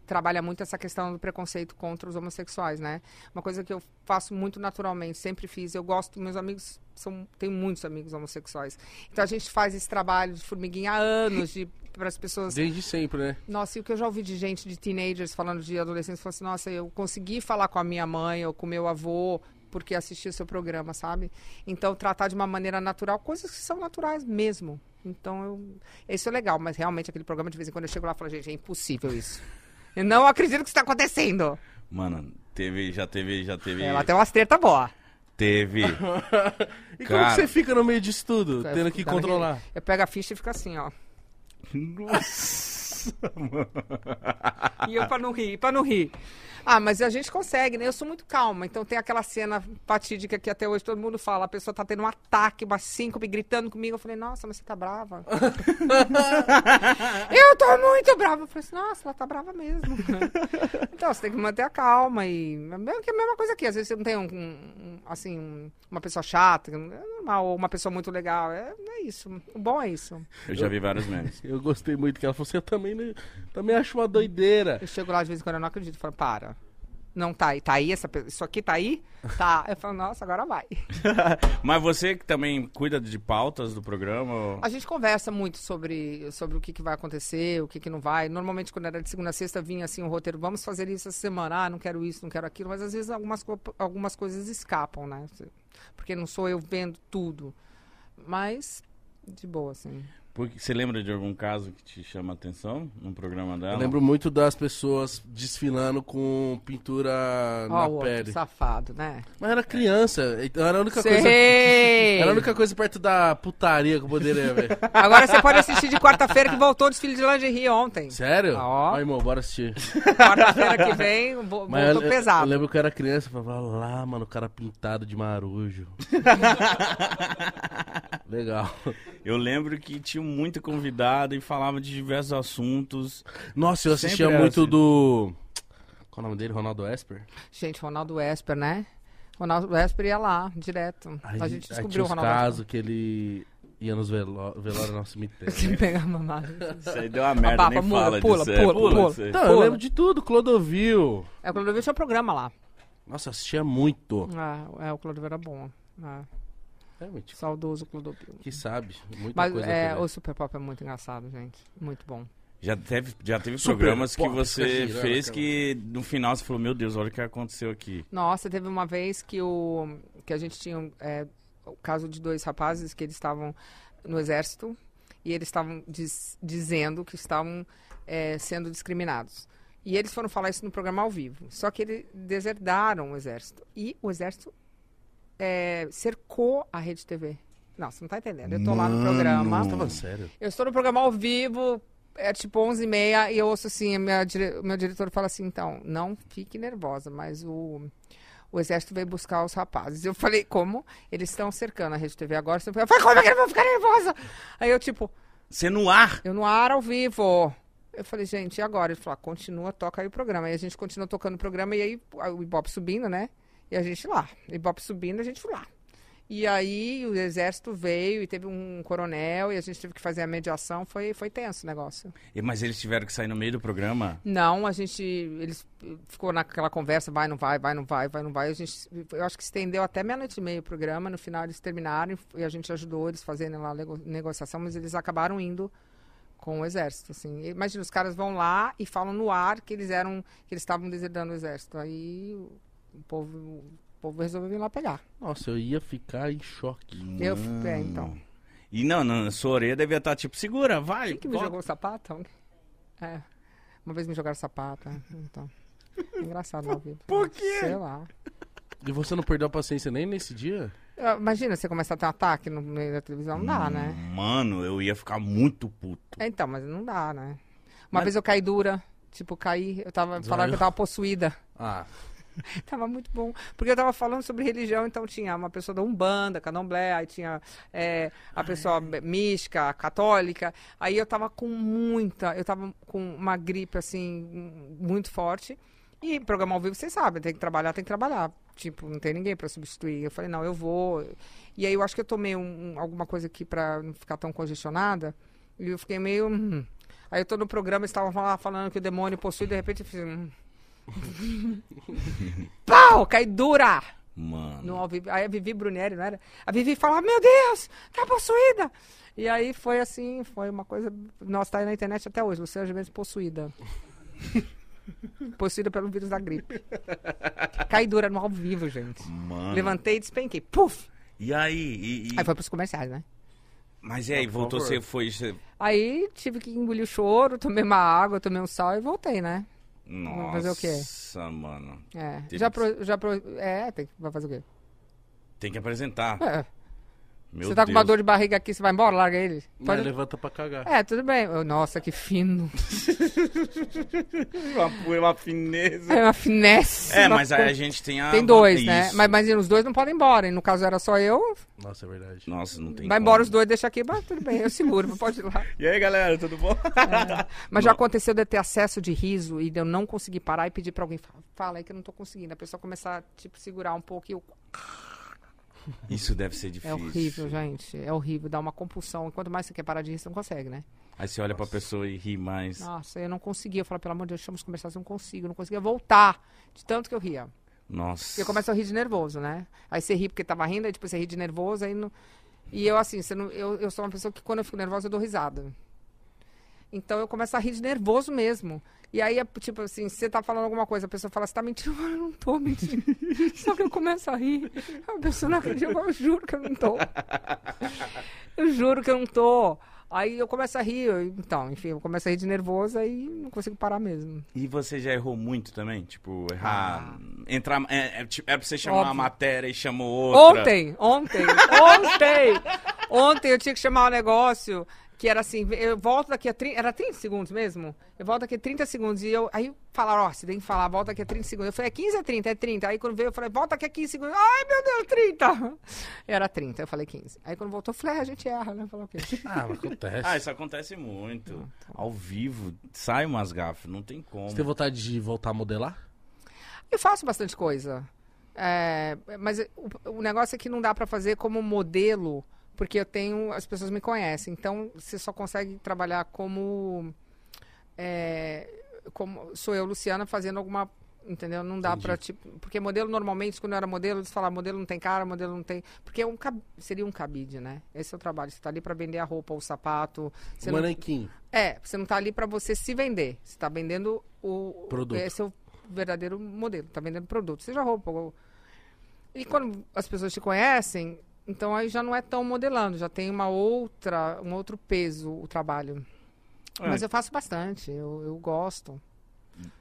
Speaker 3: trabalha muito essa questão do preconceito contra os homossexuais, né? Uma coisa que eu faço muito naturalmente, sempre fiz. Eu gosto, meus amigos são, tem muitos amigos homossexuais. Então a gente faz esse trabalho de formiguinha há anos, de para as pessoas
Speaker 1: Desde sempre, né?
Speaker 3: nossa, e o que eu já ouvi de gente, de teenagers falando de adolescentes, falando assim, nossa, eu consegui falar com a minha mãe ou com meu avô porque assisti o seu programa, sabe? Então, tratar de uma maneira natural, coisas que são naturais mesmo. Então, eu... isso é legal, mas realmente aquele programa, de vez em quando eu chego lá e falo, gente, é impossível isso. Eu não acredito que isso está acontecendo.
Speaker 2: Mano, teve, já teve, já teve.
Speaker 3: É, lá tem umas treta boa.
Speaker 2: Teve.
Speaker 1: E como
Speaker 2: Cara.
Speaker 1: que você fica no meio disso tudo, tendo
Speaker 3: Eu fico
Speaker 1: que
Speaker 3: dando aquele-
Speaker 1: controlar?
Speaker 3: Eu pego a ficha e fico assim, ó.
Speaker 2: Nossa, mano.
Speaker 3: E eu pra não rir, pra não rir. Ah, mas a gente consegue, né? Eu sou muito calma. Então tem aquela cena fatídica que até hoje todo mundo fala. A pessoa tá tendo um ataque, uma síncope, gritando comigo. Eu falei, nossa, mas você tá brava. eu tô muito brava. Eu falei assim, nossa, ela tá brava mesmo. então você tem que manter a calma. E mesmo que é a mesma coisa aqui. Às vezes você não tem um, um- assim, um- uma pessoa chata, que não- é normal, ou uma pessoa muito legal. É, é isso. O bom é isso.
Speaker 2: Eu já vi vários memes.
Speaker 1: Eu gostei muito que ela falou assim, eu também, não- também acho uma doideira.
Speaker 3: Eu chego lá de vez em quando, eu não acredito. Eu falo, para. Não tá aí. Tá aí? Essa, pe- isso aqui tá aí? Tá. Eu falo, nossa, agora vai.
Speaker 2: Mas você que também cuida de pautas do programa? ou-
Speaker 3: A gente conversa muito sobre, sobre o que, que vai acontecer, o que, que não vai. Normalmente, quando era de segunda a sexta, vinha assim o roteiro, vamos fazer isso essa semana, ah, não quero isso, não quero aquilo. Mas às vezes algumas, co- algumas coisas escapam, né? Porque não sou eu vendo tudo. Mas, de boa, assim.
Speaker 2: Porque, você lembra de algum caso que te chama a atenção num programa dela?
Speaker 1: Eu lembro muito das pessoas desfilando com pintura
Speaker 3: Ó,
Speaker 1: na
Speaker 3: o outro
Speaker 1: pele.
Speaker 3: safado, né?
Speaker 1: Mas era criança, então era a única coisa...
Speaker 3: Sei!
Speaker 1: Era a única coisa perto da putaria que eu poderia ver.
Speaker 3: Agora você pode assistir de quarta-feira que voltou o desfile de lingerie ontem.
Speaker 1: Sério?
Speaker 3: Ó.
Speaker 1: Ó, irmão, bora assistir.
Speaker 3: Quarta-feira que vem, eu vou,
Speaker 1: Mas
Speaker 3: voltou
Speaker 1: eu,
Speaker 3: pesado.
Speaker 1: eu lembro que eu era criança, eu falava, "Olha lá, mano, o cara pintado de marujo. Legal.
Speaker 2: Eu lembro que tinha muito convidado e falava de diversos assuntos.
Speaker 1: Nossa, eu assistia
Speaker 2: Sempre era
Speaker 1: muito
Speaker 2: assim.
Speaker 1: do. Qual é o nome dele? Ronaldo Esper?
Speaker 3: Gente, Ronaldo Esper, né? Ronaldo Esper ia lá, direto. a
Speaker 1: aí
Speaker 3: gente
Speaker 1: tinha
Speaker 3: descobriu o
Speaker 1: uns
Speaker 3: Ronaldo
Speaker 1: casos é que ele ia nos velo velórios no cemitério.
Speaker 3: Esper. Se pegar mamada.
Speaker 2: Isso aí deu uma merda,
Speaker 3: papa,
Speaker 2: nem
Speaker 3: pula,
Speaker 2: fala
Speaker 3: pula,
Speaker 2: disso. é,
Speaker 3: pula, pula.
Speaker 2: isso aí.
Speaker 1: Então, eu
Speaker 3: Pô.
Speaker 1: lembro de tudo, Clodovil.
Speaker 3: É, o Clodovil tinha programa lá.
Speaker 1: Nossa, eu assistia muito.
Speaker 3: É, é, o Clodovil era bom. É,
Speaker 1: Realmente,
Speaker 3: saudoso Clodovil.
Speaker 1: que sabe. Muita
Speaker 3: Mas
Speaker 1: Tipo, coisa.
Speaker 3: é,
Speaker 1: pra ver.
Speaker 3: o Super Pop é muito engraçado, gente. Muito bom.
Speaker 2: Já teve, já teve
Speaker 1: Super
Speaker 2: programas que
Speaker 1: pop, fica
Speaker 2: você
Speaker 1: girando
Speaker 2: fez
Speaker 1: aquela-
Speaker 2: que no final você falou, meu Deus, olha o que aconteceu aqui.
Speaker 3: Nossa, teve uma vez que, o, que a gente tinha é, o caso de dois rapazes que eles estavam no exército e eles estavam diz- dizendo que estavam é, sendo discriminados. E eles foram falar isso no programa ao vivo. Só que eles deserdaram o exército. E o exército é, cercou a rede TV. Não, você não tá entendendo. Eu tô lá no
Speaker 2: Mano.
Speaker 3: programa.
Speaker 1: Tá falando sério.
Speaker 3: Eu estou no programa ao vivo, é tipo 11h30, e eu ouço assim, a minha dire- o meu diretor fala assim, então, não fique nervosa, mas o, o exército veio buscar os rapazes. Eu falei, como? Eles estão cercando a Rede TV agora. você não fica-" Eu falei, como é que eu vou ficar nervosa? Aí eu, tipo,
Speaker 2: Você no ar!
Speaker 3: eu no ar ao vivo. Eu falei, gente, e agora? Ele falou, ah, continua, toca aí o programa. Aí a gente continua tocando o programa e aí o Ibope subindo, né? E a gente lá. Ibope subindo, a gente foi lá. E aí o exército veio e teve um coronel e a gente teve que fazer a mediação. Foi, foi tenso o negócio.
Speaker 2: E- Mas eles tiveram que sair no meio do programa?
Speaker 3: Não, a gente. Eles eh, ficou naquela conversa, vai, não vai, vai, não vai, vai, não vai. A gente, eu acho que estendeu até meia-noite e meia o programa. No final eles terminaram e f- e a gente ajudou eles fazendo lá a nego- negociação, mas eles acabaram indo com o exército, assim. Imagina, os caras vão lá e falam no ar que eles eram, que eles estavam deserdando o exército. Aí o povo, o povo resolveu vir lá pegar.
Speaker 1: Nossa, eu ia ficar em choque.
Speaker 3: Eu, é, então.
Speaker 2: E não, não, sua orelha devia estar tipo, segura, vai.
Speaker 3: Quem que me
Speaker 2: volta.
Speaker 3: jogou o sapato? É. Uma vez me jogaram sapato, é, então. Engraçado na vida.
Speaker 2: Por quê?
Speaker 3: Sei lá.
Speaker 1: E você não perdeu a paciência nem nesse dia?
Speaker 3: Ah, Imagina, você começa a ter um ataque no meio da televisão, não
Speaker 2: Hum.
Speaker 3: dá, né?
Speaker 2: Mano, eu ia ficar muito puto.
Speaker 3: É, Então, mas não dá, né? Uma
Speaker 2: Mas-
Speaker 3: vez eu caí dura, tipo, caí, eu tava, falaram que eu tava possuída.
Speaker 1: Ah,
Speaker 3: Tava muito bom. Porque eu tava falando sobre religião, então tinha uma pessoa da Umbanda, Candomblé, aí tinha é, a pessoa b- mística, católica. Aí eu tava com muita, eu tava com uma gripe, assim, m- muito forte. E programa ao vivo, vocês sabem, tem que trabalhar, tem que trabalhar. Tipo, não tem ninguém pra substituir. Eu falei, não, eu vou. E aí eu acho que eu tomei um- um- alguma coisa aqui pra não ficar tão congestionada. E eu fiquei meio. hum. Aí eu tô no programa, eles estavam lá falando que o demônio possui, de repente eu fiz. hum. Pau! Caí dura!
Speaker 2: Mano.
Speaker 3: No ao vivo. Aí a Vivi Brunelli, não era? A Vivi falava, meu Deus, tá possuída! E aí foi assim, foi uma coisa. Nossa, tá aí na internet até hoje, Luciana Gimenez possuída. possuída pelo vírus da gripe. Caí dura no ao vivo, gente.
Speaker 2: Mano.
Speaker 3: Levantei e despenquei. Puf!
Speaker 2: E aí? E, e-
Speaker 3: Aí foi pros comerciais, né?
Speaker 2: Mas e aí,
Speaker 1: Por
Speaker 2: voltou,
Speaker 1: favor.
Speaker 2: você foi. Você...
Speaker 3: Aí tive que engolir o choro, tomei uma água, tomei um sal e voltei, né?
Speaker 2: Nossa,
Speaker 3: fazer o quê?
Speaker 2: mano.
Speaker 3: É.
Speaker 2: Teve
Speaker 3: Já
Speaker 2: que-
Speaker 3: pro, já pro, é, tem, que- vai fazer o quê?
Speaker 2: Tem que apresentar.
Speaker 3: É.
Speaker 2: Meu
Speaker 3: Você tá com uma
Speaker 2: Deus.
Speaker 3: dor de barriga aqui, você vai embora, larga ele.
Speaker 1: mas
Speaker 3: Pode-
Speaker 1: levanta pra cagar.
Speaker 3: É, tudo bem. Eu, Nossa, que fino.
Speaker 2: uma, uma fineza.
Speaker 3: É uma finesse.
Speaker 2: É,
Speaker 3: uma
Speaker 2: mas
Speaker 3: coisa-
Speaker 2: aí a gente tem a.
Speaker 3: Tem dois, né?
Speaker 2: Isso.
Speaker 3: Mas, mas os dois não podem ir embora. E no caso era só eu.
Speaker 1: Nossa, é verdade.
Speaker 2: Nossa, não tem.
Speaker 3: vai embora
Speaker 2: como.
Speaker 3: os dois, deixa aqui. Mas tudo bem, eu seguro, pode ir lá. É.
Speaker 2: E aí, galera, tudo bom?
Speaker 3: Mas já aconteceu de eu ter acesso de riso e de eu não conseguir parar e pedir pra alguém, "Fa- fala aí que eu não tô conseguindo. A pessoa começar, tipo, segurar um pouco e eu...
Speaker 2: Isso deve ser
Speaker 3: É
Speaker 2: difícil.
Speaker 3: horrível, gente. É horrível, dá uma compulsão. E quanto mais você quer parar de rir, você não consegue, né?
Speaker 2: Aí você olha pra pessoa e ri mais.
Speaker 3: Nossa, eu não conseguia. Eu falava, pelo amor de Deus, deixa eu conversar, eu não consigo. Eu não conseguia voltar de tanto que eu ria.
Speaker 2: Nossa.
Speaker 3: Porque eu começo a rir de nervoso, né? Aí você ri porque tava rindo, aí depois você ri de nervoso, aí não... E eu, assim, você não... eu, eu sou uma pessoa que quando eu fico nervosa, eu dou risada. Então eu começo a rir de nervoso mesmo. E aí, é, tipo assim, você tá falando alguma coisa, a pessoa fala, você tá mentindo? Eu falo, eu não tô mentindo. Só que eu começo a rir. A pessoa não acredita, eu falo, "Eu juro que eu não tô. Eu juro que eu não tô. Aí eu começo a rir, eu- então, enfim, eu começo a rir de nervoso, aí não consigo parar mesmo.
Speaker 2: E você já errou muito também? Tipo, errar. Entrar. É, é, tipo, era pra você chamar
Speaker 3: Ah. Óbvio.
Speaker 2: uma matéria e chamou outra.
Speaker 3: Ontem, ontem, ontem, ontem eu tinha que chamar um negócio que era assim, eu volto daqui a 30, era 30 segundos mesmo? Eu volto daqui a 30 segundos e eu, aí falaram, ó, você tem que falar, volta daqui a 30 segundos. Eu falei, é 15 a 30, é 30. Aí quando veio, eu falei, volta daqui a 15 segundos. Ai, meu Deus, 30. Era 30, eu falei 15. Aí quando voltou, eu falei, é, a gente erra, né? Eu falei, ok.
Speaker 1: Ah, mas acontece.
Speaker 2: Ah, isso acontece muito.
Speaker 3: tá.
Speaker 2: Ao vivo, sai umas gafas, não tem como.
Speaker 1: Você tem vontade de voltar a modelar?
Speaker 3: Eu faço bastante coisa. É, mas o, o negócio é que não dá pra fazer como modelo, porque eu tenho. As pessoas me conhecem. Então você só consegue trabalhar como. é, como sou eu, Luciana, fazendo alguma. Entendeu? Não dá pra, tipo. Porque modelo, normalmente, quando eu era modelo, eles falavam, modelo não tem cara, modelo não tem. Porque é um cab- seria um cabide, né? Esse é o trabalho. Você tá ali pra vender a roupa ou o sapato. Você não
Speaker 1: Manequim.
Speaker 3: é, você não tá ali para você se vender. Você tá vendendo o
Speaker 1: Produto.
Speaker 3: Esse é o verdadeiro modelo, tá vendendo produto, seja roupa. ou- E quando as pessoas te conhecem, então aí já não é tão modelando, já tem uma outra, um outro peso o trabalho.
Speaker 2: É.
Speaker 3: Mas eu faço bastante, eu, eu gosto.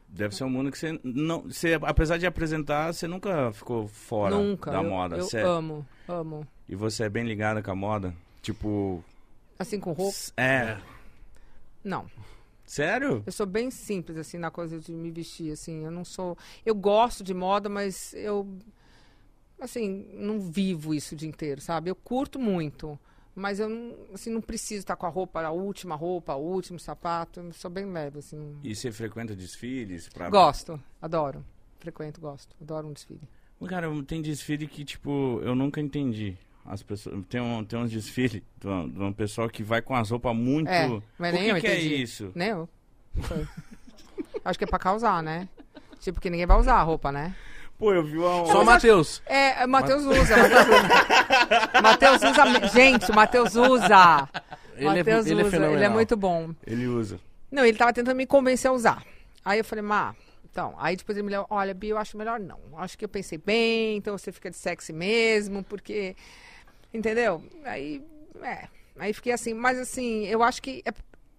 Speaker 2: Deve ser um mundo que você não. Você, apesar de apresentar, você nunca ficou fora
Speaker 3: Nunca.
Speaker 2: da
Speaker 3: eu,
Speaker 2: moda.
Speaker 3: Eu
Speaker 2: Você-
Speaker 3: amo, amo.
Speaker 2: E você é bem ligada com a moda? Tipo.
Speaker 3: Assim, com roupa,
Speaker 2: s- É.
Speaker 3: não.
Speaker 2: Sério?
Speaker 3: Eu sou bem simples, assim, na coisa de me vestir, assim. Eu não sou. Eu gosto de moda, mas eu. Assim, não vivo isso o dia inteiro, sabe? Eu curto muito. Mas eu não, assim, não preciso estar com a roupa, a última roupa, o último sapato. Eu sou bem leve, assim. não-
Speaker 2: E você frequenta desfiles? Pra...
Speaker 3: Gosto, adoro. Frequento, gosto. Adoro um desfile.
Speaker 2: Cara, tem desfile que, tipo, eu nunca entendi. As pessoas. Tem, um, tem uns desfiles de um, de um pessoal que vai com as roupas muito.
Speaker 3: É, mas
Speaker 2: Por
Speaker 3: nem
Speaker 2: que,
Speaker 3: eu
Speaker 2: que é
Speaker 3: entendi.
Speaker 2: isso?
Speaker 3: Nem eu. Não sei. Acho que é pra causar, né? Tipo, que ninguém vai usar a roupa, né?
Speaker 2: Pô, eu vi uma.
Speaker 1: Só o Matheus.
Speaker 3: É, o Matheus usa, Matheus usa. Matheus usa. Gente, o Matheus usa.
Speaker 1: Ele é-
Speaker 3: Matheus
Speaker 1: ele é
Speaker 3: usa, ele é
Speaker 1: fenomenal.
Speaker 3: muito bom.
Speaker 2: Ele usa.
Speaker 3: Não, ele tava tentando me convencer a usar. Aí eu falei, Má, então. Aí depois ele me falou, olha, Bi, eu acho melhor não. Acho que eu pensei bem, então você fica de sexy mesmo, porque. Entendeu? Aí. É. Aí fiquei assim, mas assim, eu acho que. é-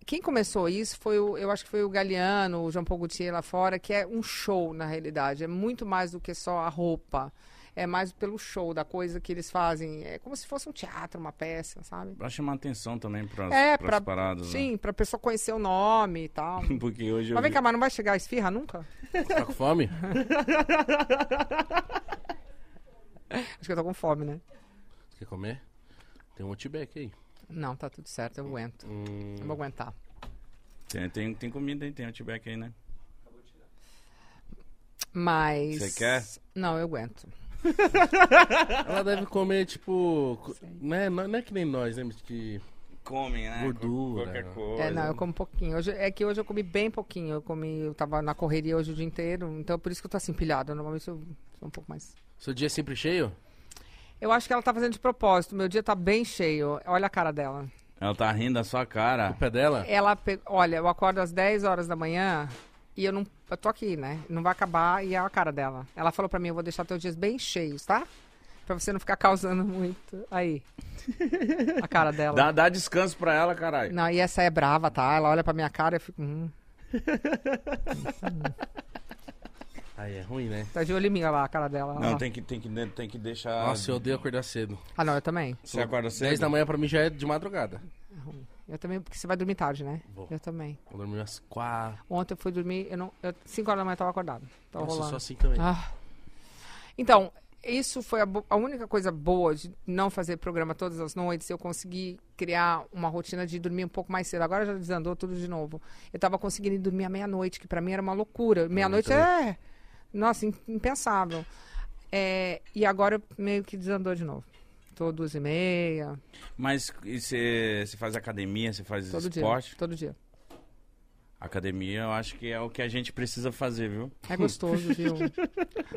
Speaker 3: Quem começou isso foi o, eu acho que foi o Galeano, o João Paul Gaultier lá fora, que é um show, na realidade. É muito mais do que só a roupa. É mais pelo show, da coisa que eles fazem. É como se fosse um teatro, uma peça, sabe?
Speaker 2: Pra chamar atenção também pras,
Speaker 3: É,
Speaker 2: pras
Speaker 3: pra-
Speaker 2: paradas. né?
Speaker 3: Sim, pra pessoa conhecer o nome e tal.
Speaker 2: Porque hoje eu.
Speaker 3: Mas vem
Speaker 2: Vi...
Speaker 3: cá, mas não vai chegar a esfirra nunca?
Speaker 1: Tá com fome?
Speaker 3: Acho que eu tô com fome, né?
Speaker 1: Você quer comer? Tem um outback aí.
Speaker 3: Não, tá tudo certo, eu aguento.
Speaker 1: Hum,
Speaker 3: Eu vou aguentar.
Speaker 2: Tem, tem, tem comida aí, tem outback aí, né?
Speaker 3: Mas.
Speaker 2: Você quer?
Speaker 3: Não, eu aguento.
Speaker 1: ela deve comer, tipo. co- Né? Não, não é que nem nós, né? Mitch, Que
Speaker 2: Comem, né?
Speaker 1: Gordura.
Speaker 2: Qualquer coisa.
Speaker 3: é, não, eu como pouquinho. Hoje, é que hoje eu comi bem pouquinho. Eu comi, eu tava na correria hoje o dia inteiro, então por isso que eu tô assim pilhada. Normalmente eu sou um pouco mais.
Speaker 1: seu dia é sempre cheio?
Speaker 3: Eu acho que ela tá fazendo de propósito. Meu dia tá bem cheio. Olha a cara dela.
Speaker 2: Ela tá rindo da sua cara.
Speaker 1: O pé dela?
Speaker 3: Ela, pe- olha, eu acordo às 10 horas da manhã e eu não. Eu tô aqui, né? Não vai acabar e é a cara dela. Ela falou pra mim: eu vou deixar teus dias bem cheios, tá? Pra você não ficar causando muito. Aí. A cara dela.
Speaker 2: Dá, dá descanso pra ela, caralho.
Speaker 3: Não, e essa é brava, tá? Ela olha pra minha cara e eu fico. Hum,
Speaker 1: Aí é ruim, né?
Speaker 3: tá de olho em mim, olha lá a cara dela. olha
Speaker 2: Não,
Speaker 3: lá.
Speaker 2: tem que, tem, que, tem que deixar.
Speaker 1: Nossa, eu odeio acordar cedo.
Speaker 3: Ah, não, eu também.
Speaker 2: Você acorda cedo?
Speaker 1: 10 da manhã pra mim já é de madrugada.
Speaker 3: Eu também, porque você vai dormir tarde, né?
Speaker 1: Vou.
Speaker 3: Eu também.
Speaker 1: Eu dormi umas 4.
Speaker 3: Ontem eu fui dormir, eu não. 5 horas da manhã eu tava acordado. Tava
Speaker 1: Nossa, eu
Speaker 3: rolando.
Speaker 1: sou assim também.
Speaker 3: Ah. Então, isso foi a, bo- a única coisa boa de não fazer programa todas as noites. Eu consegui criar uma rotina de dormir um pouco mais cedo. Agora já desandou tudo de novo. Eu tava conseguindo dormir à meia-noite, que pra mim era uma loucura. Meia-noite é. Nossa, im- impensável. É, e agora eu meio que desandou de novo. Tô duas e meia,
Speaker 2: Mas e você você faz academia, você faz
Speaker 3: todo
Speaker 2: esporte?
Speaker 3: dia. Todo dia.
Speaker 2: Academia eu acho que é o que a gente precisa fazer, viu?
Speaker 3: É gostoso, viu?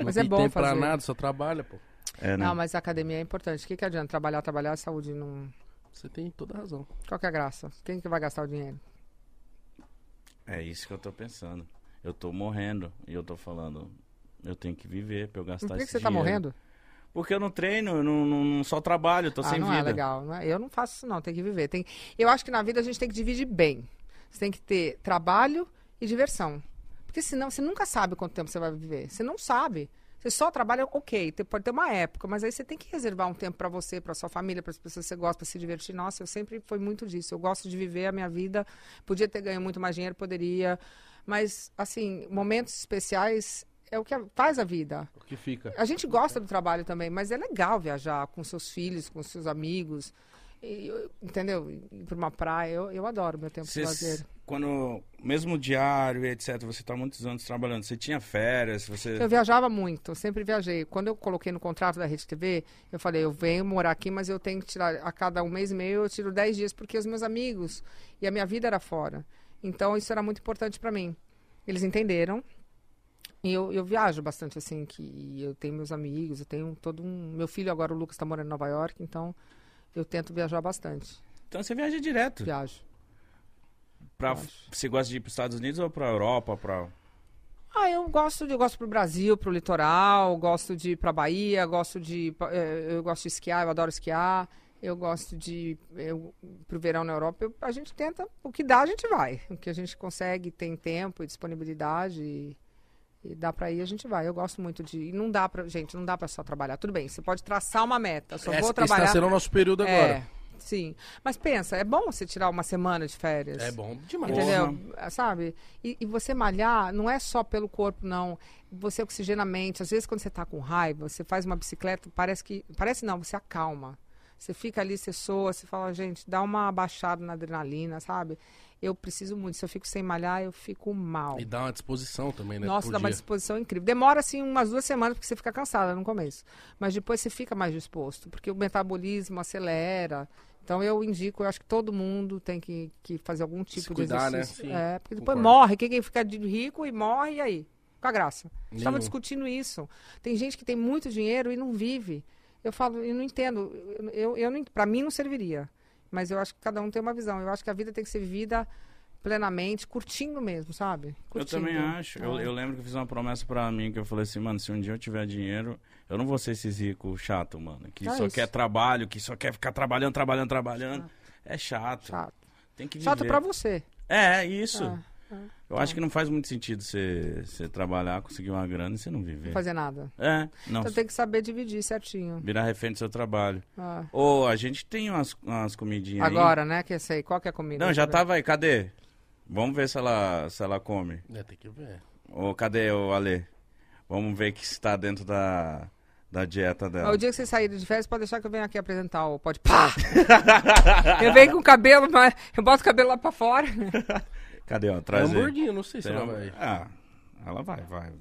Speaker 3: mas
Speaker 1: não
Speaker 3: é
Speaker 1: tem
Speaker 3: bom
Speaker 1: tempo pra
Speaker 3: fazer.
Speaker 1: nada, né? só trabalha, pô.
Speaker 2: É,
Speaker 3: Não, mas a academia é importante. O que, que adianta? Trabalhar, trabalhar, a saúde não.
Speaker 1: Você tem toda a razão.
Speaker 3: Qual que é a graça? Quem que vai gastar o dinheiro?
Speaker 2: É isso que eu tô pensando. Eu tô morrendo e eu tô falando, eu tenho que viver pra eu gastar
Speaker 3: Por que, que
Speaker 2: esse
Speaker 3: você tá
Speaker 2: dinheiro.
Speaker 3: morrendo?
Speaker 2: Porque eu não treino, eu não, não- não- só trabalho, eu tô
Speaker 3: ah,
Speaker 2: sem
Speaker 3: não
Speaker 2: vida.
Speaker 3: é legal. não é? Eu não faço isso, não. Tem que viver. Tem... Eu acho que na vida a gente tem que dividir bem. Você tem que ter trabalho e diversão. Porque senão você nunca sabe quanto tempo você vai viver. Você não sabe. Você só trabalha, ok, te- pode ter uma época, mas aí você tem que reservar um tempo pra você, pra sua família, para as pessoas que você gosta, pra se divertir. Nossa, eu sempre fui muito disso. Eu gosto de viver a minha vida. Podia ter ganho muito mais dinheiro, poderia. Mas, assim, momentos especiais é o que a- faz a vida.
Speaker 1: O que fica?
Speaker 3: A gente gosta do trabalho também, mas é legal viajar com seus filhos, com seus amigos. E eu- entendeu? Ir pra uma praia. Eu, eu adoro meu tempo de
Speaker 2: Você,
Speaker 3: lazer.
Speaker 2: quando, mesmo diário e etc, você tá muitos anos trabalhando, você tinha férias, você...
Speaker 3: Eu viajava muito, sempre viajei. Quando eu coloquei no contrato da Rede TV, eu falei, eu venho morar aqui, mas eu tenho que tirar a cada um mês e meio, eu tiro 10 dias, porque os meus amigos e a minha vida era fora. Então isso era muito importante para mim. Eles entenderam. E eu, eu viajo bastante, assim, que e eu tenho meus amigos, eu tenho todo um. Meu filho agora, o Lucas, está morando em Nova York, então eu tento viajar bastante.
Speaker 2: Então você viaja direto.
Speaker 3: Viajo.
Speaker 2: Pra,
Speaker 3: Acho.
Speaker 2: você gosta de ir pros Estados Unidos ou pra Europa? Pra...
Speaker 3: Ah, eu gosto de, eu gosto pro Brasil, pro litoral, gosto de ir pra Bahia, gosto de, pa- eh, eu gosto de esquiar, eu adoro esquiar, eu gosto de, eu, pro verão na Europa, eu- a gente tenta, o que dá a gente vai, o que a gente consegue, tem tempo e disponibilidade e, e dá pra ir a gente vai, eu gosto muito de, e não dá pra, gente, não dá pra só trabalhar, tudo bem, você pode traçar uma meta, eu só
Speaker 1: Essa-
Speaker 3: vou trabalhar...
Speaker 1: Está sendo o nosso período
Speaker 3: é,
Speaker 1: agora.
Speaker 3: sim, mas pensa, é bom você tirar uma semana de férias.
Speaker 1: É, bom demais.
Speaker 3: Entendeu? É, Sabe? E, e você malhar não é só pelo corpo, não. Você oxigena a mente. Às vezes, quando você tá com raiva, você faz uma bicicleta, parece que. Parece não, você acalma. Você fica ali, você soa, você fala, gente, dá uma baixada na adrenalina, sabe? Eu preciso muito. Se eu fico sem malhar, eu fico mal.
Speaker 1: E dá uma disposição também, né?
Speaker 3: Nossa,
Speaker 1: pro
Speaker 3: dá uma
Speaker 1: dia.
Speaker 3: disposição incrível. Demora, assim, umas duas semanas, porque você fica cansada no começo. Mas depois você fica mais disposto, porque o metabolismo acelera. Então, eu indico, eu acho que todo mundo tem que, que fazer algum tipo
Speaker 1: cuidar,
Speaker 3: de
Speaker 1: né?
Speaker 3: exercício.
Speaker 1: Sim,
Speaker 3: É, porque depois
Speaker 1: concordo.
Speaker 3: morre. Quem quem fica de rico e morre, e aí? Com a graça. Estava
Speaker 1: Nenhum.
Speaker 3: discutindo isso. Tem gente que tem muito dinheiro e não vive. Eu falo, eu não entendo. Eu, eu, eu não- pra mim não serviria. Mas eu acho que cada um tem uma visão. Eu acho que a vida tem que ser vivida plenamente, curtindo mesmo, sabe?
Speaker 2: Eu
Speaker 3: Curtindo. É.
Speaker 2: também acho. Eu, eu lembro que eu fiz uma promessa pra mim que eu falei assim, mano, se um dia eu tiver dinheiro, eu não vou ser esses ricos chato, mano. Que
Speaker 3: É
Speaker 2: só
Speaker 3: isso.
Speaker 2: quer trabalho, que só quer ficar trabalhando, trabalhando, trabalhando. É chato.
Speaker 3: Chato.
Speaker 2: Tem que viver.
Speaker 3: Chato pra você.
Speaker 2: É, é isso.
Speaker 3: Ah,
Speaker 2: Eu acho que não faz muito sentido você você trabalhar, conseguir uma grana e você não viver.
Speaker 3: não fazer nada.
Speaker 2: É, não.
Speaker 3: Então tem que saber dividir certinho.
Speaker 2: Virar refém do seu trabalho.
Speaker 3: Ah.
Speaker 2: Ô, a gente tem umas, umas comidinhas aí.
Speaker 3: Agora, né? Que eu sei. Qual que é a comida?
Speaker 2: Não, já
Speaker 3: Deixa eu
Speaker 2: tava aí. Cadê? Vamos ver se ela, se ela come.
Speaker 1: É, tem que ver.
Speaker 2: Ô, cadê o Ale? Vamos ver que está dentro da, da dieta
Speaker 3: ver.
Speaker 2: dela.
Speaker 3: O dia que vocês saírem de férias, pode deixar que eu venho aqui apresentar o pode pá! eu venho com o cabelo, mas eu boto o cabelo lá pra fora.
Speaker 2: Cadê,
Speaker 3: um
Speaker 2: ó?
Speaker 1: É
Speaker 2: Traz aí.
Speaker 1: hamburguinho, não sei se
Speaker 2: Tem
Speaker 1: ela
Speaker 2: uma-
Speaker 1: vai.
Speaker 2: Ah, ela vai, vai.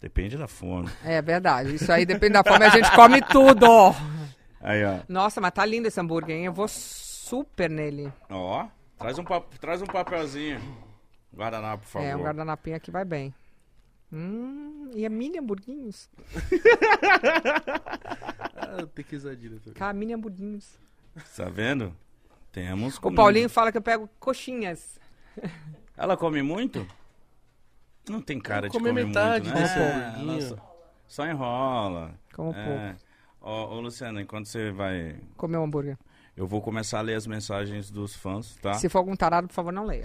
Speaker 2: Depende da fome.
Speaker 3: É verdade. Isso aí depende da forma, a gente come tudo.
Speaker 2: Aí, ó.
Speaker 3: Nossa, mas tá lindo esse hambúrguer, hein? Eu vou super nele.
Speaker 2: Ó, traz um, pap- traz um papelzinho. Guardanapo, por favor.
Speaker 3: É, um guardanapinho aqui vai bem. Hum, e é mini hamburguinhos?
Speaker 1: Ah, tem que usar direto.
Speaker 3: Cara, mini hamburguinhos.
Speaker 2: Tá vendo? Temos
Speaker 3: O
Speaker 2: comida.
Speaker 3: Paulinho fala que eu pego coxinhas.
Speaker 2: Ela come muito? Não tem cara de
Speaker 1: Come
Speaker 2: comer
Speaker 1: metade
Speaker 2: muito, né?
Speaker 1: desse
Speaker 2: É,
Speaker 1: hamburguinho.
Speaker 2: ela só, só enrola.
Speaker 3: Como
Speaker 2: É. Ó, ô, Luciana, enquanto você vai...
Speaker 3: pouco. Comeu hambúrguer.
Speaker 2: Eu vou começar a ler as mensagens dos fãs, tá?
Speaker 3: Se for algum tarado, por favor, não leia.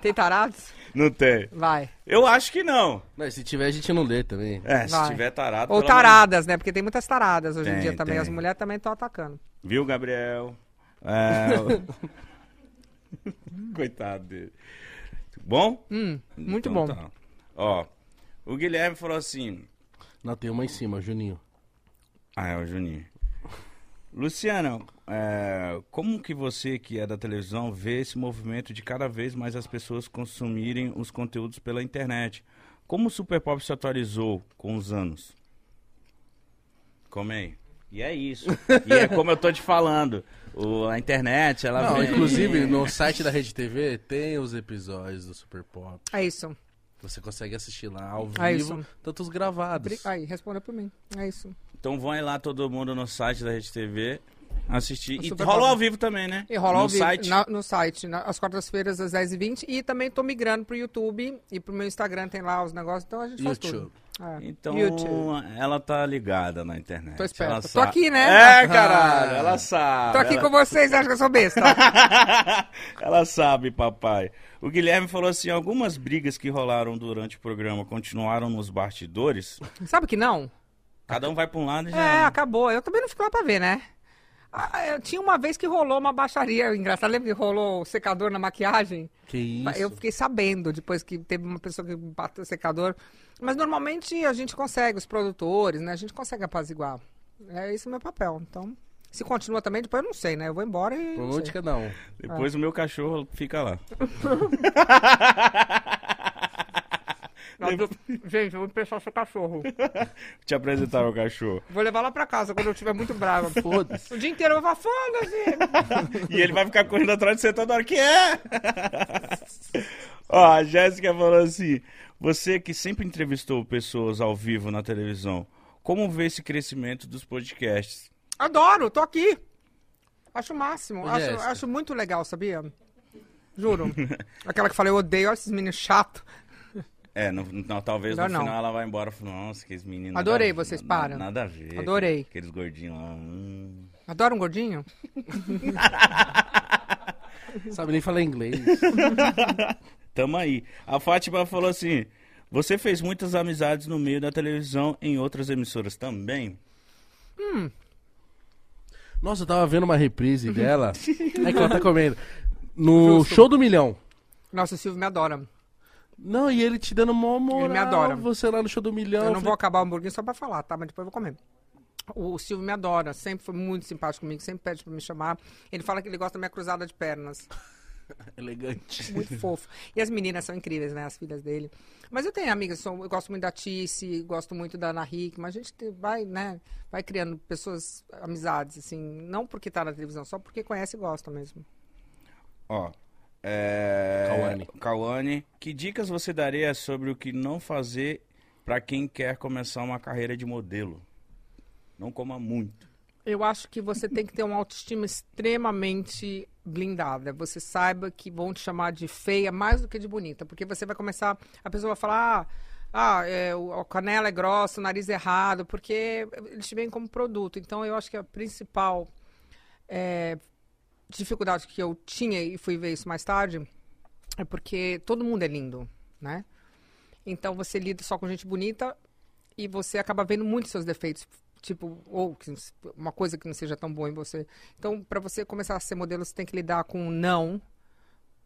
Speaker 3: Tem tarados?
Speaker 2: Não tem.
Speaker 3: Vai.
Speaker 2: Eu acho que não.
Speaker 1: Mas se tiver, a gente não lê também.
Speaker 2: É, se
Speaker 3: Vai.
Speaker 2: tiver tarado...
Speaker 3: Ou
Speaker 2: pelo amor de
Speaker 3: taradas, né? Porque tem muitas taradas hoje em
Speaker 2: Tem,
Speaker 3: dia também.
Speaker 2: tem.
Speaker 3: As mulheres também estão atacando.
Speaker 2: Viu, Gabriel? É, o- Coitado dele. Bom?
Speaker 3: Hum, muito
Speaker 2: Então
Speaker 3: bom.
Speaker 2: tá. Ó, o Guilherme falou assim...
Speaker 1: Não, tem uma em cima, Juninho.
Speaker 2: Ah, é o Juninho. Luciana, é, como que você, que é da televisão, vê esse movimento de cada vez mais as pessoas consumirem os conteúdos pela internet? Como o Super Pop se atualizou com os anos? Come aí. E é isso. E é como eu tô te falando. O- a internet, ela
Speaker 1: Não,
Speaker 2: vem-
Speaker 1: inclusive, no site da Rede TV tem os episódios do Super Pop.
Speaker 3: É isso.
Speaker 1: Você consegue assistir lá ao
Speaker 3: É
Speaker 1: vivo,
Speaker 3: isso.
Speaker 1: tanto os gravados.
Speaker 3: Bri- Aí, responda pra mim. É isso.
Speaker 2: Então vai lá todo mundo no site da Rede TV assistir.
Speaker 3: O
Speaker 2: E
Speaker 3: Super
Speaker 2: rola
Speaker 3: Pop.
Speaker 2: ao vivo também, né?
Speaker 3: E rola
Speaker 2: no
Speaker 3: ao vivo
Speaker 2: site.
Speaker 3: na- no site, na- às quartas-feiras, às 10h20. E também tô migrando pro YouTube e pro meu Instagram, tem lá os negócios. Então a gente faz
Speaker 1: YouTube.
Speaker 3: tudo. É.
Speaker 2: Então,
Speaker 3: YouTube.
Speaker 2: ela tá ligada na internet.
Speaker 3: Tô esperta.
Speaker 2: Ela
Speaker 3: Tô
Speaker 2: sabe.
Speaker 3: aqui, né?
Speaker 2: É, caralho, ela sabe.
Speaker 3: Tô aqui
Speaker 2: Ah, ela...
Speaker 3: com vocês, acho que eu sou besta.
Speaker 2: ela sabe, papai. O Guilherme falou assim, algumas brigas que rolaram durante o programa continuaram nos bastidores.
Speaker 3: Sabe que não?
Speaker 2: Cada um vai pra um lado e
Speaker 3: É,
Speaker 2: já...
Speaker 3: acabou. Eu também não fico lá pra ver, né? Ah, eu- tinha uma vez que rolou uma baixaria engraçada. Lembra que rolou o secador na maquiagem?
Speaker 1: Que isso?
Speaker 3: Eu fiquei sabendo depois que teve uma pessoa que bateu o secador. Mas normalmente a gente consegue, os produtores, né? A gente consegue apaziguar. É esse o meu papel. Então, se continua também, depois eu não sei, né? Eu vou embora e. não
Speaker 1: Problema de
Speaker 3: sei.
Speaker 1: cada um.
Speaker 2: Depois o meu cachorro fica lá.
Speaker 3: Mas eu- Gente, eu vou pensar seu cachorro.
Speaker 2: Te apresentar meu cachorro.
Speaker 3: Vou levar lá pra casa quando eu estiver muito brava.
Speaker 1: Foda-se.
Speaker 3: O dia inteiro eu vou falar, foda-se!
Speaker 2: E ele vai ficar correndo atrás de você toda hora que é. Ó, a Jéssica falou assim: você que sempre entrevistou pessoas ao vivo na televisão, como vê esse crescimento dos podcasts?
Speaker 3: Adoro, tô aqui. Acho o máximo.
Speaker 1: Ô,
Speaker 3: Acho,
Speaker 1: Jéssica.
Speaker 3: acho muito legal, sabia? Juro. Aquela que falei, eu odeio olha esses meninos chatos.
Speaker 2: É, no, no- talvez
Speaker 3: Não,
Speaker 2: no
Speaker 3: não.
Speaker 2: final ela vai embora. e fala, Nossa, que esse menino.
Speaker 3: Adorei,
Speaker 2: nada a-
Speaker 3: vocês,
Speaker 2: na-
Speaker 3: para.
Speaker 2: Nada a ver.
Speaker 3: Adorei.
Speaker 2: Aqueles gordinhos lá. hum.
Speaker 3: Adoro um gordinho?
Speaker 1: Sabe nem falar inglês.
Speaker 2: Tamo aí. A Fátima falou assim: você fez muitas amizades no meio da televisão em outras emissoras também?
Speaker 1: Nossa, eu tava vendo uma reprise dela. É que ela tá comendo. No show do milhão.
Speaker 3: Nossa, o Silvio me adora.
Speaker 1: Não, e ele te dando mó moral.
Speaker 3: Ele me adora.
Speaker 1: Você lá no show do milhão.
Speaker 3: Eu não
Speaker 1: falei,
Speaker 3: vou acabar o hamburguinho só pra falar, tá? Mas depois eu vou comer. O Silvio me adora, sempre foi muito simpático comigo, sempre pede pra me chamar. Ele fala que ele gosta da minha cruzada de pernas.
Speaker 1: "É Elegante.
Speaker 3: Muito fofo. E as meninas são incríveis, né? As filhas dele. Mas eu tenho amigas, sou- eu gosto muito da Tice, gosto muito da Ana Hickman. A gente te- vai, né? Vai criando pessoas, amizades, assim. Não porque tá na televisão, só porque conhece e gosta mesmo.
Speaker 2: Ó. É...
Speaker 1: Cauane.
Speaker 2: Cauane, que dicas você daria sobre o que não fazer pra quem quer começar uma carreira de modelo? Não coma muito.
Speaker 3: Eu acho que você tem que ter uma autoestima extremamente blindada. Você saiba que vão te chamar de feia mais do que de bonita, porque você vai começar, a pessoa vai falar, ah, ah, é, o, a canela é grossa, o nariz é errado, porque eles te veem como produto. Então eu acho que a principal é, dificuldade que eu tinha e fui ver isso mais tarde é porque todo mundo é lindo, né? Então você lida só com gente bonita e você acaba vendo muitos seus defeitos tipo, ou que uma coisa que não seja tão boa em você. Então, para você começar a ser modelo, você tem que lidar com não.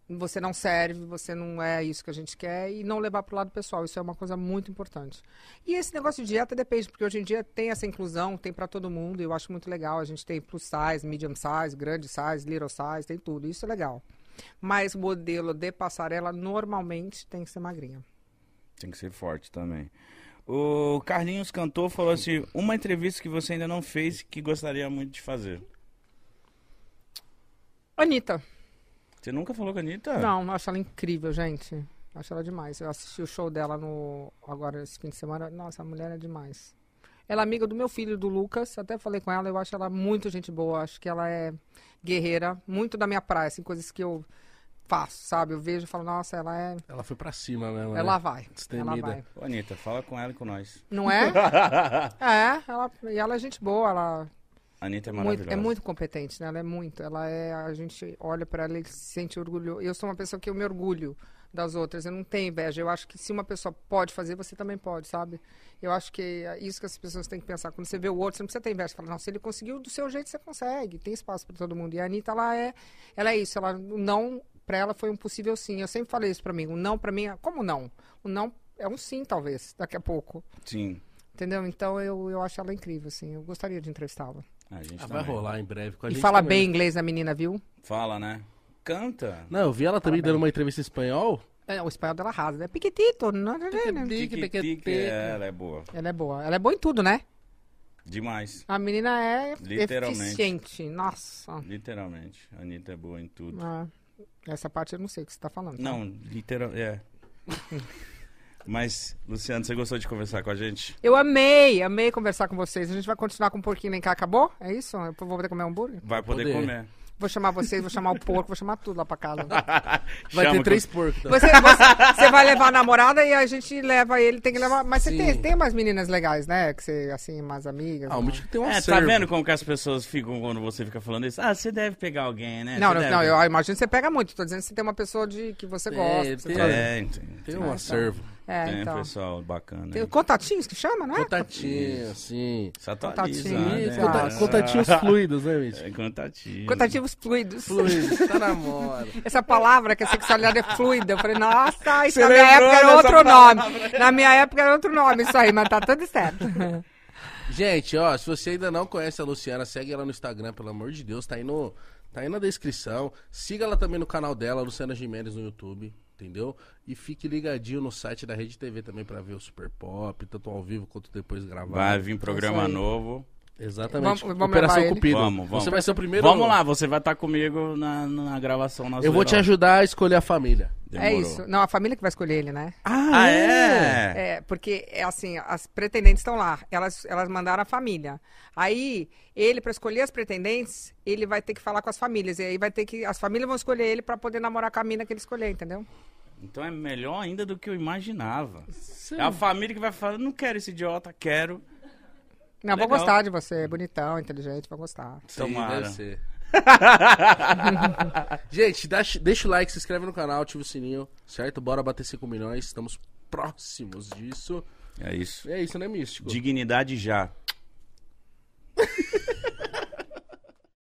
Speaker 3: Você não serve, você não é isso que a gente quer e não levar para o lado pessoal. Isso é uma coisa muito importante. E esse negócio de dieta depende, porque hoje em dia tem essa inclusão, tem para todo mundo, e eu acho muito legal. A gente tem plus size, medium size, grande size, little size, tem tudo. Isso é legal. Mas modelo de passarela normalmente tem que ser magrinha.
Speaker 2: Tem que ser forte também. O Carlinhos cantou, falou assim: uma entrevista que você ainda não fez que gostaria muito de fazer.
Speaker 3: Anitta.
Speaker 2: Você nunca falou com a Anitta?
Speaker 3: Não, eu acho ela é incrível, gente. Acho ela demais. Eu assisti o show dela no agora esse fim de semana. Nossa, a mulher é demais. Ela é amiga do meu filho, do Lucas. Até falei com ela. Eu acho ela muito gente boa. Acho que ela é guerreira. Muito da minha praia. Assim, coisas que eu faço, sabe? Eu vejo e falo, nossa, ela é.
Speaker 1: Ela foi pra cima mesmo.
Speaker 3: Ela
Speaker 1: né?
Speaker 3: vai.
Speaker 1: Destemida.
Speaker 3: Ela vai.
Speaker 2: Ô, Anitta, fala com ela e com nós.
Speaker 3: Não é? é, ela, e ela é gente boa, ela
Speaker 2: Anitta é
Speaker 3: muito-
Speaker 2: maravilhosa.
Speaker 3: é muito competente, né? Ela é muito. Ela é. A gente olha pra ela e se sente orgulho. Eu sou uma pessoa que eu me orgulho das outras. Eu não tenho inveja. Eu acho que se uma pessoa pode fazer, você também pode, sabe? Eu acho que é isso que as pessoas têm que pensar. Quando você vê o outro, você não precisa ter inveja. Você fala, não, se ele conseguiu do seu jeito, você consegue. Tem espaço pra todo mundo. E a Anitta, ela é, ela é isso. Ela o não pra ela foi um possível sim. Eu sempre falei isso pra mim. O não pra mim, é- como não? O não é um sim, talvez, daqui a pouco.
Speaker 2: Sim.
Speaker 3: Entendeu? Então eu, eu acho ela incrível, assim. Eu gostaria de entrevistá-la.
Speaker 2: A gente
Speaker 1: Ah, vai
Speaker 2: também.
Speaker 1: rolar em breve com a
Speaker 3: E
Speaker 1: gente.
Speaker 3: fala
Speaker 1: também.
Speaker 3: bem inglês a menina, viu?
Speaker 2: Fala, né? Canta.
Speaker 1: Não, eu vi ela também dando uma entrevista em espanhol.
Speaker 3: É, o espanhol dela arrasa, né? Piquitito. não, não, não, não.
Speaker 1: Tique, tique, tique.
Speaker 2: é, ela é boa.
Speaker 3: Ela é boa. Ela é boa em tudo, né?
Speaker 2: Demais.
Speaker 3: A menina é
Speaker 2: Literalmente.
Speaker 3: eficiente. Nossa.
Speaker 2: Literalmente. A Anitta é boa em tudo.
Speaker 3: Ah, essa parte eu não sei o que você tá falando.
Speaker 2: Não, literal. É. Mas, Luciano, você gostou de conversar com a gente?
Speaker 3: Eu amei, amei conversar com vocês. A gente vai continuar com o porquinho em cá. Acabou? É isso? Eu vou poder comer hambúrguer?
Speaker 2: Vai poder,
Speaker 1: Poder.
Speaker 2: comer.
Speaker 3: Vou chamar vocês, vou chamar o porco, vou chamar tudo lá pra casa.
Speaker 1: Vai
Speaker 2: Chama É,
Speaker 1: ter
Speaker 2: que-
Speaker 1: três porcos. também.
Speaker 3: Você, você- você vai levar a namorada e a gente leva ele, tem que levar. Mas você
Speaker 1: Sim.
Speaker 3: tem, tem umas meninas legais, né? Que você, assim, mais amigas.
Speaker 1: Ah, o
Speaker 3: né?
Speaker 1: Mítico tem um
Speaker 2: É, tá
Speaker 1: acervo.
Speaker 2: vendo como que as pessoas ficam quando você fica falando isso? Ah, você deve pegar alguém, né?
Speaker 3: Não,
Speaker 2: Você
Speaker 3: não,
Speaker 2: deve...
Speaker 3: não, eu imagino que você pega muito. Tô dizendo que você tem uma pessoa de, que você
Speaker 1: É,
Speaker 3: gosta. que você
Speaker 1: tem-
Speaker 3: tra-
Speaker 2: É, tem, tem,
Speaker 1: Tem um acervo.
Speaker 3: é,
Speaker 2: tem um
Speaker 3: então.
Speaker 2: pessoal bacana.
Speaker 3: Tem
Speaker 2: aí.
Speaker 3: contatinhos que chama, não é?
Speaker 1: Contatinho, sim.
Speaker 2: Se atualiza,
Speaker 3: Contatinho,
Speaker 2: né?
Speaker 3: exato.
Speaker 1: Conta-
Speaker 2: Essa-
Speaker 1: Contatinhos fluidos, né, Mítico?
Speaker 2: É, contatinho.
Speaker 3: Contativos fluidos.
Speaker 2: É.
Speaker 1: Fluidos, tá na moda.
Speaker 3: Essa palavra que a sexualidade é fluida. Eu falei, nossa,
Speaker 2: Você
Speaker 3: isso na minha
Speaker 2: lembrou
Speaker 3: época era
Speaker 2: dessa
Speaker 3: outro
Speaker 2: palavra?
Speaker 3: nome. Na minha época era outro nome isso aí, mas tá tudo certo.
Speaker 1: Gente, ó, se você ainda não conhece a Luciana, segue ela no Instagram, pelo amor de Deus, tá aí, no, tá aí na descrição. Siga ela também no canal dela, Luciana Gimenez no YouTube, entendeu? E fique ligadinho no site da Rede TV também pra ver o Super Pop, tanto ao vivo quanto depois gravado.
Speaker 2: Vai vir programa
Speaker 3: aí.
Speaker 2: novo.
Speaker 1: Exatamente.
Speaker 3: Vamos- vamos levar
Speaker 1: Operação
Speaker 3: ele.
Speaker 1: Cupido.
Speaker 2: Vamos, vamos.
Speaker 1: Você vai ser o primeiro.
Speaker 2: Vamos lá, você vai estar comigo na, na gravação nossa.
Speaker 1: Eu vou te ajudar a escolher a família.
Speaker 3: É isso. Não, a família que vai escolher ele, né?
Speaker 2: Ah, é?
Speaker 3: É, porque é assim, as pretendentes estão lá, elas, elas mandaram a família. Aí, ele, para escolher as pretendentes, ele vai ter que falar com as famílias. E aí vai ter que. As famílias vão escolher ele para poder namorar com a mina que ele escolher, entendeu?
Speaker 2: Então é melhor ainda do que eu imaginava. É a família que vai falar, não quero esse idiota, quero.
Speaker 3: Não, vou
Speaker 2: Legal.
Speaker 3: gostar de você, é bonitão, inteligente, vou gostar.
Speaker 1: Sim,
Speaker 2: Tomara.
Speaker 1: deve ser. Gente, dá- deixa o like, se inscreve no canal, ativa o sininho, certo? Bora bater 5 milhões, estamos próximos disso.
Speaker 2: É isso.
Speaker 1: É isso, né, Místico?
Speaker 2: Dignidade já.